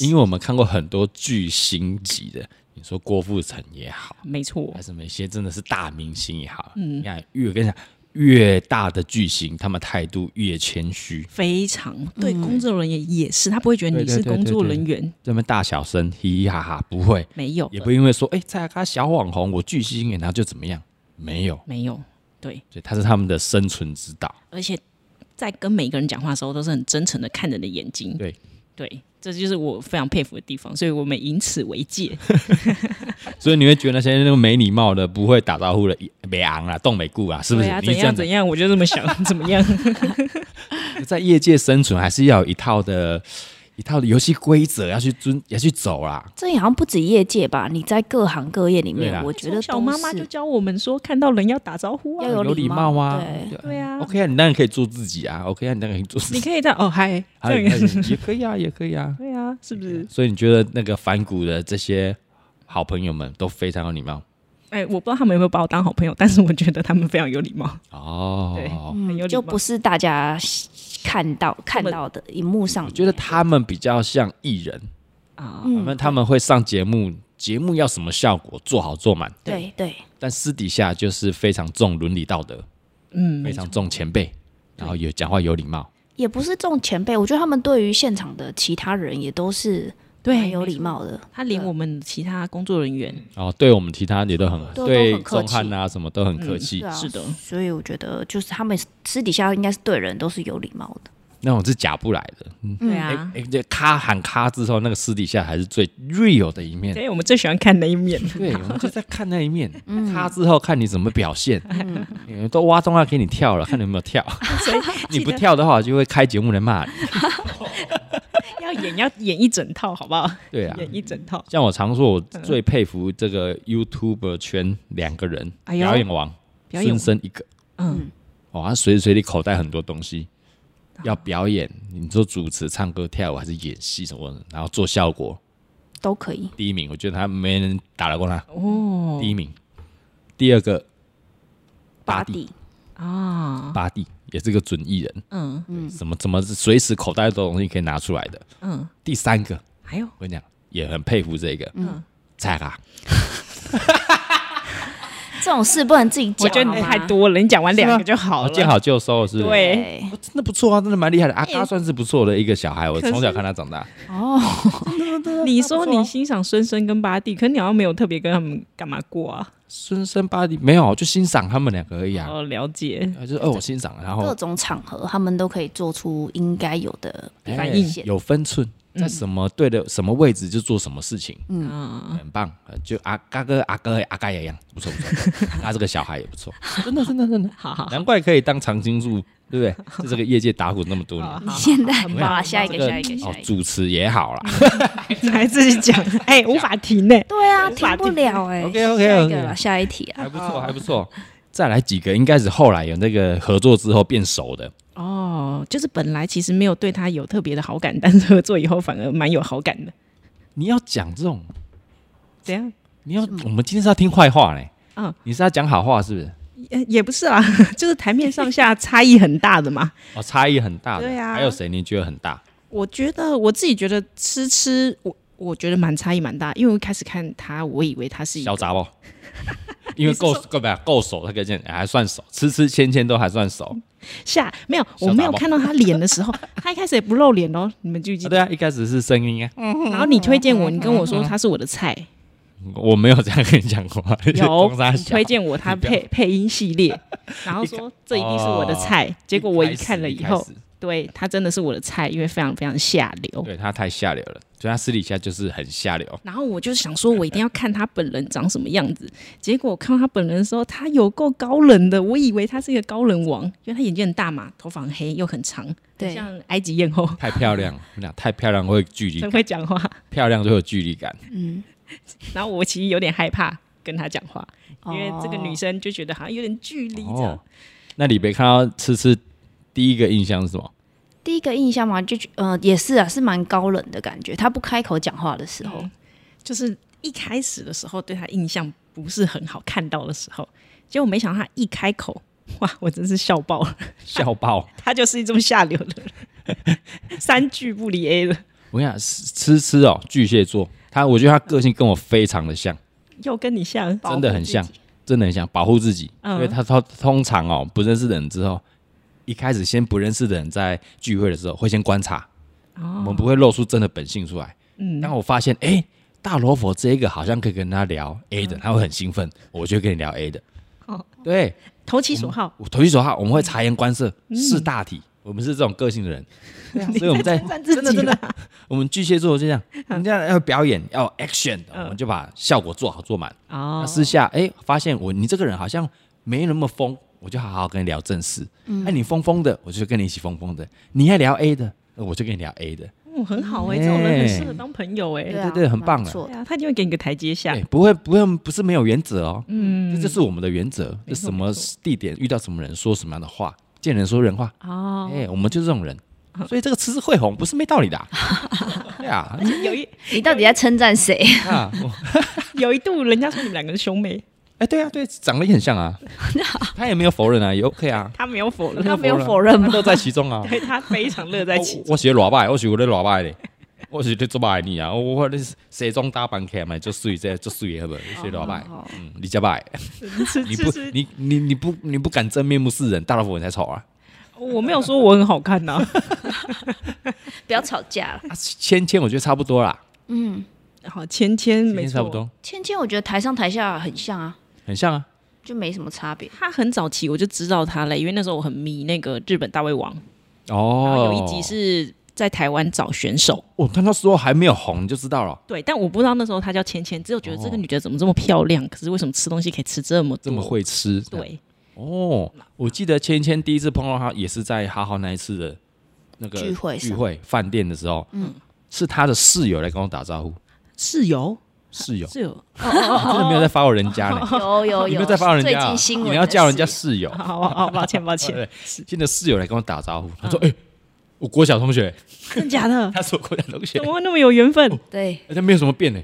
Speaker 1: 因为我们看过很多巨星级的，你说郭富城也好，
Speaker 2: 没错
Speaker 1: 还，是某些真的是大明星也好，你看越我跟你讲。越大的巨星，他们态度越谦虚，
Speaker 2: 非常对工作人员也是，他不会觉得你
Speaker 1: 嗯
Speaker 2: 是
Speaker 1: 对对对
Speaker 2: 工作
Speaker 1: 对对
Speaker 2: 人员，
Speaker 1: 这么大小声，嘻嘻哈哈，不会，
Speaker 2: 没有
Speaker 1: 也
Speaker 2: 的
Speaker 1: 不会因为说，哎、蔡雅刚小网红，我巨星，然后就怎么样？没有，
Speaker 2: 没有，对。
Speaker 1: 所以他是他们的生存之道。
Speaker 2: 而且在跟每一个人讲话的时候，都是很真诚的看人的眼睛。
Speaker 1: 对
Speaker 2: 对，这就是我非常佩服的地方，所以我们以此为戒。
Speaker 1: 所以你会觉得那些那个没礼貌的、不会打招呼的、没昂啦、动没顾啊，是不是？
Speaker 2: 对啊？
Speaker 1: 你是
Speaker 2: 怎
Speaker 1: 这
Speaker 2: 样
Speaker 1: 样子
Speaker 2: 怎样，我就这么想，
Speaker 1: (laughs)
Speaker 2: 怎么样？
Speaker 1: 在业界生存，还是要有一套的、一套的游戏规则要去遵、要去走啦。
Speaker 3: 这也好像不止业界吧？你在各行各业里
Speaker 1: 对
Speaker 3: 面
Speaker 1: 啊，
Speaker 3: 我觉得
Speaker 2: 小
Speaker 3: 都
Speaker 2: 妈妈
Speaker 3: 是
Speaker 2: 就教我们说，看到人要打招呼啊
Speaker 3: 要。有
Speaker 1: 礼
Speaker 3: 貌
Speaker 1: 貌啊
Speaker 3: 对，
Speaker 2: 对啊
Speaker 1: OK 啊，你当然可以做自己啊。OK 啊，你当然可以做自
Speaker 2: 你
Speaker 1: 己。
Speaker 2: 可以在哦嗨，
Speaker 1: (laughs) 还
Speaker 2: 这
Speaker 1: 有
Speaker 2: 样也 (laughs) 是
Speaker 1: 也可以啊，也可以啊。
Speaker 2: 对啊，是不是？
Speaker 1: 所以你觉得那个反骨的这些好朋友们都非常有礼貌
Speaker 2: 哎，我不知道他们有没有把我当好朋友，但是我觉得他们非常有礼貌，
Speaker 1: 哦。
Speaker 2: 对很有
Speaker 3: 嗯，
Speaker 2: 礼貌
Speaker 3: 就不是大家看到看到的荧幕上
Speaker 1: 我。觉得他们比较像艺人，
Speaker 2: 啊。
Speaker 1: 他
Speaker 3: 嗯
Speaker 1: 们他们会上节目，节目要什么效果做好做满，
Speaker 3: 对对，
Speaker 1: 但私底下就是非常重伦理道德，
Speaker 2: 嗯，
Speaker 1: 非常重前辈，然后有讲话有礼貌，
Speaker 3: 也不是这种前辈，我觉得他们对于现场的其他人也都是
Speaker 2: 对
Speaker 3: 很，有礼貌的。
Speaker 2: 他连我们其他工作人员
Speaker 1: 然后哦对我们其他也都很
Speaker 3: 都
Speaker 1: 对
Speaker 3: 都很客
Speaker 1: 钟
Speaker 3: 气
Speaker 1: 汉啊什么都很客气
Speaker 3: 对。啊，
Speaker 2: 是的
Speaker 3: 所以我觉得就是他们私底下应该是对人都是有礼貌的。
Speaker 1: 那种是假不来的。
Speaker 2: 对
Speaker 1: 哎、
Speaker 2: 啊，
Speaker 1: 哎这咔喊咔之后，那个私底下还是最 real 的一面。
Speaker 2: 哎所以我们最喜欢看那一
Speaker 1: (laughs)
Speaker 2: 面。 (laughs)
Speaker 1: 对，我们就在看那一面，
Speaker 2: 嗯
Speaker 1: 咔之后看你怎么表现。嗯都挖洞要给你跳
Speaker 2: (laughs)
Speaker 1: 了，看你有没有跳。
Speaker 2: 所以
Speaker 1: 你
Speaker 2: 记
Speaker 1: 不
Speaker 2: 得
Speaker 1: 跳的话，我就会开节目来骂你。
Speaker 2: 要演要演一整套，好不好？
Speaker 1: 对啊，
Speaker 2: 演一整套。
Speaker 1: 像我常说，我最佩服这个 YouTuber 圈两个人，
Speaker 2: 哎呦
Speaker 1: 表演王
Speaker 2: 表演
Speaker 1: 孙生一个。
Speaker 2: 嗯，
Speaker 1: 哦，他随时随地口袋很多东西，要表演，你说主持、唱歌、跳舞还是演戏什么的，然后做效果，
Speaker 3: 都可以。
Speaker 1: 第一名，我觉得他没人打得过他，
Speaker 2: 哦
Speaker 1: 第一名。第二个巴
Speaker 3: 巴
Speaker 1: 蒂
Speaker 3: 蒂，
Speaker 2: 啊，
Speaker 1: 巴蒂也是个准艺人，
Speaker 2: 嗯
Speaker 1: 什么怎么随时口袋都有东西可以拿出来的。
Speaker 2: 嗯，
Speaker 1: 第三个，
Speaker 2: 还有
Speaker 1: 我跟你讲，也很佩服这个，嗯，蔡啊，
Speaker 3: 这种事不能自己讲，
Speaker 2: 我觉得你
Speaker 3: 好吗
Speaker 2: 太。多了，你讲完两个就好
Speaker 1: 哦
Speaker 2: 了。
Speaker 1: 见好就收是不是？
Speaker 2: 对
Speaker 3: 对，
Speaker 1: 哦真的不错啊，真的蛮厉害的。阿嘎算是不错的一个小孩，我
Speaker 2: 哎可是
Speaker 1: 从小看他长大。
Speaker 3: 哦，
Speaker 2: 你说你欣赏孙生跟巴蒂，可你好像没有特别跟他们干嘛过啊？
Speaker 1: 孙生巴蒂没有，就欣赏他们两个而已啊。
Speaker 2: 哦，了解。
Speaker 1: 啊，就是哦，我欣赏，然
Speaker 3: 各
Speaker 1: 后
Speaker 3: 种场合他们都可以做出应该有的
Speaker 1: 哎
Speaker 2: 反应
Speaker 1: 有分寸，在什么对的什么位置就做什么事情，
Speaker 2: 嗯，
Speaker 1: 很棒。呃就阿嘎哥、阿哥、阿嘎也一样，不错不 (laughs) 错。他这个小孩也不错，真的真的
Speaker 3: (laughs)
Speaker 1: 真的，
Speaker 2: 好好，
Speaker 1: 难怪可以当常青树，对 (laughs) 不对？在这个业界打滚那么多
Speaker 2: 好
Speaker 1: 年，
Speaker 3: 你现在很
Speaker 1: 棒
Speaker 3: 棒，下一个，
Speaker 1: 这
Speaker 3: 下一个，
Speaker 1: 哦
Speaker 3: 下一，个。
Speaker 1: 主持也好 (laughs) 啦。
Speaker 2: 还自己讲，哎，无法停呢。
Speaker 3: 对啊，
Speaker 2: 无
Speaker 3: 停
Speaker 2: 法
Speaker 3: 不了哎。
Speaker 1: OK，OK，OK
Speaker 3: 下一个了，下一题啊。
Speaker 1: 还不错，还不错。再来几个，应该是后来有那个合作之后变熟的，
Speaker 2: 哦，就是本来其实没有对他有特别的好感，但是合作以后反而蛮有好感的。
Speaker 1: 你要讲这种，
Speaker 2: 怎样？
Speaker 1: 你要我们今天是要听坏话嘞，
Speaker 2: 嗯，
Speaker 1: 你是要讲好话是不是？
Speaker 2: 呃也也不是啦， (laughs) 就是台面上下差异很大的嘛。
Speaker 1: 哦，差异很大的，
Speaker 2: 对啊
Speaker 1: 还有谁你觉得很大？
Speaker 2: (laughs) 我觉得我自己觉得吃吃，我我觉得蛮差异蛮大，因为我一开始看他，我以为他是一
Speaker 1: 小
Speaker 2: 个
Speaker 1: 杂不？ (laughs) 因为够够不够熟，他可以见哎还算熟，吃吃牵牵都还算熟。
Speaker 2: 下没有，
Speaker 1: 小
Speaker 2: 我没有
Speaker 1: 杂包
Speaker 2: 看到他脸的时候， (laughs) 他一开始也不露脸哦，你们记不记
Speaker 1: 啊嗯
Speaker 2: 得？
Speaker 1: 对啊，一开始是声音啊，
Speaker 2: 然后你推荐我，你跟我说他是我的
Speaker 1: (laughs)
Speaker 2: 菜，
Speaker 1: 我没有这样跟你讲过啊，
Speaker 2: 嗯
Speaker 1: (laughs)
Speaker 2: 有
Speaker 1: 公差
Speaker 2: 你
Speaker 1: 小
Speaker 2: 推荐我他
Speaker 1: 你不要 (laughs)
Speaker 2: 配配音系列，然后说这一定是我的菜。结果我一看了以
Speaker 1: 哦一
Speaker 2: 后
Speaker 1: 开，始
Speaker 2: 对他真的是我的菜，因为非常非常下流。
Speaker 1: 对他太下流了，所以他私底下就是很下流。
Speaker 2: 然后我就想说，我一定要看他本人长什么样子。结果我看到他本人的时候，他有够高冷的，我以为他是一个高冷王，因为他眼睛很大嘛，头发很黑又很长，
Speaker 3: 对
Speaker 2: 像埃及艳后，
Speaker 1: 太漂
Speaker 2: (laughs)
Speaker 1: 亮，我们俩太漂亮会有距离
Speaker 2: 很
Speaker 1: 感，
Speaker 2: 会讲话。
Speaker 1: 漂亮就会有距离感。
Speaker 2: 然后我其实有点害怕跟他讲话，因
Speaker 3: 哦
Speaker 2: 为这个女生就觉得好像有点距离这样。，
Speaker 1: 那李北看到吃吃第一个印象是什么？
Speaker 3: 第一个印象嘛，就觉呃也是啊，是蛮高冷的感觉。他不开口讲话的时候，
Speaker 2: 就是一开始的时候对他印象不是很好，看到的时候，结果没想到他一开口，哇， (laughs) 我真是笑爆了，
Speaker 1: 笑
Speaker 2: (laughs)
Speaker 1: 爆！
Speaker 2: 他就是这么下流的人， (laughs) 三句不离 A 了，
Speaker 1: 我跟你讲，吃吃哦，巨蟹座，他我觉得他个性跟我非常的像。
Speaker 2: 又跟你像，
Speaker 3: 保护
Speaker 1: 真的很
Speaker 3: 自
Speaker 1: 像
Speaker 3: 己，
Speaker 1: 真的很像保护自己，
Speaker 2: 嗯
Speaker 1: 因为他他通常哦不认识的人之后，一开始先不认识的人在聚会的时候会先观察，
Speaker 3: 哦
Speaker 1: 我们不会露出真的本性出来。嗯，当我发现哎、诶大罗佛这一个好像可以跟他聊 A
Speaker 3: 嗯
Speaker 1: 的，他会很兴奋，我就跟你聊 A 的。
Speaker 2: 哦
Speaker 1: 对，
Speaker 2: 投其所好，
Speaker 1: 我投其所好，我们会察言观色，
Speaker 3: 嗯
Speaker 1: 识大体。我们是这种个性的人，
Speaker 3: 啊
Speaker 1: 所以我们在
Speaker 2: 赞自己啦，
Speaker 1: 我们巨蟹座就这
Speaker 2: (laughs)
Speaker 1: 样，
Speaker 2: 嗯
Speaker 1: 人家要表演要 action，我们就把效果做好做满。那
Speaker 2: 哦，
Speaker 1: 私下哎、发现我你这个人好像没那么疯，我就好好跟你聊正事。哎、
Speaker 2: 嗯
Speaker 1: 你疯疯的，我就跟你一起疯疯的；你爱聊 A 的，呃我就跟你聊 A 的。
Speaker 2: 哦很好哎，这种人很适合当朋友哎，
Speaker 3: 啊
Speaker 1: 对对很棒啊
Speaker 3: 蛮不错
Speaker 2: 对
Speaker 3: 的。
Speaker 2: 啊，他一定会给你个台阶下
Speaker 1: 哎、，不会不会，不是没有原则哦。嗯，这就是我们的原则，
Speaker 2: 没
Speaker 1: 就
Speaker 2: 错
Speaker 1: 什么
Speaker 2: 没错
Speaker 1: 地点遇到什么人说什么样的话，见人说人话。哎、
Speaker 2: 哦，
Speaker 1: 我们就是这种
Speaker 2: (laughs)
Speaker 1: 人。所以这个吃是会红，不是没道理的、啊。对啊，
Speaker 2: 有一 (laughs)
Speaker 3: 你到底在称赞谁？
Speaker 1: 啊，我
Speaker 2: 有一度人家说你们两个是兄妹，
Speaker 1: 哎、对啊，对，长得也很像
Speaker 2: (laughs)
Speaker 1: 啊。他也没有否认啊，也 OK 啊，
Speaker 2: 他没有否认，
Speaker 3: 他没有
Speaker 1: 了
Speaker 3: 否认
Speaker 1: 他
Speaker 3: 吗？
Speaker 1: 都在其中啊。
Speaker 2: 对他非常乐 (laughs) 在其中。
Speaker 1: 我我是咧热歹，我是有咧热歹咧，我是咧做歹你啊！我我咧西装打扮起来嘛，足水这足水的好无？你是热歹，
Speaker 3: 哦
Speaker 1: 嗯，你才
Speaker 2: (laughs)
Speaker 1: 歹，你不你你你不你不敢正面目示人，大老婆你才丑啊！
Speaker 2: 我没有说我很好看
Speaker 1: (laughs)
Speaker 2: 呐、
Speaker 3: 不要吵架了。
Speaker 2: 嗯
Speaker 1: 啊，芊芊我觉得差不多啦，
Speaker 2: 好，芊芊
Speaker 1: 芊
Speaker 2: 嗯没
Speaker 1: 芊
Speaker 2: 错
Speaker 1: 差不，多，
Speaker 3: 芊芊，我觉得台上台下很像啊，
Speaker 1: 很像啊。
Speaker 3: 就没什么差别。
Speaker 2: 他很早期我就知道他了，因为那时候我很迷那个日本大胃王，然
Speaker 1: 哦
Speaker 2: 后有一集是在台湾找选手，
Speaker 1: 哦，他那时候还没有红就知道了，
Speaker 2: 对，但我不知道那时候她叫芊芊，只有觉得这个女的怎么这么漂亮，可是为什么吃东西可以吃这么多
Speaker 1: 这么？会吃。
Speaker 2: 对，
Speaker 1: 哦，我记得芊芊第一次碰到他也是在哈豪那一次的那个
Speaker 3: 聚会上
Speaker 1: 聚会饭店的时候，嗯，是他的室友来跟我打招呼，
Speaker 2: 室友，
Speaker 1: 室友
Speaker 2: 室友，
Speaker 1: 真的没有在发我人家呢，
Speaker 3: 有 (laughs) 有
Speaker 1: 你
Speaker 3: 有，
Speaker 1: 没有在发我人
Speaker 3: 哦最
Speaker 1: 家啊，
Speaker 3: 近新闻
Speaker 1: 你要叫人家
Speaker 3: 是
Speaker 1: 室友，
Speaker 2: 好好，抱歉抱
Speaker 1: (laughs) 对
Speaker 2: 歉，
Speaker 1: 新的室友来跟我打招呼，他说：“
Speaker 3: 哦
Speaker 1: 哎，我国小同学，
Speaker 2: 真假的？
Speaker 1: 他是我国小同学
Speaker 2: 怎，么会那么有缘分？
Speaker 3: 对，
Speaker 1: 而且没有什么变呢、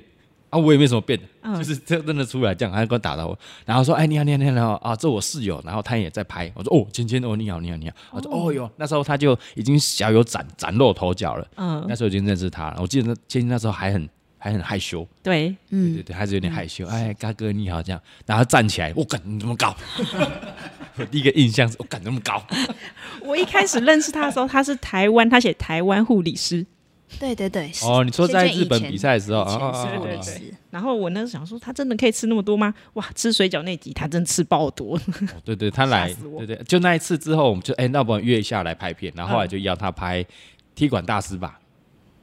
Speaker 1: 啊，我也没什么变，
Speaker 2: 嗯
Speaker 1: 就是这认得出来这样，他跟我打招呼，然后说，哎，你好，你好，你好然后，啊，这我室友，然后他也在拍，我说，哦，芊芊，哦，你好，你好，你好，我说，哦哟，那时候他就已经小有崭崭露头角了，
Speaker 2: 嗯
Speaker 1: 那，时候已经认识他了，我记得那芊芊那时候还很还很害羞，
Speaker 2: 对，
Speaker 1: 对对对，还是有点害羞，哎，嘎哥你好这样，然后他站起来，我、哦、干你怎么搞？我第一个印象是，我、哦、干怎么搞？
Speaker 2: 我一开始认识他的时候，他是台湾，他写台湾护理师。
Speaker 3: 对对对，是
Speaker 1: 哦，你说在
Speaker 3: 芊芊
Speaker 1: 日本
Speaker 3: 以前
Speaker 1: 比赛的时候，
Speaker 3: 以前
Speaker 1: 啊
Speaker 3: 是
Speaker 2: 哦
Speaker 3: 护
Speaker 2: 哦
Speaker 3: 理
Speaker 2: 哦
Speaker 3: 师，
Speaker 2: 然后我那时候想说，他真的可以吃那么多吗？哇，吃水饺那集他真吃爆多，
Speaker 1: 对对，他来
Speaker 2: 吓死，我
Speaker 1: 对对，就那一次之后，我们就哎、那不然约一下来拍片，然后后来就邀他拍《踢馆大师》吧，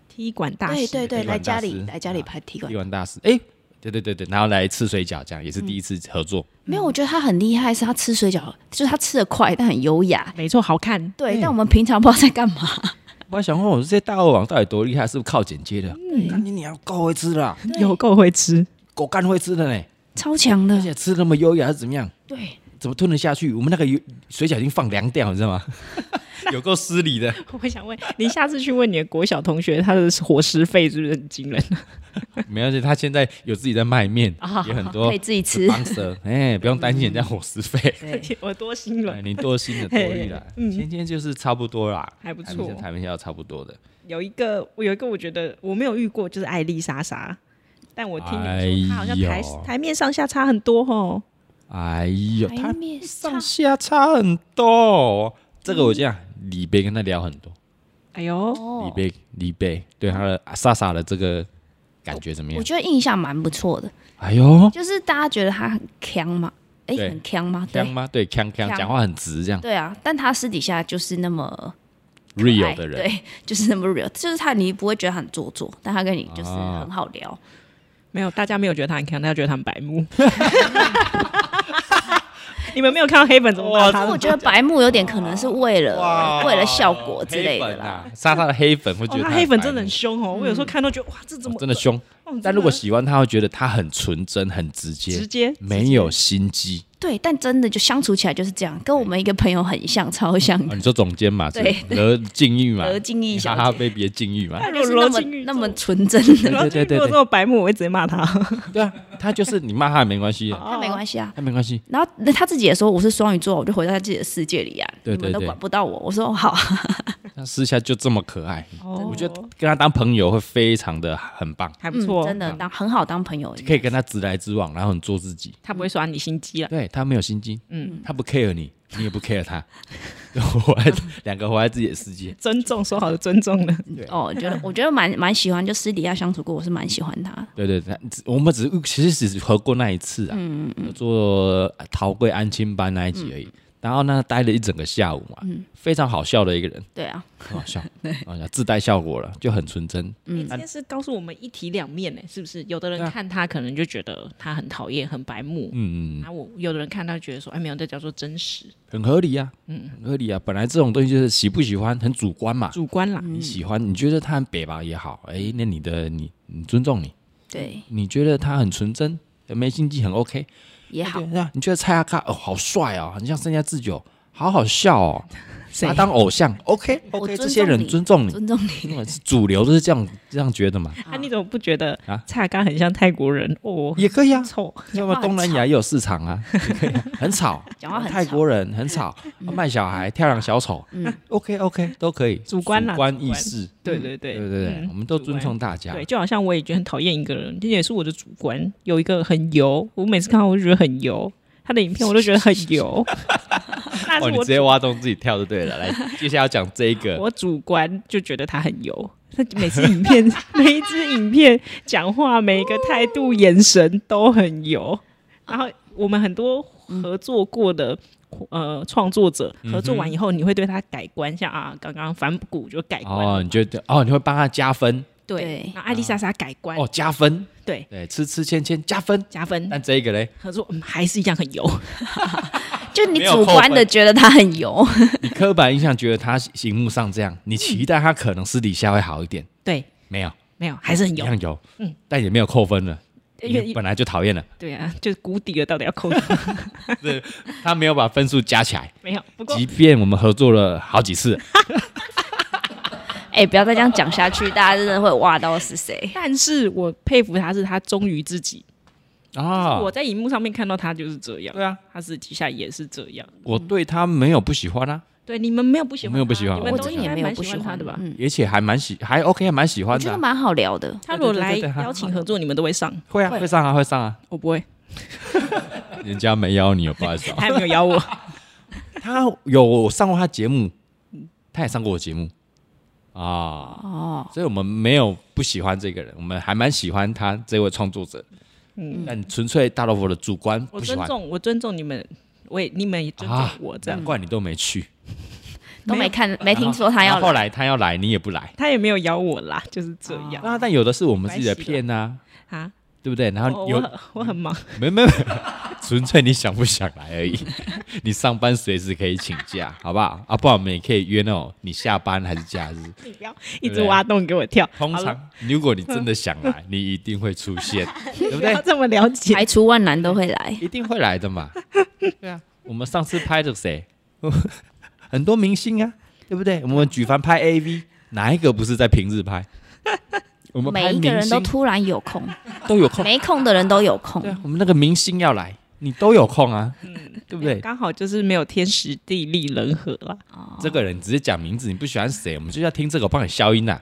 Speaker 2: 踢馆大
Speaker 3: 对
Speaker 2: 师。
Speaker 3: 对对，啊
Speaker 1: 踢馆
Speaker 3: 来家
Speaker 1: 大
Speaker 3: 里
Speaker 1: 师
Speaker 3: 来家里拍踢馆
Speaker 1: 踢，馆大师》哎、对对对对，然后来吃水饺，这样也是第一次合作。
Speaker 3: 没有，我觉得他很厉害，是他吃水饺，就是他吃的快，但很优雅。
Speaker 2: 没错，好看。
Speaker 3: 对，但我们平常不知道在干嘛。
Speaker 1: 我还想问，我这些大胃王到底多厉害？是不是靠剪接的？嗯，你你要够会吃啦，
Speaker 2: 有够会吃，
Speaker 1: 狗干会吃的呢，
Speaker 3: 超强的
Speaker 1: 而，且吃那么优雅是怎么样？
Speaker 3: 对，
Speaker 1: 怎么吞得下去？我们那个油水饺已经放凉掉，你知道吗？ (laughs) 有够失礼的，
Speaker 2: (laughs) 我想问你，下次去问你的国小同学，他的伙食费是不是很惊人？
Speaker 1: 没关系，他现在有自己在卖面，也很多
Speaker 3: 啊可以自己吃。
Speaker 1: sponsor，哎、不用担心人家伙食费。
Speaker 2: (laughs)
Speaker 3: 对，
Speaker 2: 我多心
Speaker 1: (laughs) 哎
Speaker 2: 软。
Speaker 1: 你多心的多虑啦，今天就是差不多啦，
Speaker 2: 还不错
Speaker 1: 台面下差不多的。
Speaker 2: 有一个，我有一个，我觉得我没有遇过，就是艾丽莎莎，但我听
Speaker 1: 哎
Speaker 2: 你
Speaker 1: 呦
Speaker 2: 说，她好像台、台面上下差很多哦。
Speaker 1: 哎呦，
Speaker 3: 台
Speaker 1: 他
Speaker 3: 面
Speaker 1: 上
Speaker 3: 上
Speaker 1: 下差很多。哦这个我这样，李贝跟他聊很多，
Speaker 2: 哎呦，
Speaker 1: 李
Speaker 3: 哦，
Speaker 1: 贝李贝对他的啊莎莎的这个感觉怎么
Speaker 3: 我
Speaker 1: 样？
Speaker 3: 觉得印象蛮不错的，
Speaker 1: 哎呦，
Speaker 3: 就是大家觉得他很强嘛，哎，
Speaker 1: 对
Speaker 3: 很强吗？
Speaker 1: 强
Speaker 3: 对，
Speaker 1: 吗？对，强强
Speaker 3: 呛
Speaker 1: 讲话很直，这样
Speaker 3: 对啊，但他私底下就是那么可
Speaker 1: real
Speaker 3: 爱
Speaker 1: 的人，
Speaker 3: 对，哎 (laughs) 就是那么 real，就是他你不会觉得他很做作，但他跟你就是
Speaker 1: 啊
Speaker 3: 很好聊。
Speaker 2: 没有，大家没有觉得他很强，大家觉得他很白目。 (laughs) 你们没有看到黑粉怎么
Speaker 1: 哇
Speaker 2: 办？
Speaker 3: 但
Speaker 2: 他
Speaker 3: 我觉得白目有点可能是为了为了效果之类的
Speaker 1: 黑粉
Speaker 3: 啦。
Speaker 1: 啊，莎莎的黑粉会觉
Speaker 2: 哦，
Speaker 1: 得
Speaker 2: 他
Speaker 1: 她
Speaker 2: 黑粉真
Speaker 1: 白
Speaker 2: 的
Speaker 1: 目
Speaker 2: 很凶哦，我有时候看到觉得哇，这怎么
Speaker 1: 哦真的凶，
Speaker 2: 哦真的
Speaker 1: 但如果喜欢他，会觉得他很纯真、很直
Speaker 2: 直
Speaker 1: 接，
Speaker 2: 接
Speaker 1: 没有心机。
Speaker 3: 对，但真的就相处起来就是这样，跟我们一个朋友很像，超像
Speaker 1: 啊，
Speaker 3: 的。
Speaker 1: 你说总监嘛，是
Speaker 3: 对
Speaker 1: 得禁欲嘛，
Speaker 3: 得禁欲小姐
Speaker 1: 哈哈 baby 的禁
Speaker 3: (laughs)
Speaker 1: 欲嘛，
Speaker 2: 哎
Speaker 3: 就是那
Speaker 2: 罗
Speaker 3: 么
Speaker 2: 金宇
Speaker 3: 那
Speaker 2: 宙
Speaker 3: 么纯真， (laughs)
Speaker 2: 然后
Speaker 1: 对对对
Speaker 2: 如果
Speaker 1: 对
Speaker 2: 这么白目，我会直接骂他。
Speaker 1: 对啊，他就是你骂他也没关系，
Speaker 3: 那没关系啊。
Speaker 1: 他没关系，
Speaker 3: 然后那他自己也说我是双鱼座，我就回到他自己的世界里啊，
Speaker 1: 对
Speaker 3: 你们
Speaker 1: 对
Speaker 3: 都
Speaker 1: 对
Speaker 3: 管不到我。我说哦好啊，
Speaker 1: 他私下就这么可爱，
Speaker 2: 哦，
Speaker 1: 我觉得跟他当朋友会非常的很棒，
Speaker 2: 还不
Speaker 3: 嗯
Speaker 2: 错，啊
Speaker 3: 真的当很好当朋友。
Speaker 1: 可以跟他直来直往，然后很做自己，
Speaker 2: 他不会耍你心机了。
Speaker 1: 对他没有心机，
Speaker 2: 嗯，
Speaker 1: 他不 care 你，你也不 care 他，活在两个活在自己的世界，
Speaker 2: 尊重，说好的尊重呢？
Speaker 3: 哦，我觉得我觉得蛮蛮喜欢，就私底下相处过，我是蛮喜欢他的。
Speaker 1: 对对，对，只我们只是其实只合过那一次啊，
Speaker 3: 嗯
Speaker 1: 合做呃陶贵安亲班那一集而已。然后呢，待了一整个下午嘛，
Speaker 3: 嗯
Speaker 1: 非常好笑的一个人，
Speaker 3: 对啊，
Speaker 1: 很哦
Speaker 3: (laughs)
Speaker 1: 好笑，好笑，自带效果了，就很纯真。
Speaker 2: 嗯，这件事告诉我们一体两面呢，是不是？有的
Speaker 1: 对
Speaker 2: 人
Speaker 1: 啊
Speaker 2: 看他可能就觉得他很讨厌、很白目，
Speaker 1: 嗯嗯，
Speaker 2: 然后我有的人看他就觉得说，哎，没有，这叫做真实、
Speaker 1: 很合理啊，嗯，很合理啊。本来这种东西就是喜不喜欢很主观嘛，
Speaker 2: 啊主观啦。
Speaker 3: 嗯
Speaker 1: 你喜欢，你觉得他很北吧也好，哎，那你的你你尊重你，
Speaker 3: 对
Speaker 1: 你觉得他很纯真，没心机很 OK，
Speaker 3: 也好
Speaker 1: 对，啊，你觉得蔡阿嘎哦好帅哦，很像山下智久，好好笑哦，
Speaker 2: 谁
Speaker 1: 他当偶像，OK
Speaker 3: 我
Speaker 1: OK，
Speaker 3: 尊重
Speaker 1: 这些人
Speaker 3: 你
Speaker 1: 尊重你，
Speaker 3: 尊重你。
Speaker 1: 因为是主流都是这样这样觉得嘛，
Speaker 2: 啊，你怎么不觉得
Speaker 1: 啊
Speaker 2: 蔡刚很像泰国人？哦，
Speaker 1: 也可以啊，
Speaker 2: 臭，
Speaker 1: 要么
Speaker 3: 话很
Speaker 1: 东南亚也有市场
Speaker 2: (laughs)
Speaker 1: 啊，也可以啊很吵，
Speaker 3: 讲话很
Speaker 1: 泰国人很吵，
Speaker 2: 嗯
Speaker 1: 卖小孩、跳两小丑，OK OK 都可以，
Speaker 2: 主观啦
Speaker 1: 主观
Speaker 2: 主
Speaker 1: 意
Speaker 2: 观
Speaker 1: 识，
Speaker 2: 对对对
Speaker 1: 对对对，
Speaker 2: 嗯
Speaker 1: 我们都
Speaker 2: 主
Speaker 1: 尊
Speaker 2: 观
Speaker 1: 重大家
Speaker 2: 对，，就好像我也觉得很讨厌一个人，这也是我的主观。有一个很油，我每次看到我就觉得很油，他的影片我都觉得很
Speaker 1: (laughs)
Speaker 2: 油。 (laughs) 但
Speaker 1: 哦，
Speaker 2: 是
Speaker 1: 你
Speaker 2: 我
Speaker 1: 直接挖洞自己跳就对了，
Speaker 2: (laughs)
Speaker 1: 来，接下来要讲这一个，
Speaker 2: 我主观就觉得他很油，他每次影片 (laughs) 每一支影片讲话，每一个态度、眼神都很油。然后我们很多合作过的呃创作者合作完以后，你会对他改观，像啊刚刚反骨就改观
Speaker 1: 哦，你觉得哦，你会帮他加分
Speaker 2: 对
Speaker 3: 对，
Speaker 2: 那艾丽莎莎改观
Speaker 1: 哦，加分，
Speaker 2: 对
Speaker 1: 对，吃吃芊芊加分。
Speaker 2: 加分，
Speaker 1: 但这个嘞，
Speaker 2: 合作嗯还是一样很油，
Speaker 3: 就你
Speaker 1: 没有
Speaker 3: 主
Speaker 1: 扣
Speaker 3: 观的
Speaker 1: 分
Speaker 3: 觉得他很油，
Speaker 1: 你刻板印象觉得他荧幕上这样，你期待他可能私底下会好一点，
Speaker 2: 对，
Speaker 1: 没有，
Speaker 2: 没有还是很
Speaker 1: 一
Speaker 2: 油，
Speaker 1: 样有，
Speaker 2: 嗯
Speaker 1: 但也没有扣分了，
Speaker 2: 因
Speaker 1: 你
Speaker 2: 为
Speaker 1: 本来就讨厌
Speaker 2: (laughs)
Speaker 1: 了，
Speaker 2: 对啊，就是谷底了，到底要扣多少
Speaker 1: 他没有把分数加起来，
Speaker 2: 没有？不过
Speaker 1: 即便我们合作了好几次，
Speaker 3: (laughs) 哎、不要再这样讲下去，大家真的会哇到是谁。
Speaker 2: 但是我佩服他是他忠于自己，
Speaker 1: 啊，
Speaker 2: 我在荧幕上面看到他就是这样，
Speaker 1: 对啊，
Speaker 2: 他私底下也是这样。
Speaker 1: 我
Speaker 3: 嗯
Speaker 1: 对他没有不喜欢啊，
Speaker 2: 对，你们没有不喜欢他，
Speaker 1: 没有不喜欢
Speaker 2: 你
Speaker 1: 我
Speaker 2: 们都
Speaker 1: 真
Speaker 2: 应
Speaker 1: 的
Speaker 2: 该
Speaker 3: 没有
Speaker 2: 蛮
Speaker 3: 不喜
Speaker 2: 喜欢他
Speaker 3: 欢
Speaker 2: 的吧？
Speaker 3: 嗯，
Speaker 1: 而且还蛮喜，还 OK，还蛮喜
Speaker 3: 我
Speaker 1: 欢
Speaker 3: 觉
Speaker 1: 的
Speaker 3: 得
Speaker 1: 啊，
Speaker 3: 蛮好聊的。
Speaker 2: 他如果来
Speaker 1: 对对对对
Speaker 2: 邀请合作，你们都会上，
Speaker 1: 会啊，
Speaker 3: 会
Speaker 1: 会上啊，会上啊，
Speaker 2: 我不会，
Speaker 1: 人家没邀你，不好意
Speaker 3: (laughs)
Speaker 1: 思啊，
Speaker 2: 他也没有邀我。
Speaker 1: 他有上过他节目，他也上过我节目啊，
Speaker 3: 哦，
Speaker 1: 所以我们没有不喜欢这个人，我们还蛮喜欢他这位创作者。
Speaker 2: 嗯
Speaker 1: 但纯粹大萝卜的主观
Speaker 2: 我
Speaker 1: 不喜
Speaker 2: 尊
Speaker 1: 欢，
Speaker 2: 重，我尊重你们，我也你们也尊重
Speaker 1: 啊
Speaker 2: 我，这样
Speaker 1: 难怪你都没去。
Speaker 3: 都没看，没听说他
Speaker 1: 然
Speaker 3: 要
Speaker 1: 后后
Speaker 3: 来。
Speaker 1: 来他要来，你也不来。
Speaker 2: 他也没有邀我啦，就是这样
Speaker 1: 那但有的是我们自己的片呐，
Speaker 2: 啊。
Speaker 1: 对不对？然后
Speaker 3: 哦
Speaker 2: 我
Speaker 1: 有
Speaker 2: 我很我很忙，
Speaker 1: 没没没， (laughs) 纯粹你想不想来而已。 (laughs) 你上班随时可以请假，好不好？啊，不然我们也可以约那种你下班还是假日。
Speaker 2: 你不要
Speaker 1: 对
Speaker 2: 一
Speaker 1: 不
Speaker 2: 直
Speaker 1: 对
Speaker 2: 挖洞给我跳。
Speaker 1: 通
Speaker 2: 好了
Speaker 1: 常如果你真的想来， (laughs) 你一定会出 (laughs) 现，对不
Speaker 2: 不
Speaker 1: 对
Speaker 2: 要？这么了解，
Speaker 3: 排除万难都会来，
Speaker 1: 一定会来的嘛。对啊，我们上次拍的谁？ (laughs) 很多明星啊，对不对？我们举凡拍 AV，哪一个不是在平日拍？我们拍
Speaker 3: 每一个
Speaker 1: 明
Speaker 3: 人都
Speaker 1: 星
Speaker 3: 突然有空，
Speaker 1: 都有空，
Speaker 3: 没空的人都有空
Speaker 1: 对。啊，我们那个明星要来，你都有空啊，
Speaker 3: 嗯
Speaker 1: 对不对？
Speaker 2: 刚好就是没有天时地利人和啦。
Speaker 1: 这个人直接讲名字，你不喜欢谁，我们就要听这个，我帮你消
Speaker 2: (laughs)
Speaker 1: 音呐、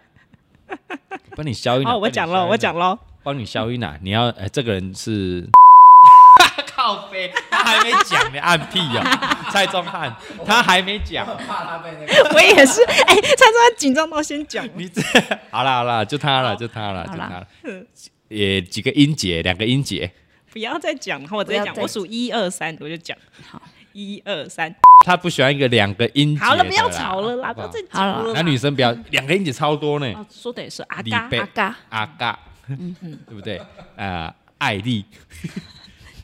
Speaker 1: 我帮你消音、啊。
Speaker 2: 哦，我讲了，我讲
Speaker 1: 了，
Speaker 2: 了，
Speaker 1: 帮你消音呐、你要，呃，这个人是， (laughs) 靠背，他还没讲，你按屁哦呀、 (laughs) 蔡宗翰，他还没讲，
Speaker 2: (laughs) 我也是。哎，他说他紧张到先讲，
Speaker 1: 你这好啦好啦，就他了，就他了，就
Speaker 3: 好啦
Speaker 1: 他了，也几个音节，两个音节，
Speaker 2: 不要再讲，我直接
Speaker 3: 不要
Speaker 2: 讲，
Speaker 3: 再
Speaker 2: 我数一二三，我就讲。
Speaker 3: 好，
Speaker 2: 一二三，
Speaker 1: 他不喜欢一个两个音节的啦。
Speaker 2: 好了，不要吵了啦，
Speaker 1: 好不
Speaker 2: 不要
Speaker 1: 好
Speaker 2: 再吵
Speaker 3: 好
Speaker 2: 了啦。
Speaker 1: 男女生不要两个音节超多呢。
Speaker 2: 哦，说的也是阿
Speaker 1: 李
Speaker 2: 嘎，
Speaker 1: 贝
Speaker 3: 阿嘎，
Speaker 1: 阿嘎，
Speaker 2: 嗯
Speaker 1: 对不对？呃，艾
Speaker 2: (laughs)
Speaker 1: 丽，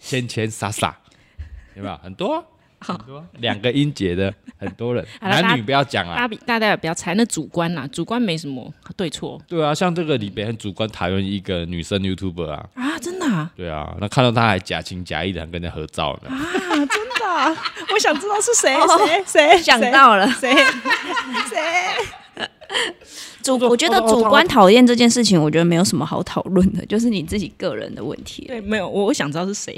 Speaker 1: 芊芊莎莎，有没有很多啊？很多啊两个音节的很多人，
Speaker 2: 好了
Speaker 1: 男女不要讲
Speaker 2: 大
Speaker 1: 啊
Speaker 2: 家。比大家也不要猜，那主观啦，主观没什么对错
Speaker 1: 对啊，像这个里边很主观讨论一个女生 YouTuber 啊，
Speaker 2: 啊，真的啊，
Speaker 1: 对啊，那看到她还假情假意的跟人家合照呢，
Speaker 2: 真的啊，我想知道是谁 (laughs) 谁谁
Speaker 3: 想到了。
Speaker 2: (laughs) 谁谁，
Speaker 3: 主，我觉得主观讨厌这件事情，我觉得没有什么好讨论的，就是你自己个人的问题。
Speaker 2: 对，没有，我我想知道是谁，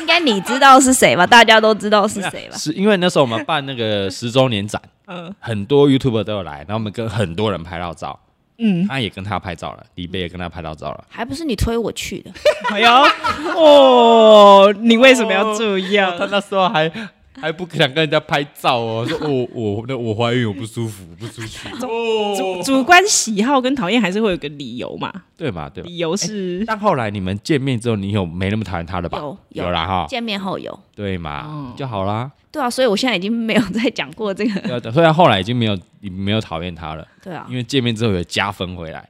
Speaker 3: 应该你知道是谁吧？大家都知道是谁吧？
Speaker 1: 是因为那时候我们办那个十周年展，
Speaker 2: (laughs) 嗯
Speaker 1: 很多 YouTuber 都有来，然后我们跟很多人拍到照，
Speaker 2: 嗯，
Speaker 1: 他也跟他拍照了，李贝也跟他拍到照了。
Speaker 3: 还不是你推我去的，
Speaker 2: 哎呦，哦，你为什么要这样？
Speaker 1: (laughs) 他那时候还还不想跟人家拍照哦，说我我那我怀孕我不舒服不出去
Speaker 2: 主
Speaker 1: 哦，
Speaker 2: 主观喜好跟讨厌还是会有个理由嘛，
Speaker 1: 对嘛对嘛。
Speaker 2: 理由是
Speaker 1: 但后来你们见面之后，你有没那么讨厌他了吧？
Speaker 3: 有有
Speaker 1: 有啦哈，
Speaker 3: 见面后有。
Speaker 1: 对嘛就好啦。
Speaker 3: 对啊，所以我现在已经没有再讲过这个。
Speaker 1: 对啊虽然后来已经没有没有讨厌他了，
Speaker 3: 对啊
Speaker 1: 因，为见面之后有加分回来。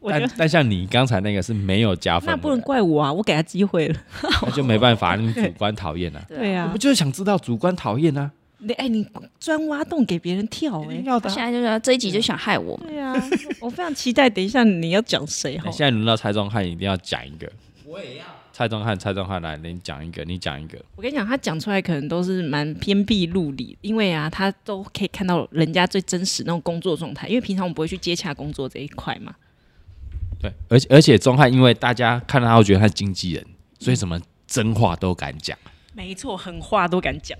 Speaker 2: 我觉
Speaker 1: 但
Speaker 2: 得
Speaker 1: 但像你刚才那个是没有加分回
Speaker 2: 那
Speaker 1: 来，
Speaker 2: 不能怪我啊，我给他机会了。
Speaker 1: 那就没办法，你主观讨厌啊。
Speaker 2: 对
Speaker 1: 我
Speaker 2: 啊
Speaker 1: 不，就是想知道主观讨厌啊，
Speaker 2: 你哎，你专挖洞给别人跳
Speaker 1: 一
Speaker 2: 哎
Speaker 1: 定。要
Speaker 3: 他
Speaker 1: 的啊。
Speaker 3: 现在就是这一集就想
Speaker 2: (laughs)
Speaker 3: 害我们。
Speaker 2: 对啊，我非常期待，等一下你要讲谁哈
Speaker 1: 那？哎现在轮到蔡宗翰，一定要讲一个。我也要。蔡宗翰，蔡宗翰来，你讲一个，你讲一个。
Speaker 2: 我跟你讲，他讲出来可能都是蛮偏僻路里，因为啊，他都可以看到人家最真实那种工作状态，因为平常我们不会去接洽工作这一块嘛。
Speaker 1: 对，而且而且钟汉，因为大家看到他会觉得他是经纪人，所以什么真话都敢讲。
Speaker 2: 没错，狠话都敢讲。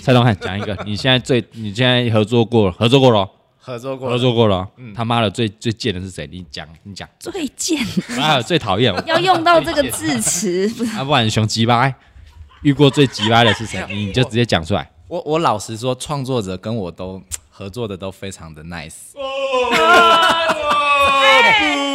Speaker 1: 蔡宗汉讲一个，你现在最你现在合作过合作过了哦，
Speaker 4: 合作过了，
Speaker 1: 合作过了哦，他妈的最最贱的是谁？你讲你讲，
Speaker 3: 最贱，
Speaker 1: 妈的最讨厌我，
Speaker 3: (laughs) 要用到这个字词，不是
Speaker 1: 啊，不然熊鸡巴遇过最鸡巴的是谁？你就直接讲出来。
Speaker 4: 我我老实说，创作者跟我都合作的都非常的 nice。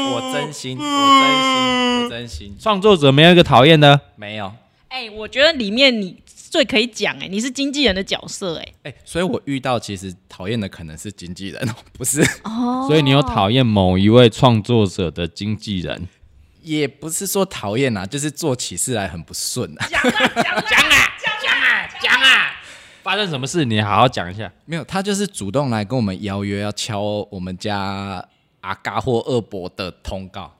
Speaker 4: 我真心，我真心，我真心
Speaker 1: 创作者没有一个讨厌的，
Speaker 4: 没有。
Speaker 2: 哎、我觉得里面你最可以讲哎、你是经纪人的角色哎、
Speaker 4: 哎、所以我遇到其实讨厌的可能是经纪人，不是，
Speaker 3: 哦，
Speaker 1: 所以你有讨厌某一位创作者的经纪人？
Speaker 4: 也不是说讨厌啊，就是做起事来很不顺啊。 (laughs)
Speaker 1: 发生什么事？你好好讲一下。
Speaker 4: 没有，他就是主动来跟我们邀约，要敲我们家阿嘎或二伯的通告，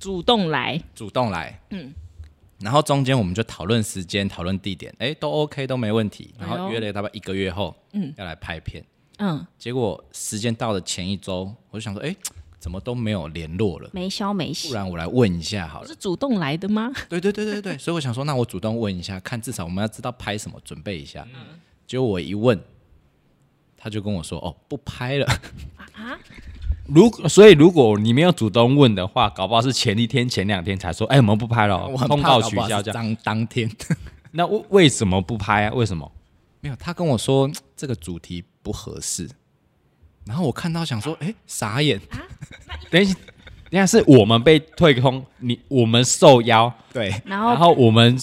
Speaker 2: 主动来，
Speaker 4: 主动来，嗯。然后中间我们就讨论时间，讨论地点，哎，都 OK，都没问题。然
Speaker 2: 哎
Speaker 4: 后
Speaker 2: 呦
Speaker 4: 约了大概一个月后，嗯，要来拍片。
Speaker 2: 嗯，
Speaker 4: 结果时间到了前一周，我就想说，哎，怎么都没有联络了？
Speaker 3: (laughs) 没消没
Speaker 4: 不
Speaker 3: 息，
Speaker 4: 然我来问一下好
Speaker 2: 不
Speaker 4: 了
Speaker 2: 是。主动来的吗？
Speaker 4: 对对对对对，所以我想说，那我主动问一下，看至少我们要知道拍什么，准备一下。
Speaker 2: 嗯
Speaker 4: 结果我一问，他就跟我说：“哦，不拍了。
Speaker 1: 如所以如果你没有主动问的话，搞不好是前一天、前两天才说，哎、我们不拍了哦
Speaker 4: (laughs) 我，很
Speaker 1: 通
Speaker 4: 怕
Speaker 1: 告
Speaker 4: 搞
Speaker 1: 取
Speaker 4: 不好
Speaker 1: 消
Speaker 4: 是
Speaker 1: 这样。
Speaker 4: 当当天
Speaker 1: 那为为什么不拍啊？为什么？
Speaker 4: 没有，他跟我说这个主题不合适。然后我看到想说，
Speaker 2: 啊
Speaker 4: 哎，傻眼，
Speaker 1: 等一下，等一下是我们被退空，你我们受邀，
Speaker 4: 对， (laughs)
Speaker 3: 然
Speaker 1: 然后
Speaker 3: 后
Speaker 1: 我们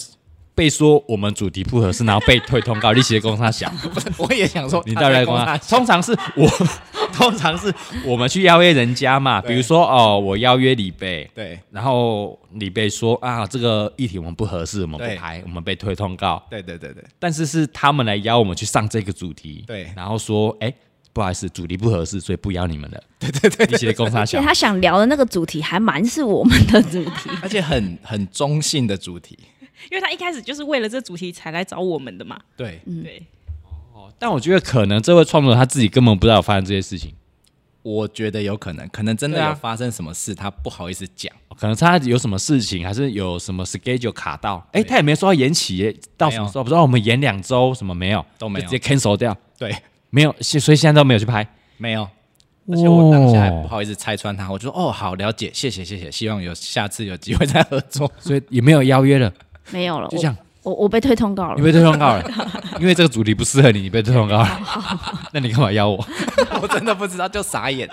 Speaker 1: 被说我们主题不合适，然后被退通告，利息工他
Speaker 4: (laughs)
Speaker 1: 想。
Speaker 4: 不是我也想说，
Speaker 1: (laughs) 你
Speaker 4: 他
Speaker 1: 到底在
Speaker 4: 在
Speaker 1: 干嘛？
Speaker 4: 他
Speaker 1: 通常是我， (laughs) 通常是我们去邀约人家嘛，
Speaker 4: 对
Speaker 1: 比如说哦，我邀约李贝，
Speaker 4: 对
Speaker 1: 然后李贝说啊，这个议题我们不合适，我们
Speaker 4: 对
Speaker 1: 不拍，我们被推通告。
Speaker 4: 对对对对，
Speaker 1: 但是是他们来邀我们去上这个主题，
Speaker 4: 对
Speaker 1: 然后说哎，不好意思，主题不合适，所以不邀你们了。对对对，一起的公差
Speaker 3: 其
Speaker 1: 小
Speaker 3: 实，他想聊的那个主题还蛮是我们的主题， (laughs)
Speaker 4: 而且很很中性的主题，
Speaker 2: (laughs) 因为他一开始就是为了这主题才来找我们的嘛。
Speaker 4: 对，
Speaker 2: 对，
Speaker 1: 但我觉得可能这位创作者他自己根本不知道有发生这些事情，
Speaker 4: 我觉得有可能，可能真的
Speaker 1: 对啊
Speaker 4: 有发生什么事，他不好意思讲。
Speaker 1: 哦可能他有什么事情，还是有什么 schedule 卡到，哎，他也没说要延期耶，到什么时候？不知道我们延两周什么没有，
Speaker 4: 都没有
Speaker 1: 就直接 cancel 掉。
Speaker 4: 对，
Speaker 1: 没有，现所以现在都没有去拍。
Speaker 4: 没有。而且我当下还不
Speaker 1: 哦
Speaker 4: 好意思拆穿他，我就说哦，好了解，谢谢谢谢，希望有下次有机会再合作。 (laughs)
Speaker 1: 所以也没有邀约了，
Speaker 3: 没有了，
Speaker 1: 就这样，
Speaker 3: 我我我被推通告
Speaker 1: 你
Speaker 3: 了，
Speaker 1: 被推通告 (laughs) 了，因为这个主题不适合你，你被推通告 (laughs) 了。那你干嘛邀我？
Speaker 4: 我真的不知道，就傻眼。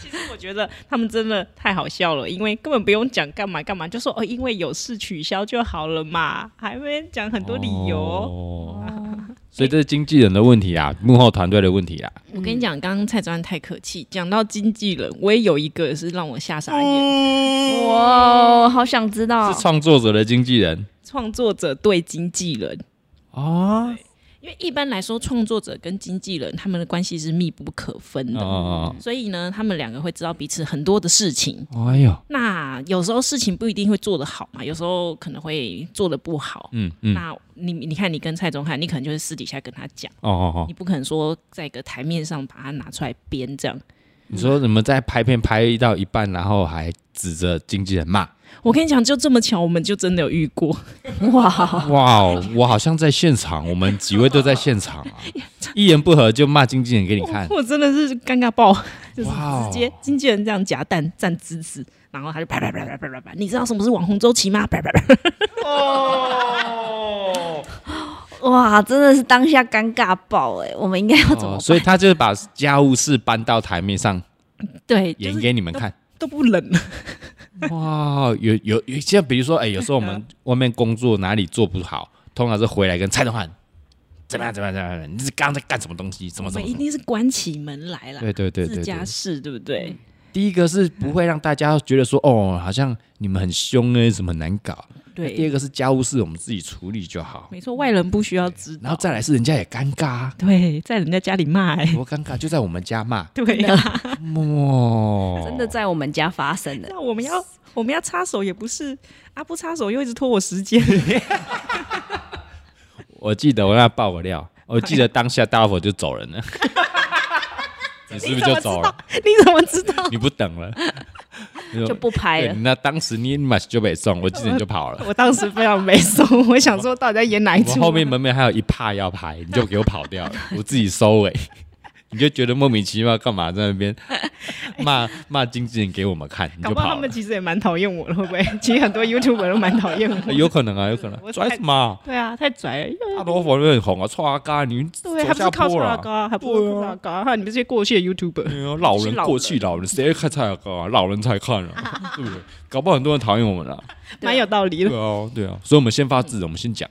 Speaker 2: 其实我觉得他们真的太好笑了，因为根本不用讲干嘛干嘛，就说哦，因为有事取消就好了嘛，还没讲很多理由。
Speaker 1: 哦。所以这是经纪人的问题啊，幕后团队的问题啊。
Speaker 2: 我跟你讲，刚刚蔡卓安太客气，讲到经纪人，我也有一个是让我吓傻眼，
Speaker 3: 哇，好想知道
Speaker 1: 是，创作者的经纪人
Speaker 2: 创、作者对经纪人。
Speaker 1: 哦
Speaker 2: 因为一般来说，创作者跟经纪人他们的关系是密不可分的，
Speaker 1: 哦
Speaker 2: 所以呢，他们两个会知道彼此很多的事情。
Speaker 1: 哦，哎呦，
Speaker 2: 那有时候事情不一定会做得好嘛，有时候可能会做得不好。
Speaker 1: 嗯嗯，
Speaker 2: 那你你看，你跟蔡宗翰，你可能就是私底下跟他讲，
Speaker 1: 哦哦哦
Speaker 2: 你，不可能说在一个台面上把他拿出来编这样。
Speaker 1: 你说怎么在拍片拍到一半，然后还指着经纪人骂？
Speaker 2: 我跟你讲，就这么巧，我们就真的有遇
Speaker 1: (laughs)
Speaker 2: 过。
Speaker 3: 哇，
Speaker 1: 哇哦，我好像在现场，我们几位都在现场啊，一言不合就骂经纪人给你看。
Speaker 2: 我真的是尴尬爆， (laughs) 就是
Speaker 1: 哇哦
Speaker 2: 直接经纪人这样夹蛋站姿势，然后他就啪啪啪啪啪啪啪，你知道什么是网红周
Speaker 1: (laughs)
Speaker 2: 期吗？啪啪啪，
Speaker 3: 哇，真的是当下尴尬爆哎、我们应该要怎
Speaker 1: 哦
Speaker 3: 么办？
Speaker 1: 所以他就是把家务事搬到台面上
Speaker 2: 对，就
Speaker 1: 演
Speaker 2: 是
Speaker 1: 给你们看。
Speaker 2: 都不冷了，
Speaker 1: 哇，有有有，像比如说，哎、有时候我们外面工作哪里做不好，通常是回来跟蔡东汉怎么样怎么样怎么样，你是刚刚在干什么东西？怎么
Speaker 2: 我
Speaker 1: 怎么
Speaker 2: 们一
Speaker 1: 怎么？
Speaker 2: 定是关起门来了，
Speaker 1: 对对对对
Speaker 2: 自家
Speaker 1: 对，
Speaker 2: 事对不对？
Speaker 1: 第一个是不会让大家觉得说，哦，好像你们很凶哎、什么难搞。第二
Speaker 2: 对，
Speaker 1: 个是家务事我们自己处理就好，
Speaker 2: 没错，外人不需要知
Speaker 1: 然后
Speaker 2: 道。
Speaker 1: 再来是人家也尴尬、啊，
Speaker 2: (laughs) 对，在人家家里骂、
Speaker 1: (laughs)
Speaker 2: 欸，
Speaker 1: 多尴尬，就在我们家骂，
Speaker 2: 对啊，
Speaker 1: 哇，
Speaker 3: 真的在我们家发生的，
Speaker 2: 那我们要我们要插手也不是啊，不插手又一直拖我时
Speaker 1: (laughs)
Speaker 2: 间，
Speaker 1: 我记得我那爆我料，我记得当下大伙就走人了。你是不是就走了？
Speaker 2: 你怎么知道？ (laughs)
Speaker 1: 你不等了，你
Speaker 3: 就不拍
Speaker 1: 对
Speaker 3: 了
Speaker 1: 你。那当时你马上就被送，我记得你就跑了。
Speaker 2: 我当时非常没松，我想说到底在演哪一
Speaker 1: 我们
Speaker 2: 出？
Speaker 1: (laughs) 后面门面还有一帕要拍，你就给我跑掉了，我自己收
Speaker 2: (laughs)
Speaker 1: 尾。你就觉得莫名其妙，干嘛在那边
Speaker 2: (laughs)
Speaker 1: 骂骂经纪人给我们看，你
Speaker 2: 搞
Speaker 1: 就
Speaker 2: 不好他
Speaker 1: 跑了
Speaker 2: 们。其实也蛮讨厌我的，会不 (laughs) 会？其实很多 YouTuber 都蛮讨厌
Speaker 1: (laughs)
Speaker 2: 我。
Speaker 1: 有可能啊，有可能
Speaker 2: 我。
Speaker 1: 拽什么啊？
Speaker 2: 对啊，太拽了。
Speaker 1: 大头佛很红啊，臭阿嘎，你
Speaker 2: 对，
Speaker 1: 走
Speaker 2: 还不
Speaker 1: 下
Speaker 2: 是靠
Speaker 1: 坡了
Speaker 2: 阿
Speaker 1: 啊。
Speaker 2: 高，还不是靠阿高，还有你们这些过去的 YouTuber。
Speaker 1: 哎呀老
Speaker 2: 是
Speaker 1: 人
Speaker 2: 老
Speaker 1: 过气，老人谁看蔡阿嘎啊？老人才看啊，对不对？搞
Speaker 2: (laughs)
Speaker 1: 不好很多人讨厌我们啊。
Speaker 2: 蛮有道理的 (laughs)
Speaker 1: 对。啊，对啊，所以我们先发制人，我们先讲。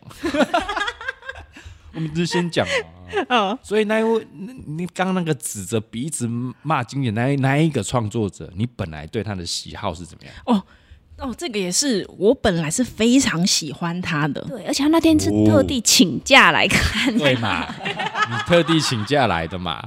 Speaker 1: 我们就先讲
Speaker 2: (laughs)
Speaker 1: 嘛。
Speaker 2: 嗯
Speaker 1: 所以那一位，那你刚刚那个指着鼻子骂经典那一那一个创作者，你本来对他的喜好是怎么样？
Speaker 2: 哦，这个也是我本来是非常喜欢他的，
Speaker 3: 对，而且他那天是特地请假来看，
Speaker 1: 对嘛？你特地请假来的嘛？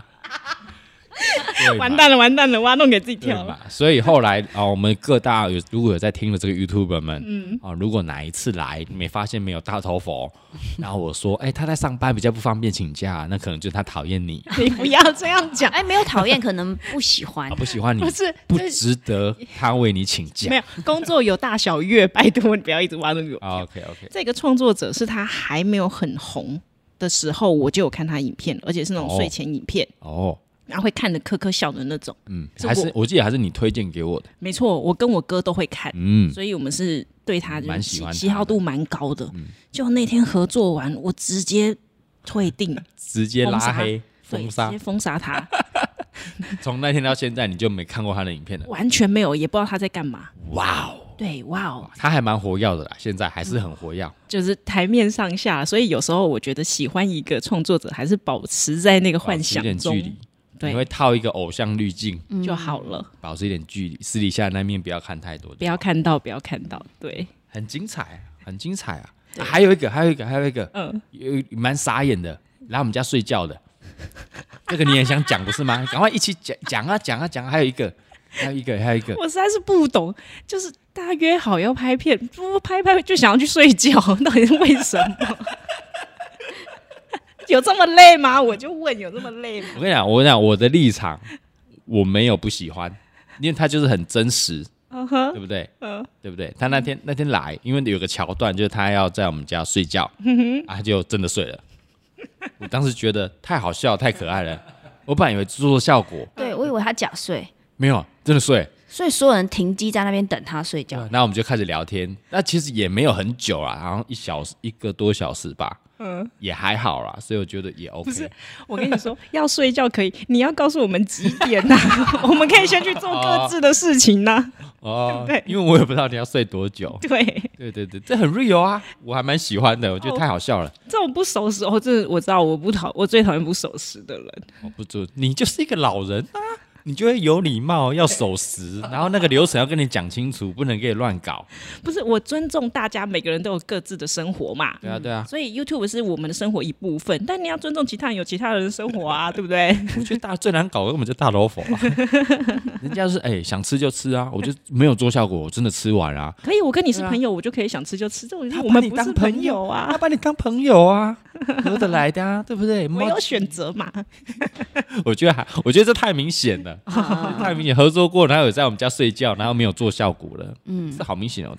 Speaker 1: 对嘛
Speaker 2: 完蛋了，完蛋了，挖洞给自己
Speaker 1: 对
Speaker 2: 跳了。
Speaker 1: 嘛？所以后来啊、哦我们各大有如果有在听的这个 YouTuber 们，啊、如果哪一次来没发现没有大头佛，然后我说，哎、他在上班比较不方便请假，那可能就是他讨厌
Speaker 2: (laughs)
Speaker 1: 你，
Speaker 2: 你不
Speaker 3: (laughs)
Speaker 2: 要这样讲，
Speaker 3: 哎，没有讨 (laughs) 厌，可能不喜欢
Speaker 1: 啊，。不喜欢你
Speaker 2: 不，是
Speaker 1: 不
Speaker 2: 这
Speaker 1: 值得他为你请假
Speaker 2: 没。有工作有大小月， (laughs) 拜托你不要一直挖洞给我跳。
Speaker 1: OK OK，
Speaker 2: 这个创作者是他还没有很红的时候，我就有看他影片，而且是那种
Speaker 1: 哦
Speaker 2: 睡前影片，
Speaker 1: 哦，
Speaker 2: 然后会看的可可笑的那种。
Speaker 1: 嗯，
Speaker 2: 是
Speaker 1: 还是
Speaker 2: 我
Speaker 1: 我记得还是你推荐给我的，
Speaker 2: 没错，我跟我哥都会看，
Speaker 1: 嗯，
Speaker 2: 所以我们是对他就是
Speaker 1: 蛮喜
Speaker 2: 喜
Speaker 1: 欢他的嗯
Speaker 2: 喜好度蛮高的。就那天合作完，我直接退订，
Speaker 1: 直接拉黑
Speaker 2: 对，
Speaker 1: 封
Speaker 2: 直
Speaker 1: 杀
Speaker 2: 接，封杀他， (laughs)
Speaker 1: 从那天到现在你就没看过他的影片了。
Speaker 2: 完全没有，也不知道他在干嘛。
Speaker 1: 哇哦，
Speaker 2: 对，哇哦，
Speaker 1: 他还蛮活跃的啦，现在还是很活跃。
Speaker 2: 就是台面上下，所以有时候我觉得喜欢一个创作者，还是保持在那个幻
Speaker 1: 保
Speaker 2: 想
Speaker 1: 持一点距
Speaker 2: 中
Speaker 1: 离，
Speaker 2: 对
Speaker 1: 你会套一个偶像滤镜，
Speaker 2: 就好了。
Speaker 1: 保持一点距离，私底下那面不要看太多，
Speaker 2: 不要看到，不要看到，对，
Speaker 1: 很精彩，很精彩啊！啊还有一个，还有一个，还有一个，
Speaker 2: 嗯，
Speaker 1: 有蛮傻眼的，来我们家睡觉的， (laughs) 这个你也想讲不是吗？赶快一起讲讲啊讲啊讲啊！还有一个，还有一个，还有一个，
Speaker 2: 我实在是不懂，就是大家约好要拍片，不拍拍就想要去睡觉， (laughs) 到底是为什么？ (laughs) 有这么累吗？我就问，有这么累吗？
Speaker 1: 我跟你讲，我跟你讲，我的立场我没有不喜欢，因为他就是很真实，
Speaker 2: 嗯哼，
Speaker 1: 对不对？
Speaker 2: 嗯
Speaker 1: 对不对？他那天那天来，因为有个桥段，就是他要在我们家睡觉，
Speaker 2: 嗯
Speaker 1: 啊，他就真的睡了。我当时觉得太好笑、太可爱了，我本来以为做做效果，
Speaker 3: 对我以为他假睡，
Speaker 1: 没有，真的睡。
Speaker 3: 所以所有人停机在那边等他睡觉。
Speaker 1: 那我们就开始聊天，那其实也没有很久啊，好像一小时一个多小时吧，
Speaker 2: 嗯，
Speaker 1: 也还好啦，所以我觉得也 OK。
Speaker 2: 我跟你说，要睡觉可以，你要告诉我们几点呐、 (laughs) 我们可以先去做各自的事情呐、
Speaker 1: 哦，
Speaker 2: 对不对
Speaker 1: 因为我也不知道你要睡多久。
Speaker 2: 对，
Speaker 1: 对对对，这很 real 啊，我还蛮喜欢的，我觉
Speaker 2: 哦
Speaker 1: 得太好笑了。
Speaker 2: 这种不守时，哦，这我知道，我不讨，我最讨厌不守时的人。
Speaker 1: 我不做，你就是一个老人啊，你就会有礼貌，要守 (laughs) 时，然后那个流程要跟你讲清楚，不能给你乱搞。
Speaker 2: 不是，我尊重大家，每个人都有各自的生活嘛。嗯
Speaker 1: 对啊，对啊，
Speaker 2: 所以 YouTube 是我们的生活一部分，但你要尊重其他人有其他人的生活啊，对 (laughs) 不对？
Speaker 1: 我觉得大最难搞的根本就大老佛、 (laughs) 啊，人家是哎、想吃就吃啊，我就没有做效果，我真的吃完啊。
Speaker 2: 可以，我跟你是
Speaker 1: 对啊
Speaker 2: 朋友，我就可以想吃就吃，这种
Speaker 1: 他
Speaker 2: 我
Speaker 1: 把
Speaker 2: 们
Speaker 1: 你
Speaker 2: 不是
Speaker 1: 当朋
Speaker 2: 友
Speaker 1: 他
Speaker 2: 啊，
Speaker 1: 把你当朋友啊，合得来的啊，对不对？
Speaker 2: 我
Speaker 1: 猫
Speaker 2: 有选择嘛。
Speaker 1: 我觉得还，我觉得这太明显了，这 (laughs) 太明显。合作过，然后有在我们家睡觉，然后没有做效果了，嗯，这好明显哦。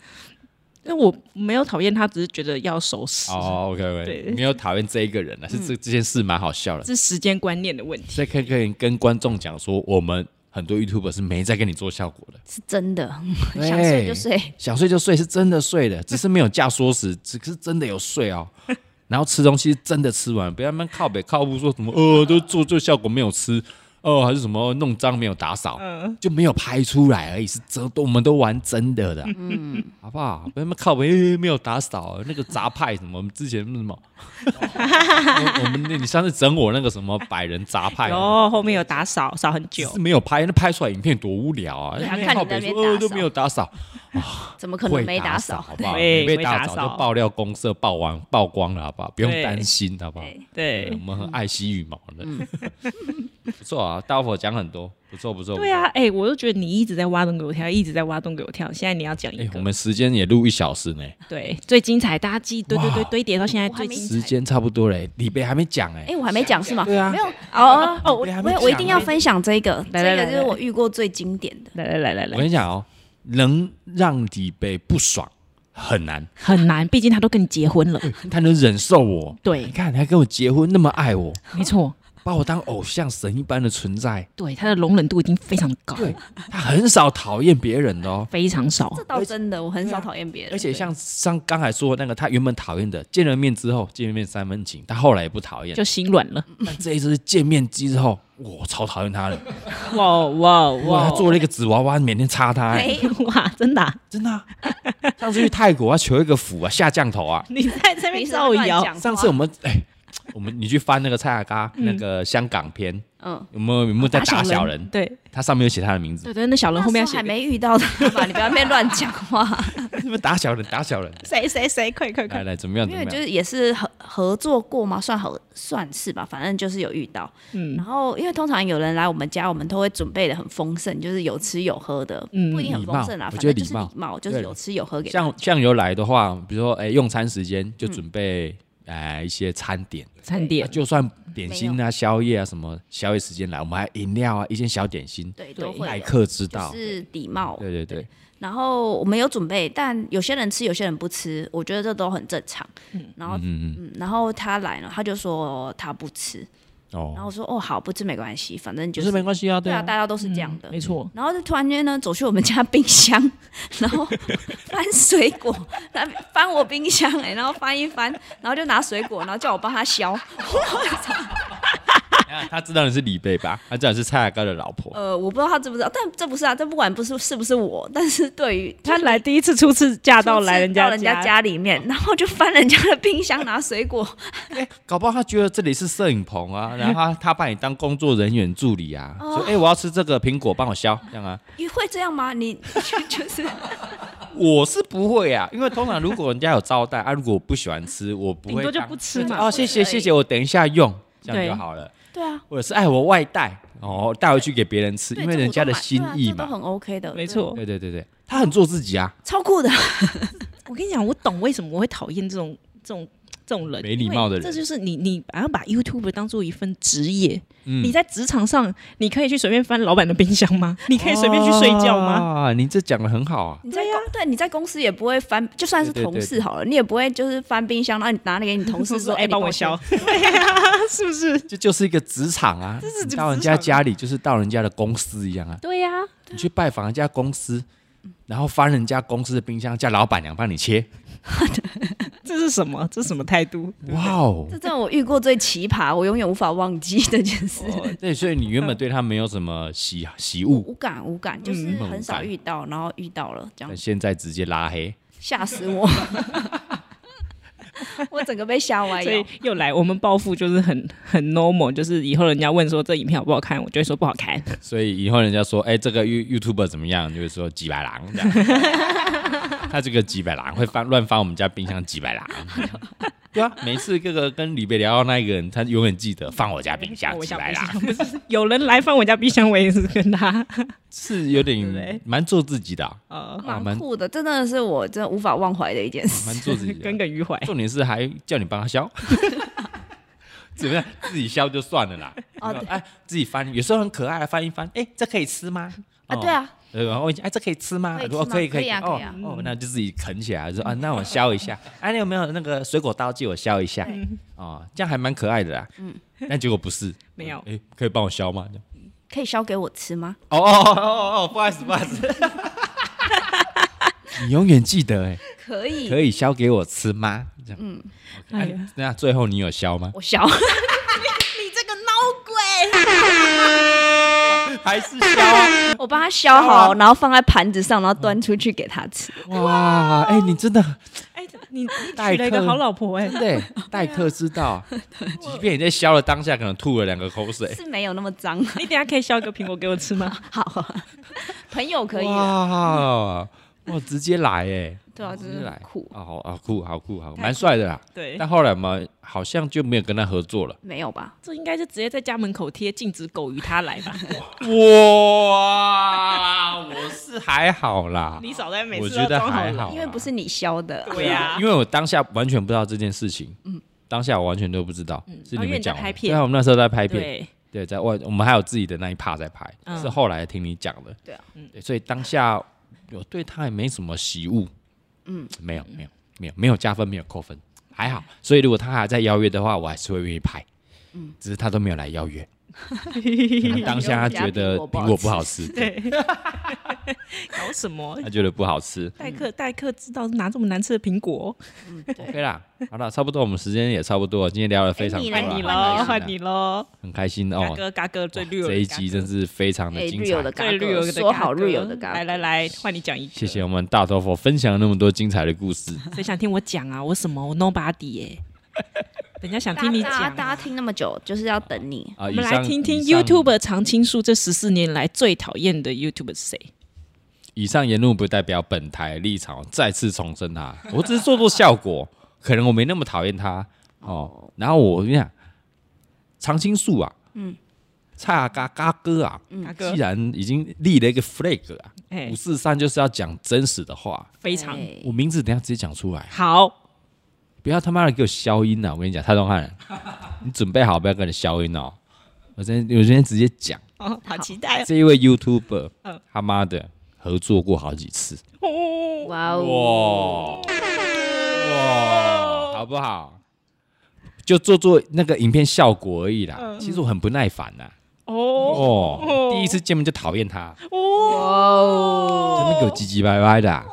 Speaker 2: 那我没有讨厌他，只是觉得要守时，
Speaker 1: 哦，OK OK，
Speaker 2: 对
Speaker 1: 没有讨厌这一个人了，啊是这这件事蛮好笑的。
Speaker 2: 这是时间观念的问题。
Speaker 1: 所以可以可以跟观众讲说，我们很多 YouTube 是没在跟你做效果的，
Speaker 3: 是
Speaker 1: (laughs)
Speaker 3: 真的，
Speaker 1: 对
Speaker 3: 想睡就睡。
Speaker 1: 想睡就睡是真的睡的，只是没有假说时，只是真的有睡哦。 (laughs) 然后吃东西是真的吃完，不要那边靠北靠步说什么呃都做做效果没有吃，哦、还是什么弄脏没有打扫，就没有拍出来而已，是真都我们都玩真的的，嗯，好不好？不要那边靠北、呃没有打扫，那个杂派什么，我们之前什么，我我们那你上次整我那个什么百人杂派，
Speaker 2: 哦，后面有打扫，扫很
Speaker 1: 只
Speaker 2: 久
Speaker 1: 是，没有拍，那拍出来影片多无聊啊！
Speaker 3: 对啊
Speaker 1: 那边
Speaker 3: 看你
Speaker 1: 靠北
Speaker 3: 那边
Speaker 1: 说呃
Speaker 3: 打扫
Speaker 1: 都没有打扫，
Speaker 3: 怎么可能
Speaker 1: 会
Speaker 3: 没
Speaker 1: 打
Speaker 3: 扫？
Speaker 1: 好不好？
Speaker 2: 对
Speaker 1: 你被
Speaker 2: 会
Speaker 1: 打
Speaker 2: 打
Speaker 1: 扫
Speaker 2: 扫
Speaker 1: 就爆料公社爆完曝光了，好不好？不用
Speaker 2: 对
Speaker 1: 担心，好不好？
Speaker 3: 对嗯
Speaker 1: 对我
Speaker 2: 对。
Speaker 1: 们很爱惜羽毛的，不错啊！大伙讲很多，不错不错。
Speaker 2: 对啊，哎、我就觉得你一直在挖洞给我跳，一直在挖洞给我跳。现在你要讲
Speaker 1: 不
Speaker 2: 一
Speaker 1: 错，哎，
Speaker 2: 个，
Speaker 1: 我们时间也录一小时呢，
Speaker 2: 对最精彩，大家记对对对堆叠到现在
Speaker 3: 我还
Speaker 2: 最
Speaker 3: 没
Speaker 2: 精
Speaker 1: 时间差不多嘞，李贝还没讲哎
Speaker 3: 哎，，我还没讲是吗？
Speaker 1: 对啊
Speaker 3: 没有哦哦哦，我
Speaker 1: 对还没
Speaker 3: 我
Speaker 1: 讲啊
Speaker 3: 我一定要分享这个，
Speaker 2: 来来
Speaker 3: 这
Speaker 2: 来
Speaker 3: 个就是我遇过最经典的。
Speaker 2: 来来来来
Speaker 1: 我
Speaker 2: 来
Speaker 1: 跟，你讲哦，能让李贝不爽很难，
Speaker 2: 很难，毕竟他都跟你结婚了。
Speaker 1: 他能忍受我。你
Speaker 2: 对，
Speaker 1: 看，他跟我结婚那么爱我，
Speaker 2: 没错，
Speaker 1: 把我当偶像神一般的存在，
Speaker 2: 对，他的容忍度已经非常高，
Speaker 1: 对他很少讨厌别人的哦。
Speaker 2: 非常少
Speaker 3: 这。倒真的，我很少讨厌别人。
Speaker 1: 而且像像刚才说的那个，他原本讨厌的，见了面之后，见了面三分情，他后来也不讨厌
Speaker 2: 就。心软了，
Speaker 1: 但这一次是见面之后，我超讨厌他的，
Speaker 4: 嗯
Speaker 2: 哇哇
Speaker 1: 哇，他做了一个纸娃娃，每天擦他、哎
Speaker 3: (laughs) 没有，
Speaker 2: (laughs) 哇，真的啊、
Speaker 1: 真的啊、上次去泰国，他求一个符啊，下降头啊。
Speaker 2: 你在这
Speaker 3: 你
Speaker 2: 边
Speaker 3: 少
Speaker 2: 造
Speaker 3: 乱
Speaker 2: 谣，
Speaker 3: 讲话
Speaker 1: 上次我们哎。
Speaker 4: 我们你去翻那个蔡雅嘎那个香港片，
Speaker 3: 嗯，
Speaker 4: 有没有有没有在打小人？
Speaker 2: 对
Speaker 4: 他上面有写他的名字，
Speaker 2: 对对，那小人后面要
Speaker 3: 那时候
Speaker 2: 写
Speaker 3: 还没遇到他吧？你不要被乱讲话。
Speaker 4: 什么打小人，打小人，
Speaker 2: 谁谁谁，快快
Speaker 4: 来
Speaker 2: 快，
Speaker 4: 来怎么样？
Speaker 3: 因
Speaker 4: 怎
Speaker 3: 为
Speaker 4: 么
Speaker 3: 就
Speaker 4: 样？
Speaker 3: 是也是合合作过嘛，算合算是吧，反正就是有遇到。
Speaker 2: 嗯
Speaker 3: 然后因为通常有人来我们家，我们都会准备的很丰盛，就是有吃有喝的，
Speaker 2: 嗯
Speaker 3: 不一定很丰盛啦，
Speaker 4: 礼貌我
Speaker 3: 反
Speaker 4: 觉得
Speaker 3: 正就是
Speaker 4: 礼貌
Speaker 3: 礼貌，就是有吃有喝给他。
Speaker 4: 像酱油来的话，比如说哎用餐时间就准备哎一些餐点，啊
Speaker 2: 餐嗯点
Speaker 4: 就算点心啊、宵夜啊什么，宵夜时间来，我们还饮料啊，一些小点心，
Speaker 3: 对，
Speaker 2: 对
Speaker 3: 都会
Speaker 4: 来
Speaker 3: 有
Speaker 4: 客知
Speaker 3: 就
Speaker 4: 道。
Speaker 3: 是礼貌。
Speaker 4: 对对对，
Speaker 3: 然后我们有准备，但有些人吃，有些人不吃，我觉得这都很正常。然后嗯然后他来了，他就说他不吃，然后
Speaker 4: 哦，
Speaker 3: 我说哦好，不吃没关系，反正
Speaker 4: 不
Speaker 3: 就是是
Speaker 4: 没关系啊，
Speaker 3: 对啊，
Speaker 4: 啊，
Speaker 3: 大家都是这样的。
Speaker 2: 没错，
Speaker 3: 然后就突然间呢，走去我们家冰箱， (laughs) 然后翻水果， (laughs) 他翻我冰箱哎、然后翻一翻，然后就拿水果，然后叫我帮他削。
Speaker 4: 他知道你是李贝吧？ (laughs) 他知道你是蔡雅哥的老婆。
Speaker 3: 呃，我不知道他知不知道，但这不是啊，这不管不是是不是我，但是对于
Speaker 2: 他来第一次初次嫁到来
Speaker 3: 人
Speaker 2: 人家
Speaker 3: 人家家里面，然后就翻人家的冰箱拿水果， (laughs)
Speaker 4: 搞不好他觉得这里是摄影棚啊，然后他他把你当工作人员助理啊，说哎、欸我要吃这个苹果，帮我削，这样啊。
Speaker 3: 你会这样吗？你就是
Speaker 4: 我是不会啊，因为通常如果人家有招待啊，如果我不喜欢吃，我不
Speaker 2: 顶
Speaker 4: 会
Speaker 2: 多就
Speaker 4: 当
Speaker 2: 不吃嘛
Speaker 4: 哦，谢谢谢谢，我等一下用，这样
Speaker 2: 对
Speaker 4: 就好了。
Speaker 3: 对啊，
Speaker 4: 或者是哎我外带哦，带回去给别人吃，
Speaker 3: 对
Speaker 4: 因为人家的心意
Speaker 3: 这我都买对啊这都
Speaker 4: 嘛。
Speaker 3: 很 OK 的，
Speaker 2: 没错。
Speaker 4: 对对对对，他很做自己啊，
Speaker 3: 对，超酷的。 (laughs)
Speaker 2: 我跟你讲，我懂为什么我会讨厌这种这种这种人，
Speaker 4: 没礼貌的人
Speaker 2: 因为这就是你你好像把 YouTube 当做一份职业。
Speaker 4: 嗯
Speaker 2: 你在职场上，你可以去随便翻老板的冰箱
Speaker 4: (laughs)
Speaker 2: 吗？你可以随便去睡觉吗？
Speaker 4: 啊，你这讲的很好
Speaker 2: (laughs)
Speaker 4: 啊。
Speaker 3: 你在公对你在公司也不会翻，就算是
Speaker 4: 对对
Speaker 3: 同
Speaker 4: 对
Speaker 3: 事
Speaker 4: 对
Speaker 3: 好了，你也不会就是翻冰箱，然后你拿给你
Speaker 4: 哦
Speaker 3: 同
Speaker 2: 是 (laughs)
Speaker 3: 事说，
Speaker 2: 哎，
Speaker 3: 你
Speaker 2: 帮我
Speaker 3: 削
Speaker 2: 削，对呀，是不是？
Speaker 4: 这就是一个职场啊，
Speaker 2: 是
Speaker 4: 你
Speaker 2: 职
Speaker 4: 到人家家里就是到人家的公司一样啊。
Speaker 3: 对呀、
Speaker 4: 你去拜访人家公司，然后翻人家公司的冰箱，叫老板娘帮你切。
Speaker 2: 这是什么？这是什么态度？
Speaker 4: 哇
Speaker 2: (laughs)
Speaker 4: 哦！
Speaker 3: 这真的我遇过最奇葩，我永远无法忘记这件事。
Speaker 4: 对，所以你原本对他没有什么喜喜恶，
Speaker 3: 无感无感，就是
Speaker 4: 嗯
Speaker 3: 很
Speaker 4: 无
Speaker 3: 少
Speaker 4: 感
Speaker 3: 遇到，然后遇到了，这样
Speaker 4: 但现在直接拉黑。
Speaker 3: 吓死我， (laughs) 我整个被吓歪
Speaker 2: 所
Speaker 4: 哎
Speaker 3: 了
Speaker 2: 以。又来，我们报复就是很很 normal，就是以后人家问说这影片好不好看，我就会说不好看。
Speaker 4: (laughs) 所以以后人家说，哎、这个 You YouTuber 怎么样？就会说几百狼
Speaker 2: (laughs)
Speaker 4: 这样。他这个几百狼会翻乱翻我们家冰箱几百狼。对啊，每次这个跟李贝聊到那一个人，他永远记得翻我家冰箱
Speaker 2: 我
Speaker 4: 几
Speaker 2: 想
Speaker 4: 百狼，
Speaker 2: 不是 (laughs) 有人来翻我家冰箱，我也是跟他
Speaker 4: 是有
Speaker 2: 对
Speaker 4: 点蛮做自己的、啊，
Speaker 2: 呃
Speaker 4: 啊
Speaker 3: 蛮
Speaker 4: 蛮
Speaker 3: 酷的，这真的是我真的无法忘怀的一件事。
Speaker 4: 蛮做自己
Speaker 2: (laughs)
Speaker 4: 啊的。
Speaker 2: 耿耿于怀。
Speaker 4: 重点是还叫你帮他削， (laughs) 怎么样？自己削就算了啦。
Speaker 3: (laughs) 哦对
Speaker 4: 哎，自己翻，有时候很可爱，翻一翻，哎，这可以吃吗？
Speaker 3: 啊，
Speaker 4: 哦
Speaker 3: 对，啊，
Speaker 4: 呃然后问一下，哎，这可以吃吗
Speaker 3: 可以？吃
Speaker 4: 哦，
Speaker 3: 吗
Speaker 4: 可以，
Speaker 3: 可以啊
Speaker 4: 哦
Speaker 3: 可以啊
Speaker 4: 哦，那就自己啃起来，说啊，那我削一下。 (laughs) 哎，你有没有那个水果刀借我削一下？
Speaker 3: 嗯
Speaker 4: 哦，这样还蛮可爱的啦。嗯，但结果不是，
Speaker 2: 没
Speaker 3: 哦
Speaker 2: 有
Speaker 4: 哎，可以帮我削吗？这样
Speaker 3: 可以削给我吃吗？
Speaker 4: 哦哦哦哦哦，不好意思，不
Speaker 3: (laughs)
Speaker 4: 好意思。你永远记得哎，
Speaker 3: 可以，
Speaker 4: 可以削给我吃吗？这样，嗯，
Speaker 2: 哎呀
Speaker 4: 那最后你有削吗？
Speaker 3: 我削。 (laughs)
Speaker 2: 你这个孬鬼！
Speaker 4: 还是削啊！
Speaker 3: 我帮他削好，然后放在盘子上，然后端出去给他吃。
Speaker 4: (laughs) 哇，哎、你真的
Speaker 2: (laughs) 哎，你你
Speaker 4: 代
Speaker 2: 娶了一个
Speaker 4: 客
Speaker 2: 好老婆哎
Speaker 3: (laughs)
Speaker 4: 真，的哎待客之道，即便你在削的当下可能吐了两个口水，
Speaker 3: 是没有那么脏，
Speaker 2: 你等一下可以削一个苹果给我吃吗？
Speaker 3: (laughs) 好 (laughs) 啊，朋友可以啦，
Speaker 4: 哇，哇，直接来哎，
Speaker 3: 对啊，就
Speaker 4: 直接
Speaker 3: 是
Speaker 4: 来
Speaker 3: 很酷，
Speaker 4: 啊，好啊，酷，好酷，好，蛮帅的啦。
Speaker 2: (laughs) 对
Speaker 4: 但，后来嘛，好像就没有跟他合作了。
Speaker 3: 没有吧？
Speaker 2: 这应该就直接在家门口贴禁止狗与他来吧。
Speaker 4: 哇，我是还好啦，
Speaker 2: (laughs) 你少在每
Speaker 4: 我
Speaker 2: 次
Speaker 4: 觉
Speaker 2: 都
Speaker 4: 得
Speaker 2: 装好
Speaker 4: 还
Speaker 2: 人
Speaker 4: 好啦，啊
Speaker 3: 因为不是你削的，
Speaker 2: 对呀
Speaker 4: 因，为我当下完全不知道这件事情，嗯，当下我完全都不知道，是
Speaker 2: 哦
Speaker 4: 你
Speaker 2: 因为
Speaker 4: 们
Speaker 2: 你在
Speaker 4: 讲完
Speaker 2: 拍
Speaker 4: 的，
Speaker 2: 片
Speaker 4: 对啊，我们那时候在拍片，
Speaker 2: 对，
Speaker 4: 对，在外我们还有自己的那一 part 在拍，
Speaker 2: 嗯
Speaker 4: 是后来听你讲的，
Speaker 3: 对啊，
Speaker 4: 对，所以当下我对他也没什么喜恶，嗯，没有，没有，没有，没有加分，没有扣分，还好，所以如果他还在邀约的话，我还是会愿意拍，嗯，只是他都没有来邀约，可能当下他觉得
Speaker 3: 因为我们家
Speaker 4: 苹
Speaker 3: 苹
Speaker 4: 果
Speaker 3: 果
Speaker 4: 不
Speaker 3: 不
Speaker 4: 好
Speaker 3: 好
Speaker 4: 吃，
Speaker 2: (laughs) 搞什么
Speaker 4: 他？觉得不好吃
Speaker 2: 待客待客知道拿这么难吃的苹果，
Speaker 4: ，OK 啦，好了，差不多，我们时间也差不多了，今天聊了非常
Speaker 3: 哎
Speaker 4: 多
Speaker 3: 你
Speaker 4: 啦，
Speaker 3: 来
Speaker 2: (laughs) 换你
Speaker 4: 很开心
Speaker 2: 喽，
Speaker 4: 啊
Speaker 2: 换你喽，嘎
Speaker 4: 很开心哦，
Speaker 2: 哥嘎哥最绿油的
Speaker 4: 这一集
Speaker 2: 嘎
Speaker 4: 真是非常的
Speaker 3: 哎
Speaker 4: 精
Speaker 3: ，real
Speaker 4: 彩
Speaker 3: 的。嘎
Speaker 2: 最绿油
Speaker 3: 哥，
Speaker 2: 的
Speaker 3: 说
Speaker 2: 嘎
Speaker 3: 好
Speaker 2: 哥
Speaker 3: real 的嘎
Speaker 2: 来
Speaker 3: 哥，
Speaker 2: 来来，换你讲一个，
Speaker 4: 谢谢我们大头佛分享了那么多精彩的故事， (laughs)
Speaker 2: 谁想听我讲啊？我什么我 nobody 耶、人家想
Speaker 3: 大
Speaker 2: 听你
Speaker 3: 家大家
Speaker 2: 讲
Speaker 3: 大
Speaker 2: 啊。
Speaker 3: 家听那么久，就是要等你。
Speaker 2: 我
Speaker 4: 啊，
Speaker 2: 们
Speaker 4: 以
Speaker 2: 来
Speaker 4: 上
Speaker 2: 听听
Speaker 4: 以上
Speaker 2: YouTube 常青树这十四年来最讨厌的 YouTube 是谁？
Speaker 4: 以上言论不代表本台立场，再次重申它，我只是做做效果， (laughs) 可能我没那么讨厌它哦。然后我跟你讲，常青树啊，嗯，差嘎嘎哥啊，
Speaker 2: 大哥
Speaker 4: 既，然已经立了一个 flag 啊，
Speaker 2: 哎
Speaker 4: 五，四三就是要讲真实的话，
Speaker 2: 非常
Speaker 3: 对
Speaker 4: 我名字等一下直接讲出来，
Speaker 2: 好，
Speaker 4: 不要他妈的给我消音啊！我跟你讲，蔡东
Speaker 2: (laughs)
Speaker 4: 汉，你准备好不要跟你消音哦。我今天我今天直接讲，
Speaker 2: 哦，好期待
Speaker 4: 这一位 YouTuber，
Speaker 2: 嗯
Speaker 4: 他妈的合作过好几次，
Speaker 2: 哦！
Speaker 3: 哇哦，
Speaker 4: 哇哇，好不好？就做做那个影片效果而已啦。其实我很不耐烦呐、
Speaker 2: 哦
Speaker 4: 哦，
Speaker 2: 哦
Speaker 4: 第一次见面就讨厌他，
Speaker 3: 哇哦
Speaker 4: 他们给我唧唧歪歪的啊、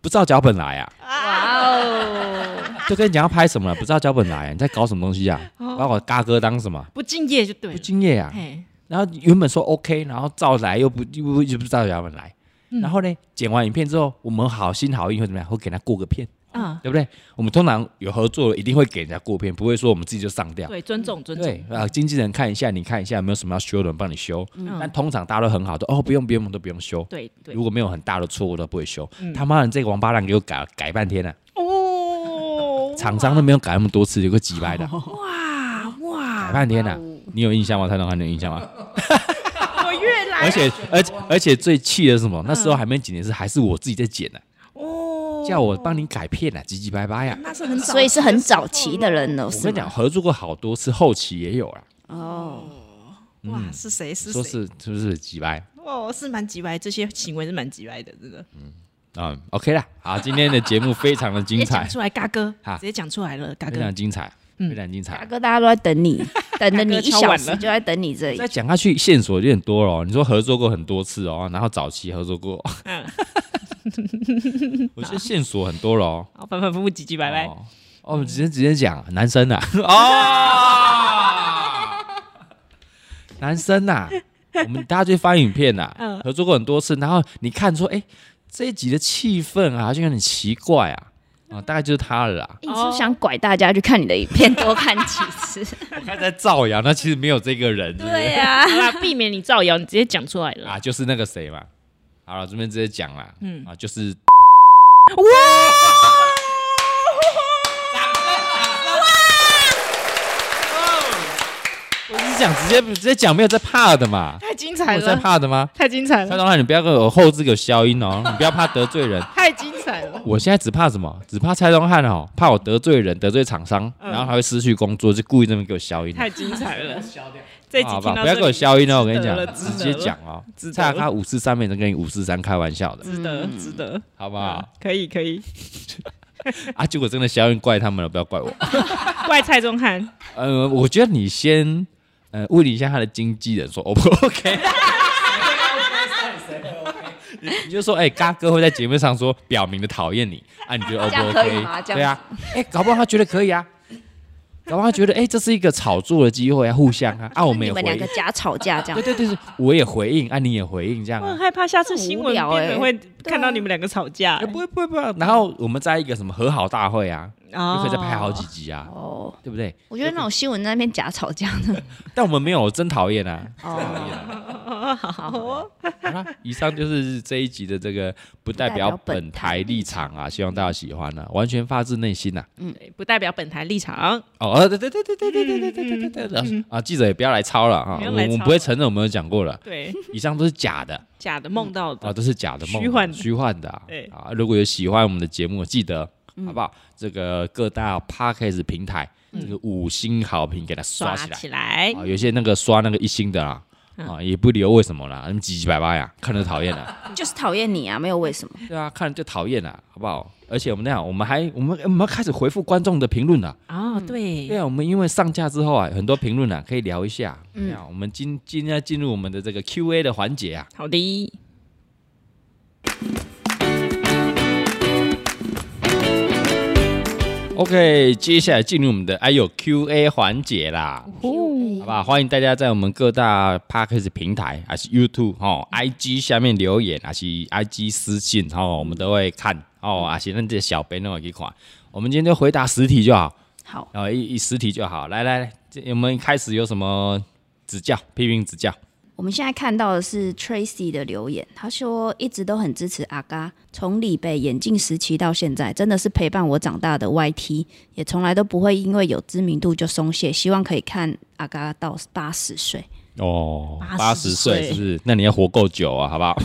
Speaker 4: 不知道脚本来啊，
Speaker 3: 哇哦，
Speaker 4: 就跟你讲要拍什么了，不知道脚本来啊、你在搞什么东西啊？把我嘎哥当什么？
Speaker 2: 不敬业就对
Speaker 4: 不
Speaker 2: 了。
Speaker 4: 敬业啊！
Speaker 2: 嘿，
Speaker 4: 然后原本说 OK，然后照来又不又不又不知道脚本来，然后呢，剪完影片之后，我们好心好意会怎么样？会给他过个片。
Speaker 2: (laughs) 啊，
Speaker 4: 对不对？我们通常有合作的，一定会给人家过片，不会说我们自己就上吊。
Speaker 2: 对，尊重尊重。
Speaker 4: 对啊，经纪人看一下，你看一下有没有什么要修的，我们帮你修。但通常大家都很好的，哦，不用不用，我们都不用修。
Speaker 2: 对对
Speaker 4: 如，果没有很大的错误，都不会修。他妈的，这个王八蛋给我改改半天了、啊
Speaker 2: 哦，
Speaker 4: (laughs) 厂商都没有改那么多次，有个几百的，
Speaker 2: 哇
Speaker 4: 改
Speaker 2: 哇，
Speaker 4: 半天了、啊你有印象吗？蔡东汉，你有印象吗？
Speaker 2: 我越来
Speaker 4: 而且而且而且最气的是什么？那时候还没剪的是，还是我自己在剪呢、
Speaker 2: 哦，
Speaker 4: 叫我帮你改片呢、啊，唧唧拜拜呀、
Speaker 2: 那是很早，
Speaker 3: 所以是很早期的人了，
Speaker 4: 我
Speaker 3: 是
Speaker 4: 跟你
Speaker 3: 吗
Speaker 4: 讲，？合作过好多次，后期也有啦。啊
Speaker 3: 哦，
Speaker 2: 哇，是谁是
Speaker 4: 嗯说
Speaker 2: 谁？
Speaker 4: 是是不是几百？
Speaker 2: 哦，是蛮急歪，这些行为是蛮急歪的，真的。
Speaker 4: 嗯，OK 啦，好，今天的节目非常的精
Speaker 2: 也
Speaker 4: 彩
Speaker 2: 讲，出来，嘎哥，
Speaker 4: 啊
Speaker 2: 直接讲出来了，嘎
Speaker 4: 非
Speaker 2: 哥
Speaker 4: 常。精彩，非常精
Speaker 3: 大
Speaker 4: 彩。
Speaker 3: 哥，大家都在等
Speaker 2: (laughs)
Speaker 3: 你，等了你一
Speaker 2: 大哥敲
Speaker 3: 小
Speaker 2: 碗
Speaker 3: 时
Speaker 2: 了
Speaker 3: 就在等你这里
Speaker 4: 再。讲下去线索有点多了哦、你说合作过很多次哦，然后早期合作过， (laughs) 我觉得线索很多了哦。
Speaker 2: 好，反反复复，急急歪歪。
Speaker 4: 哦，哦我们直接直接讲男生啊， (laughs) 哦，男生呐、我们大家去翻影片呐、
Speaker 2: 嗯
Speaker 4: 合作过很多次，然后你看说，哎，这一集的气氛啊，好像有点奇怪啊，啊、大概就是他了啦。
Speaker 3: 欸你
Speaker 2: 哦
Speaker 3: 是不是想拐大家去看你的影片，多看几
Speaker 2: (laughs)
Speaker 3: 次？
Speaker 4: 他在造谣，那其实没有这个人，是不是
Speaker 3: 对啊呀、
Speaker 2: 好啦，避免你造谣，你直接讲出来了。
Speaker 4: 啊，就是那个谁嘛。好了，这边直接讲啦，嗯啊，就是我是讲直接直接讲，没有在怕的嘛，
Speaker 2: 太精
Speaker 4: 没
Speaker 2: 彩
Speaker 4: 有在
Speaker 2: 了，
Speaker 4: 怕的吗？
Speaker 2: 太精彩
Speaker 4: 蔡
Speaker 2: 了，
Speaker 4: 东汉，你不要给我后置有消音哦，你不要怕得罪人。
Speaker 2: 太精彩了。
Speaker 4: 我现在只怕什么？只怕蔡东汉哦，怕我得罪人，得罪厂商，然后他会失去工作，就故意这么给我消音。啊
Speaker 2: 太精彩
Speaker 4: (laughs)
Speaker 2: 了！这一集
Speaker 4: 好
Speaker 2: 听
Speaker 4: 吧，
Speaker 2: 到
Speaker 4: 不要给我消音哦！我跟你
Speaker 2: 值得
Speaker 4: 讲
Speaker 2: 了，
Speaker 4: 直
Speaker 2: 值
Speaker 4: 接
Speaker 2: 得了
Speaker 4: 讲哦。
Speaker 2: 值得
Speaker 4: 蔡雅咖五四三没人跟你五四三开玩笑的，
Speaker 2: 这里，值得，
Speaker 4: 嗯
Speaker 2: 值得，
Speaker 4: 好不好？
Speaker 2: 可以，可以。
Speaker 4: 啊，结果真的消音怪他们了，不要怪我。
Speaker 2: 怪蔡宗翰，
Speaker 4: 呃，我觉得你先呃问一下他的经纪人，说 O 不 (laughs) OK？你你就说，哎、嘎哥会在节目上说表明的讨厌你啊，你觉得 O
Speaker 3: 这
Speaker 4: 不
Speaker 3: 样可以
Speaker 4: OK？
Speaker 3: 吗这样
Speaker 4: 对啊，哎、搞不好他觉得可以啊，搞不好他觉得哎、这是一个炒作的机会啊，互相啊，啊，我们
Speaker 3: 你
Speaker 4: 也回
Speaker 3: 们两个
Speaker 4: 应，
Speaker 3: 假吵架这样
Speaker 4: 对，对对，对我也回应，啊，你也回应，这样
Speaker 2: 我
Speaker 3: 哦
Speaker 4: 啊
Speaker 2: 很。害怕下次新闻
Speaker 3: 很无聊
Speaker 2: 变
Speaker 3: 欸
Speaker 2: 成会看到你们两个吵架
Speaker 4: 啊，不会不会不会。然后我们在一个什么和好大会啊，就
Speaker 2: 哦
Speaker 4: 可以再拍好几集啊，
Speaker 3: 哦，
Speaker 4: 对不对？
Speaker 3: 我觉得那种新闻在那边假吵架的，
Speaker 4: 但我们没有，真讨厌啊！
Speaker 2: (laughs)
Speaker 3: 哦，
Speaker 2: 好哦，
Speaker 4: 好啦，以上就是这一集的这个不代表
Speaker 3: 不代表
Speaker 4: 本
Speaker 3: 本
Speaker 4: 台
Speaker 3: 台
Speaker 4: 立场啊，希望大家喜欢啊，完全发自内心呐、
Speaker 2: 对不代表本台立场。
Speaker 4: 哦，呃对对对对对对对对对对对对啊！记者也不要来抄了啊，
Speaker 2: 嗯不
Speaker 4: 我
Speaker 2: 要来抄
Speaker 4: 们我们不会承认我们有讲过了，
Speaker 2: 对，
Speaker 4: 以上都是假
Speaker 2: (laughs)
Speaker 4: 的。
Speaker 2: 假的梦到
Speaker 4: 啊，
Speaker 2: 的，
Speaker 4: 都是假的梦，
Speaker 2: 虚幻的
Speaker 4: 虚幻的啊
Speaker 2: 对嗯
Speaker 4: 啊！如果有喜欢我们的节目，记得好不好？这个各大 podcast 平台，这个五星好评给它刷
Speaker 2: 刷
Speaker 4: 起来
Speaker 2: 起来。嗯
Speaker 4: 啊！有些那个刷那个一星的啦，啊，也不留为什么啦，那么唧唧巴巴呀，看着讨厌啊，
Speaker 3: (laughs) 就是讨厌你啊，没有为什么。
Speaker 4: 对啊，看着就讨厌啦，好不好？而且我们那样，我们还我们我们要开始回复观众的评论了。
Speaker 2: 哦，对
Speaker 4: 对，啊，我们因为上架之后啊，很多评论啊，可以聊一下。嗯，我们今今天要进入我们的这个 Q&A 的环节啊。
Speaker 2: 好的。
Speaker 4: OK，接下来进入我们的哎呦 Q&A 环节啦。好吧，欢迎大家在我们各大 p a r k a s 平台，还是 YouTube 哦、IG 下面留言，还是 IG 私信哦，我们都会看哦，还是那这小编都会去看。我们今天就回答实题就好，
Speaker 3: 好，
Speaker 4: 然后一一实体就好。来来来，这我们开始有什么指教？批评指教。
Speaker 3: 我们现在看到的是 Tracy 的留言，他说一直都很支持阿嘎，从李北眼镜时期到现在，真的是陪伴我长大的 YT，也从来都不会因为有知名度就松懈，希望可以看阿嘎到八十岁。
Speaker 4: 哦，八
Speaker 2: 80
Speaker 4: 十岁是不是？那你要活够久啊，好不 (laughs) 好？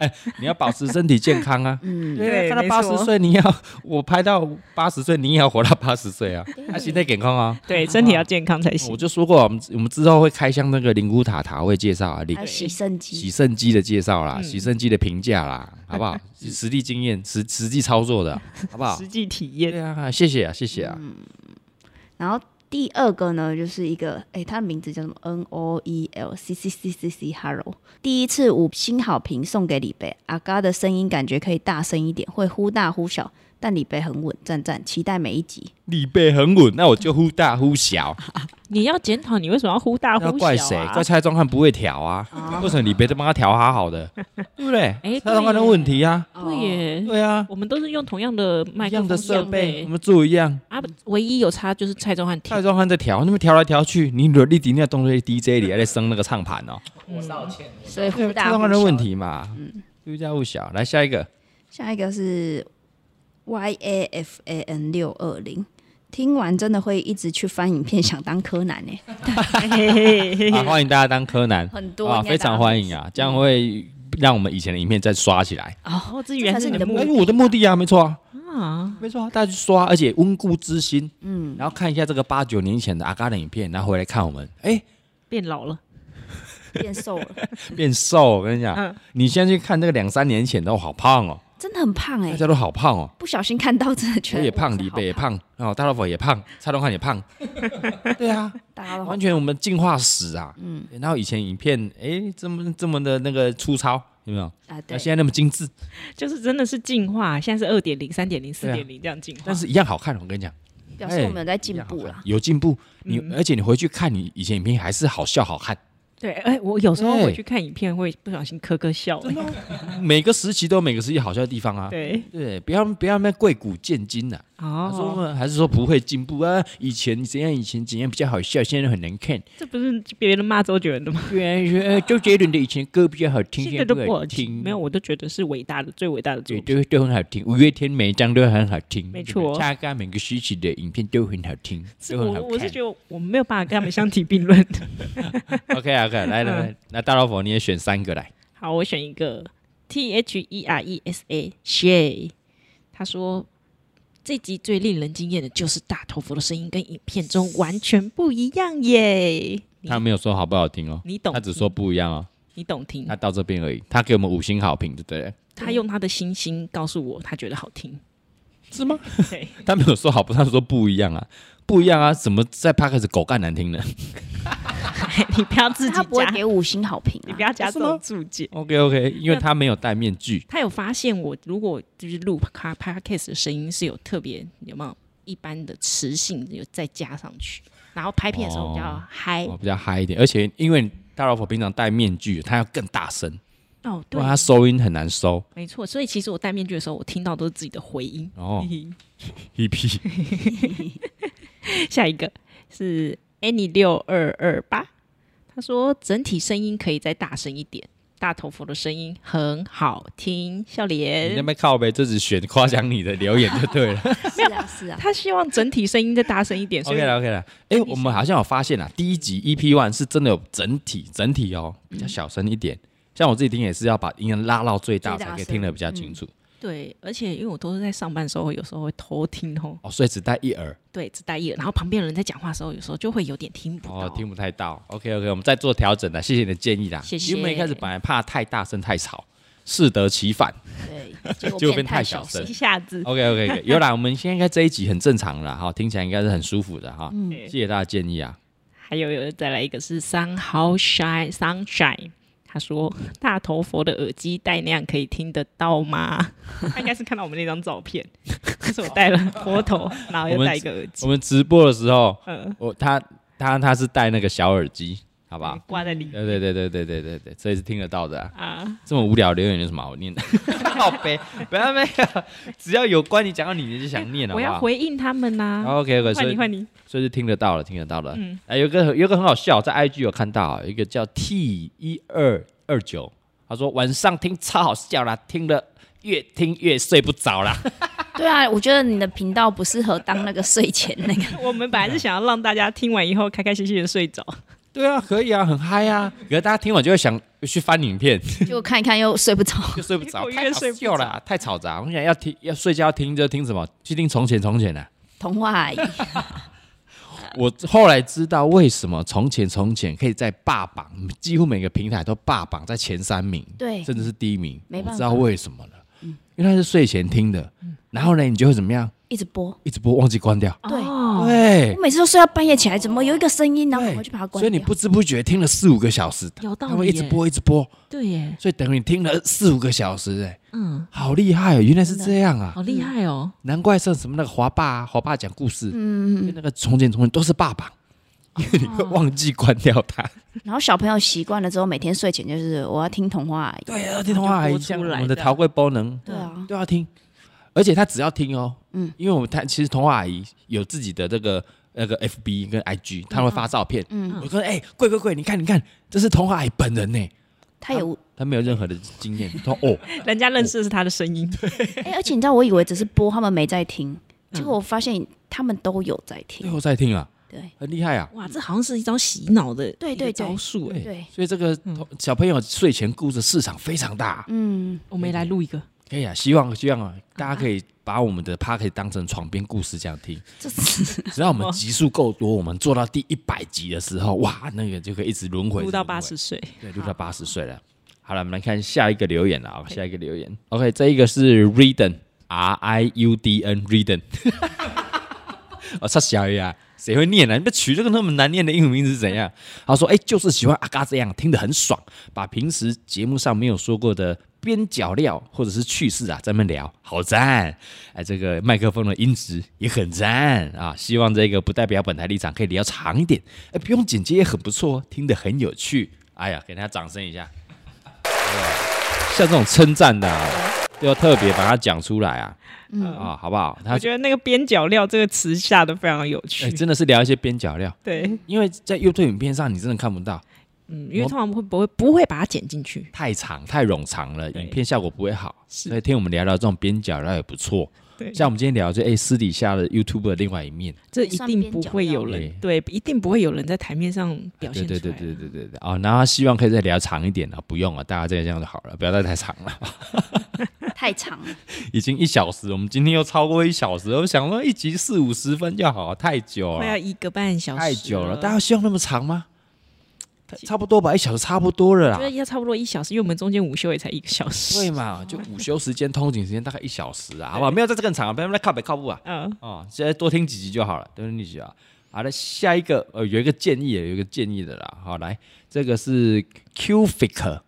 Speaker 4: 哎，你要保持身体健康啊。嗯，
Speaker 2: 对
Speaker 4: 看到
Speaker 2: 没
Speaker 4: 八
Speaker 2: 错
Speaker 4: 十岁，你要我拍到八十岁，你也要活到八十岁 (laughs) 啊，啊，身体健康啊。
Speaker 2: 对，身体要健康才行
Speaker 4: 我。就说过，我们我们之后会开箱那个灵骨塔塔会介绍啊，灵
Speaker 3: 还有洗肾机
Speaker 4: 洗，肾机的介绍啦，洗肾机的评价啦，好不好？ (laughs) 实地经验，实实际操作的，好不好
Speaker 2: 实？际体验
Speaker 4: 对啊，谢谢啊，谢谢啊。
Speaker 3: 然后第二个呢，就是一个，哎，他的名字叫什么？N O E L C C C C C Hello。第一次五星好评送给李贝，阿嘎的声音感觉可以大声一点，会忽大忽小，但李贝很稳，赞赞，期待每一集。
Speaker 4: 立背很稳，那我就忽大
Speaker 3: (laughs)
Speaker 4: 忽小，
Speaker 2: 你要检讨你为什么要忽大忽小、
Speaker 4: 那
Speaker 2: 啊？
Speaker 4: 怪谁？怪蔡庄汉不会调啊？
Speaker 3: 哦
Speaker 4: 为什么李贝都帮他调好
Speaker 3: (laughs)
Speaker 4: 好的，对不对？
Speaker 2: 哎
Speaker 4: 蔡庄汉的问题啊，
Speaker 2: 对耶，
Speaker 3: 哎
Speaker 4: 对啊，
Speaker 2: 我们都是用同样的麦
Speaker 4: 一
Speaker 2: 克
Speaker 4: 样
Speaker 2: 风
Speaker 4: 的设
Speaker 2: 备
Speaker 4: 备，我们做一样。
Speaker 2: 啊，唯一有差就是蔡宗翰
Speaker 4: (laughs)
Speaker 2: 听
Speaker 4: 蔡庄汉在调，那么调来调去，你努力顶那动作 DJ 里还在升那个唱盘哦，
Speaker 3: 所以忽
Speaker 4: 蔡
Speaker 3: 大
Speaker 4: 庄
Speaker 3: 忽
Speaker 4: 汉的
Speaker 3: 小。嗯
Speaker 4: 问题嘛，忽大忽小。来下一个，
Speaker 3: 下一个是 Y A F A N 六二零，听完真的会一直去翻影片，想当柯南欸呢、
Speaker 4: 啊，欢迎大家当柯南，
Speaker 3: 很哎多
Speaker 4: 啊，
Speaker 3: 应该
Speaker 4: 非常欢迎啊，这样会让我们以前的影片再刷起
Speaker 3: 嗯
Speaker 4: 来。
Speaker 2: 哦，这
Speaker 3: 这
Speaker 2: 原
Speaker 3: 才
Speaker 2: 来
Speaker 3: 是你的
Speaker 4: 哎，
Speaker 2: 目
Speaker 4: 我的目的啊，没错啊，
Speaker 2: 啊，
Speaker 4: 没错啊，大家去刷，而且温故知新，嗯，然后看一下这个八九年前的阿嘎的影片，然后回来看我们，哎，
Speaker 2: 变老了，
Speaker 3: 变瘦了，
Speaker 4: 变瘦，我跟你讲
Speaker 2: 嗯，
Speaker 4: 你现在去看那个两三年前的，我好胖哦，
Speaker 3: (laughs) 真的很胖哎、
Speaker 4: (laughs) 大家都好胖哦，
Speaker 3: 不小心看到真的觉
Speaker 4: 我
Speaker 3: 得
Speaker 4: 也胖，
Speaker 3: 哇塞
Speaker 4: 李
Speaker 3: 好
Speaker 4: 北也胖，哦，大老婆也胖，蔡东汉也胖，对啊，
Speaker 3: 大家都好
Speaker 4: 完全我们进化史啊，嗯，然后以前影片，哎，这么这么的那个粗糙，有没有？
Speaker 3: 啊，
Speaker 4: 那
Speaker 3: 对，
Speaker 4: 现在那么精致，
Speaker 2: 就是真的是进化，现在是二点零、三点零、四
Speaker 4: 对啊
Speaker 2: 点零这样进化，
Speaker 4: 但是一样好看，我跟你讲。
Speaker 3: 表示我们有在进步啦。
Speaker 4: 有进步。你、而且你回去看你以前影片
Speaker 1: (laughs)
Speaker 4: 还是啊好笑好看，
Speaker 2: 对，哎、我有时候
Speaker 4: 对
Speaker 2: 回去看影片会不小心咯咯笑、哎
Speaker 4: 每个时期都有每个时期好笑的地方啊。
Speaker 2: 对，
Speaker 4: 对，不要不要那贵古见今呐、啊，说
Speaker 2: 哦，
Speaker 4: 嘛还是说不会进步啊？以前怎样以前怎样比较好笑，现在很难看。啊
Speaker 2: 这不是别人骂周杰伦的吗？
Speaker 4: 对啊，说呃周杰伦的以前歌比较好听，
Speaker 2: 现
Speaker 4: 现
Speaker 2: 在
Speaker 4: 在
Speaker 2: 都
Speaker 4: 不
Speaker 2: 不好
Speaker 4: 好
Speaker 2: 听，
Speaker 4: 听，
Speaker 2: 没有，。我都觉得是伟大的、最伟大的作
Speaker 4: 对，
Speaker 2: 品。
Speaker 4: 都都很好听。五月天每一张都很好听，
Speaker 2: 没错
Speaker 4: 大概每个时期的影片都很好听，
Speaker 2: 是
Speaker 4: 都很
Speaker 2: 我
Speaker 4: 好
Speaker 2: 我是
Speaker 4: 看。
Speaker 2: 觉得我没有办法跟他们相提并论。
Speaker 4: OK 啊 OK，来来来，那大老婆你也选三个来。
Speaker 2: 好，我选一个 T H E R E S A Shay，他说这集最令人惊艳的就是大头佛的声音跟影片中完全不一样耶！你
Speaker 4: 他没有说好不好听哦，
Speaker 2: 你懂
Speaker 4: 他只说不一样哦。
Speaker 2: 你懂听
Speaker 4: 他，到这边而已，他给我们五星好评，对不对？
Speaker 2: 他用他的星星告诉我他觉得好听， (laughs)
Speaker 4: 是吗？
Speaker 2: 对，
Speaker 4: (laughs) 他没有说好不，他说不一样啊，不一样啊，怎么在 p a r k 狗干难听呢
Speaker 2: 你不要自己
Speaker 3: 他不会
Speaker 2: 加，
Speaker 3: 给五星好评
Speaker 2: (laughs) 你
Speaker 3: 啊
Speaker 2: 不，要加这
Speaker 4: 是
Speaker 2: 种
Speaker 4: 吗
Speaker 2: 注解。
Speaker 4: ？OK OK，因为他没有戴面具，
Speaker 2: 他有发现我如果就是录 p podcast 的声音是有特别有没有一般的磁性有再加上去，然后拍片的时候比较
Speaker 4: 哦
Speaker 2: 嗨
Speaker 4: 我
Speaker 2: 哦
Speaker 4: 比较嗨一点，而且因为大老婆平常戴面具，他要更大声，不
Speaker 2: 哦对
Speaker 4: 然，他收音很难收。
Speaker 2: 没错。所以其实我戴面具的时候，我听到都是自己的回音。
Speaker 4: 哦，EP
Speaker 2: (laughs) 下一个是 Annie 六二二八，他说整体声音可以再大声一点，大头佛的声音很好听，笑
Speaker 4: (laughs) 你那
Speaker 2: 脸。
Speaker 4: 边靠呗，这只选夸奖你的留言就对了。
Speaker 3: 是啊是啊，
Speaker 2: 他希望整体声音再大声一点，所以
Speaker 4: OK 了 OK 了，哎、我们好像有发现啊，第一集 EP One 是真的有整体整体哦，比较小声一点。像我自己听也是要把音量拉到最大
Speaker 3: 最大
Speaker 4: 才可以
Speaker 3: 声
Speaker 4: 听得比较清楚、
Speaker 2: 对，而且因为我都是在上班的时候，有时候会偷听哦。
Speaker 4: 哦，所以只戴一耳
Speaker 2: 对，只戴一耳，然后旁边的人在讲话的时候，有时候就会有点听不到。
Speaker 4: 哦，听不太到。OK OK，我们再做调整的，谢谢你的建议啦。
Speaker 2: 谢谢
Speaker 4: 因为一开始本来怕太大声太吵，适得
Speaker 2: (laughs)
Speaker 4: 其反。
Speaker 3: 对，结
Speaker 4: (laughs) 结
Speaker 3: 果
Speaker 4: 果变
Speaker 3: 变
Speaker 4: 太
Speaker 3: 太
Speaker 4: 小
Speaker 3: 小
Speaker 4: 声
Speaker 3: 声
Speaker 2: 一。下子，
Speaker 4: OK OK OK，有啦，我们现在应该这一集很正常了哈，听起来应该是很舒服的哈。
Speaker 2: 对
Speaker 4: 谢谢大家的建议啊。
Speaker 2: 还有有再来一个是 Sunhow Shine Sunshine，他说大头佛的耳机戴那样可以听得到吗？ (laughs) 他应该是看到我们那张照片，就是我戴了佛
Speaker 4: (laughs)
Speaker 2: 头，然后又戴一个耳
Speaker 4: 我
Speaker 2: 机，
Speaker 4: 们直播的时候，
Speaker 2: 嗯，
Speaker 4: 我他他他是戴那个小耳机，好不好？
Speaker 2: 挂在里
Speaker 4: 对对对对对对对对，这也是听得到的、啊。
Speaker 2: 啊，
Speaker 4: 这么无聊的留言有什么好
Speaker 2: (laughs)
Speaker 4: 念的？好呗， (laughs) 不要没有，只要有关你讲到你的就想念了。
Speaker 2: 我要回应他们呐、
Speaker 4: OK OK，所
Speaker 2: 换
Speaker 4: 以
Speaker 2: 你
Speaker 4: (laughs)
Speaker 2: 换你，
Speaker 4: 所以是听得到了，听得到了。
Speaker 2: 嗯
Speaker 4: 哎，有一个有一个很好笑，在 IG 有看到啊有一个叫 T 一二二九，他说晚上听超好笑啦，听了越听越睡不着啦。
Speaker 3: 对啊，我觉得你的频道不适合当那个睡前那个。 (laughs)
Speaker 2: 我们本来是想要让大家听完以后开开心心的睡着，
Speaker 4: (laughs) 对啊，可以啊，很嗨啊。可是大家听完就会想去翻影 (laughs) 片，
Speaker 3: 就看一看又睡不着。
Speaker 4: 就睡不着，
Speaker 2: 我越
Speaker 4: 太好
Speaker 2: 睡不
Speaker 4: 笑了，太嘈杂。我想要听要睡觉听就听什么？去听从前从前啊。
Speaker 3: 童话
Speaker 4: (laughs)
Speaker 3: 阿姨，
Speaker 4: 我后来知道为什么从前从前可以在霸榜，几乎每个平台都霸榜在前三名，
Speaker 3: 对
Speaker 4: 甚至是第一名。
Speaker 3: 没
Speaker 4: 我
Speaker 3: 办法
Speaker 4: 知道为什么了，因为它是睡前听的，然后呢，你就会怎么样？
Speaker 3: 一直播。
Speaker 4: 一直播忘记关掉，
Speaker 3: 对，
Speaker 2: 哦，
Speaker 4: 对
Speaker 3: 我每次都睡到半夜起来，怎么有一个声音，然后
Speaker 4: 对
Speaker 3: 赶快去把它关
Speaker 4: 所以你
Speaker 3: 掉
Speaker 4: 不知不觉听了四五个小时，
Speaker 2: 有道理
Speaker 4: 它会一直
Speaker 2: 耶
Speaker 4: 播一直播，
Speaker 2: 对耶，
Speaker 4: 所以等于你听了四五个小时，哎，
Speaker 2: 嗯，
Speaker 4: 好厉害哦！原来是这样啊，
Speaker 2: 好厉害哦，
Speaker 4: 难怪像什么那个华爸啊，华爸讲故事，嗯，哦那个从前从前都是霸榜，因为你会忘记关掉它。
Speaker 3: 然后小朋友习惯了之后，每天睡前就是我要听童话阿姨。
Speaker 4: 对啊，听童话还像
Speaker 2: 播出
Speaker 4: 我
Speaker 2: 来
Speaker 4: 们的
Speaker 2: 这样
Speaker 4: 陶贵包能
Speaker 3: 对啊，
Speaker 4: 都要听，而且他只要听哦，
Speaker 3: 嗯
Speaker 4: 因为我们他其实童话阿姨有自己的这个那个 FB 跟 IG，他会发照片，
Speaker 3: 嗯
Speaker 4: 我说哎，贵贵贵，你看你看，这是童话阿姨本人呢，
Speaker 3: 他也无，
Speaker 4: 他没有任何的经
Speaker 3: (laughs)
Speaker 4: 验，他说哦，
Speaker 2: 人家认识的是他的声音，
Speaker 3: 哎，而且你知道，我以为只是播，他们没在听，结果我发现他们都有在
Speaker 4: 最
Speaker 3: 听。
Speaker 4: 后再听啊，
Speaker 3: 对
Speaker 4: 很厉害啊，
Speaker 2: 哇，这好像是一招洗脑的
Speaker 3: 对
Speaker 2: 一个
Speaker 3: 对对
Speaker 2: 招数哎，
Speaker 3: 对，
Speaker 4: 所以这个童小朋友睡前故事市场非常大，
Speaker 3: 嗯，
Speaker 2: 我们也来录一个，
Speaker 4: 可以啊，希望希望啊，大家可以把我们的 p a r k 当成床边故事这样听。
Speaker 3: 嗯这是
Speaker 4: (laughs) 只要我们集数够多，我们做到第一百集的时候，哇，那个就可以一直轮回，
Speaker 2: 录到
Speaker 4: 一直轮回
Speaker 2: 八十，岁，
Speaker 4: 对，录到八十岁了。好了，我们来看下一个留言了啊，下一个留言，OK，这一个是 Riden，R I U D N Riden，我操小鱼啊，谁会念啊？你们取这个那么难念的英文名字是怎样？他说，哎、就是喜欢阿嘎这样，听得很爽，把平时节目上没有说过的。边角料或者是趣事啊，咱们聊，好赞！哎，这个麦克风的音质也很赞啊！希望这个不代表本台立场，可以聊长一点。哎，不用剪接也很不错，听得很有趣。哎呀，给大家掌声一下！啊像这种称赞的、啊，要特别把它讲出来啊，啊，好不好？他
Speaker 2: 我觉得那个边角料这个词下的非常有
Speaker 4: 哎，
Speaker 2: 趣，
Speaker 4: 真的是聊一些边角料，
Speaker 2: 对，
Speaker 4: 因为在 YouTube 影片上你真的看不到，
Speaker 2: 嗯，因为通常会不会不会把它剪进去，
Speaker 4: 太长太冗长了，
Speaker 2: 对
Speaker 4: 影片效果不会好。
Speaker 2: 是
Speaker 4: 所以听我们聊聊这种边角料也不错。
Speaker 2: 对，
Speaker 4: 像我们今天聊就哎、私底下的 YouTube 的另外一面。
Speaker 2: 这一定不会有人
Speaker 4: 算边角
Speaker 2: 对，一定不会有人在台面上表现出
Speaker 4: 对
Speaker 2: 来。
Speaker 4: 对对对对对对哦，然后他希望可以再聊长一点哦了，不用啊了，大家再这样就好了，不要再太长了， (laughs)
Speaker 3: 太长了。
Speaker 4: 已经一小时，我们今天又超过一小时，我想说一集四五十分就好，太久
Speaker 2: 快要
Speaker 4: 了，
Speaker 2: 一个半小时，
Speaker 4: 太久了，大家希望那么长吗？差不多吧，一小时差不多了
Speaker 2: 觉得
Speaker 4: 啦，
Speaker 2: 要差不多一小时，因为我们中间午休也才一个小时。
Speaker 4: 对嘛？就午休时间、通勤时间大概一小时啊，好不好？没有在这更长啊，不要在那边靠北靠步啊，
Speaker 2: (laughs) 嗯，
Speaker 4: 哦，现在多听几集就好了，多听几集啊。好的，下一个呃，有一个建议，有一个建议的啦。好，来，这个是 Q Faker。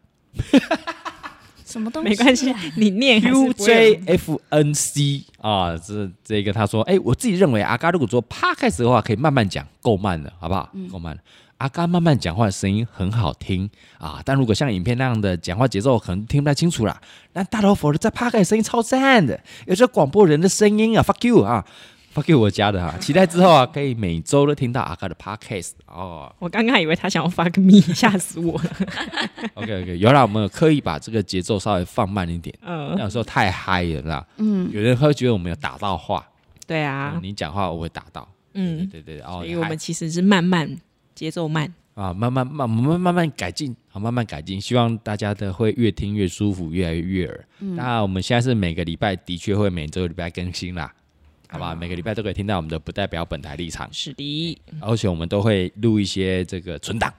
Speaker 3: 什么东西？啊哎
Speaker 2: 没关系，你念还是啊
Speaker 4: U
Speaker 2: 不会有
Speaker 4: J F N C 啊，这这个他说，哎、我自己认为阿嘎如果做 p 开始的话，可以慢慢讲，够慢了，好不好？够慢了。阿嘎慢慢讲话的声音很好听啊，但如果像影片那样的讲话节奏，可能听不太清楚啦。那大头佛的在 p 开的声音超赞的，有这广播人的声音啊，fuck you 啊，fuck you 我家的啊，期待之后啊，可以每周都听到阿嘎的 podcast 哦。
Speaker 2: 我刚刚还以为他想要发个咪，吓死我
Speaker 4: (laughs)
Speaker 2: 了。
Speaker 4: OK OK，有啦，我们有刻意把这个节奏稍微放慢一点，
Speaker 2: 嗯，
Speaker 4: 有时候太嗨了啦。
Speaker 3: 嗯，
Speaker 4: 有人会觉得我们有打到话，
Speaker 2: 对啊
Speaker 4: 嗯，你讲话我会打到。对
Speaker 2: 嗯，
Speaker 4: 对对，哦，
Speaker 2: 所以我们
Speaker 4: 还
Speaker 2: 其实是慢慢节奏慢，
Speaker 4: 啊，慢慢慢，我们慢慢改进，好，慢慢改进，希望大家的会越听越舒服，越来越悦耳。那我们现在是每个礼拜的确会每周礼拜更新啦，好吧？每个礼拜都可以听到我们的，不代表本台立场，
Speaker 2: 是的，
Speaker 4: 而且我们都会录一些这个存档，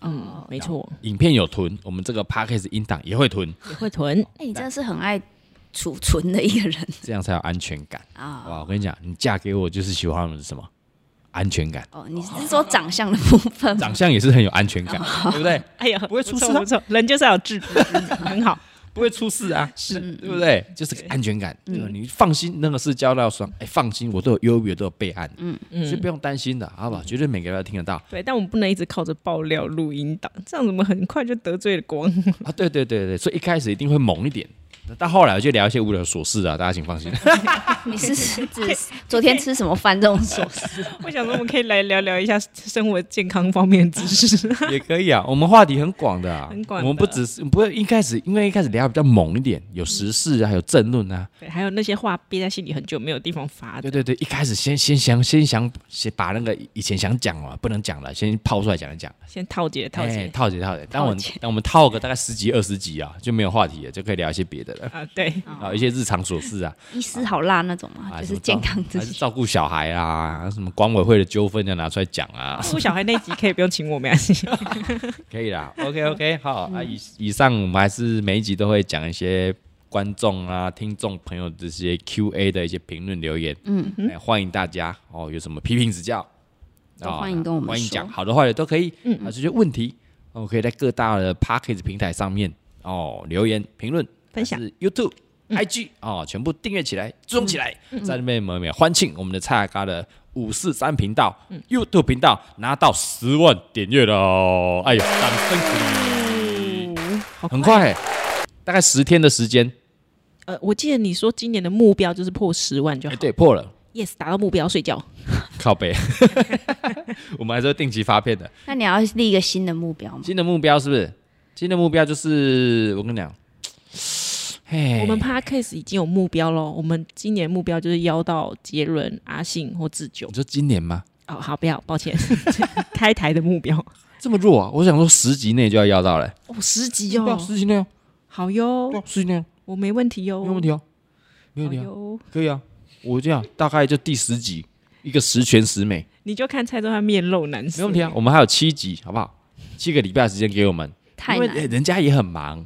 Speaker 2: 嗯，没错，
Speaker 4: 影片有囤，我们这个 p a c k a g e 音档也会囤，
Speaker 2: 也会囤，
Speaker 3: 哎，你真的是很爱储存的一个人
Speaker 4: 这样才有安全感，好
Speaker 3: 啊。
Speaker 4: 吧？我跟你讲，你嫁给我就是喜欢我们什么安全感，
Speaker 3: 哦，你是说长相的部分
Speaker 4: 哦
Speaker 3: 吗？
Speaker 4: 长相也是很有安全感，对不对？
Speaker 2: 哎呀，
Speaker 4: 不会出事啊
Speaker 2: 不错不错，人就是要有自知之明，很好。
Speaker 1: 不会出事啊，是对不对？就是个安全感，对吧你放心，那个是交到双，哎，放心，我都有优越，都有备案，嗯嗯，所以不用担心的，好吧？绝对每个人都听得到
Speaker 2: (laughs) 对，但我们不能一直靠着爆料录音档，这样怎么很快就得罪了光？
Speaker 1: 啊，对对对对，所以一开始一定会猛一点。到后来我就聊一些无聊的琐事啊，大家请 (laughs) 放心。
Speaker 3: 你是指昨天吃什么饭这种琐事？
Speaker 2: (laughs) 我想说，我们可以来聊聊一下生活健康方面的知识。
Speaker 1: 也可以啊，我们话题很广的、啊，
Speaker 2: 很广
Speaker 1: 我们不
Speaker 2: 的
Speaker 1: 只是不会一开始，因为一开始聊比较猛一点，有时事啊，还有政论啊。
Speaker 2: (laughs) 对，还有那些话憋在心里很久没有地方发
Speaker 1: 对
Speaker 2: 的，
Speaker 1: 对对，一开始先先想先想先把那个以前想讲嘛，不能讲了，先抛出来讲一讲。
Speaker 2: 先套解套
Speaker 1: 哎
Speaker 2: 解、
Speaker 1: 套姐套姐，但我
Speaker 2: 套姐
Speaker 1: 但我们套个大概十集二十集啊，就没有话题了，就可以聊一些别的了。
Speaker 2: (laughs) 啊，对，
Speaker 1: 啊，一些日常琐事啊，
Speaker 3: 医师好辣那种嘛，
Speaker 1: 啊，什
Speaker 3: 就是
Speaker 1: 么
Speaker 3: 健
Speaker 1: 照
Speaker 3: 康自
Speaker 1: 还是
Speaker 3: 己。
Speaker 1: 照顾小孩 (laughs) 啊，什么管委会的纠纷要拿出来讲啊，
Speaker 2: 我小孩那集可以不用请我们，没关啊 (laughs) 系
Speaker 1: 可以啦。OK OK，好啊，
Speaker 2: 嗯
Speaker 1: 以以上我们还是每一集都会讲一些观众啊、听众朋友这些 Q&A 的一些评论留言，嗯，欢迎大家哦，有什么批评指教，
Speaker 3: 都
Speaker 1: 啊
Speaker 3: 欢迎跟我们
Speaker 1: 欢迎
Speaker 3: 说
Speaker 1: 讲好的坏的都可以，嗯，啊，这些问题，我们可以在各大的 p a c k a g e 平台上面哦留言评论
Speaker 2: 分享
Speaker 1: 还是 YouTube。IG 哦，全部订阅起来，追踪起来，在那边每秒欢庆我们的蔡阿嘎的五四三频道、YouTube 频道拿到十万点阅喽！哎呦，掌声鼓励！
Speaker 2: 好
Speaker 1: 很快、欸大概十天的时间，
Speaker 2: 呃，我记得你说今年的目标就是破十万就
Speaker 1: 哎、
Speaker 2: 好、
Speaker 1: 对，破了，
Speaker 2: y e s 达到目标睡觉。
Speaker 1: 靠背，我们还是会定期发片的。
Speaker 3: 那你要立一个新的目标吗？
Speaker 1: 新的目标是不是？新的目标就是我跟你讲，嘿，
Speaker 2: 我们 Podcast 已经有目标喽，我们今年目标就是邀到杰伦、阿信或志久
Speaker 1: 你。说今年吗？
Speaker 2: 哦，好，不要，抱歉， (laughs) 开台的目标
Speaker 1: 这么弱啊！我想说十集内就要要到了、
Speaker 2: 哦，十集
Speaker 1: 对啊
Speaker 2: 哦，
Speaker 1: 十集内哦，
Speaker 2: 好哟
Speaker 1: 对啊，，十集内哦，
Speaker 2: 我没问题哟，
Speaker 1: 没有问题哦，没有
Speaker 2: 好
Speaker 1: 问题哦，
Speaker 2: 哟，
Speaker 1: 可以啊。我这样大概就第十集，一个十全十美，
Speaker 2: 你就看蔡宗翰面露难色，
Speaker 1: 没问题啊。我们还有七集，好不好？七个礼拜的时间给我 (laughs) 们，
Speaker 3: 太
Speaker 1: 因为
Speaker 3: 难
Speaker 1: 呃人家也很忙。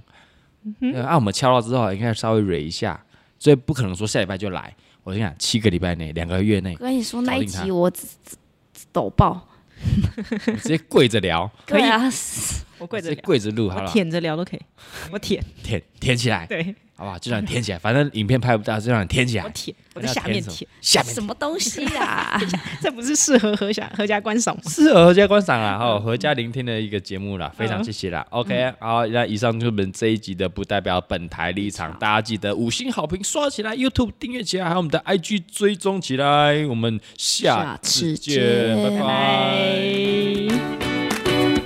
Speaker 2: 嗯
Speaker 1: 呃啊，我们敲到之后，应该稍微蕊一下，所以不可能说下礼拜就来。我心想，七个礼拜内，两个月内
Speaker 3: 我，跟你说，那一
Speaker 1: 搞定
Speaker 3: 集
Speaker 1: 它
Speaker 3: 我只只只抖爆。
Speaker 1: 我直接跪着聊，
Speaker 2: 可以
Speaker 3: 对啊， (laughs)
Speaker 2: 我 (laughs) 跪着
Speaker 1: 直接
Speaker 2: 聊，
Speaker 1: 跪着录好
Speaker 2: 我
Speaker 1: 了，
Speaker 2: 舔着聊都可以，我舔，
Speaker 1: 舔舔起来，
Speaker 2: 对
Speaker 1: 好不好？就让你舔起来，反正影片拍不到，就让你舔起
Speaker 2: 我 (laughs)
Speaker 1: 来。
Speaker 2: 舔，我在下面舔，，
Speaker 1: 下面
Speaker 3: 什么东西 (laughs) 啊？
Speaker 2: 这不是适合合家合家观赏吗？
Speaker 1: 适合合家观赏啦， (laughs) 哈，啊哦合家聆听的一个节目啦，非常谢谢啦。OK，好，那以上就是我们这一集的不代表本台立场，大家记得五星好评刷起来，YouTube 订阅起来，还有我们的 IG 追踪起来。我们下
Speaker 3: 下次
Speaker 1: 次见，
Speaker 3: 见
Speaker 1: 拜
Speaker 3: 拜
Speaker 1: 拜。
Speaker 2: 拜。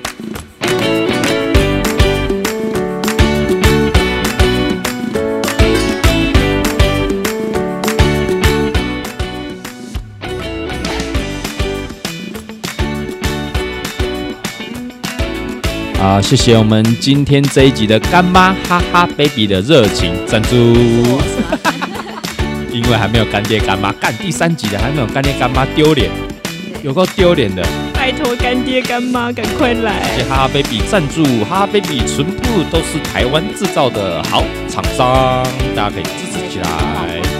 Speaker 1: 啊，谢谢我们今天这一集的干妈哈哈 baby 的热情赞助， (laughs) 因为还没有干爹干妈，干第三集的还没有干爹干妈丢脸，有够丢脸的。
Speaker 2: 拜托干爹干妈，赶快来！
Speaker 1: 谢谢哈哈 baby 赞助，哈哈 baby 全部都是台湾制造的好厂商，大家可以支持起来。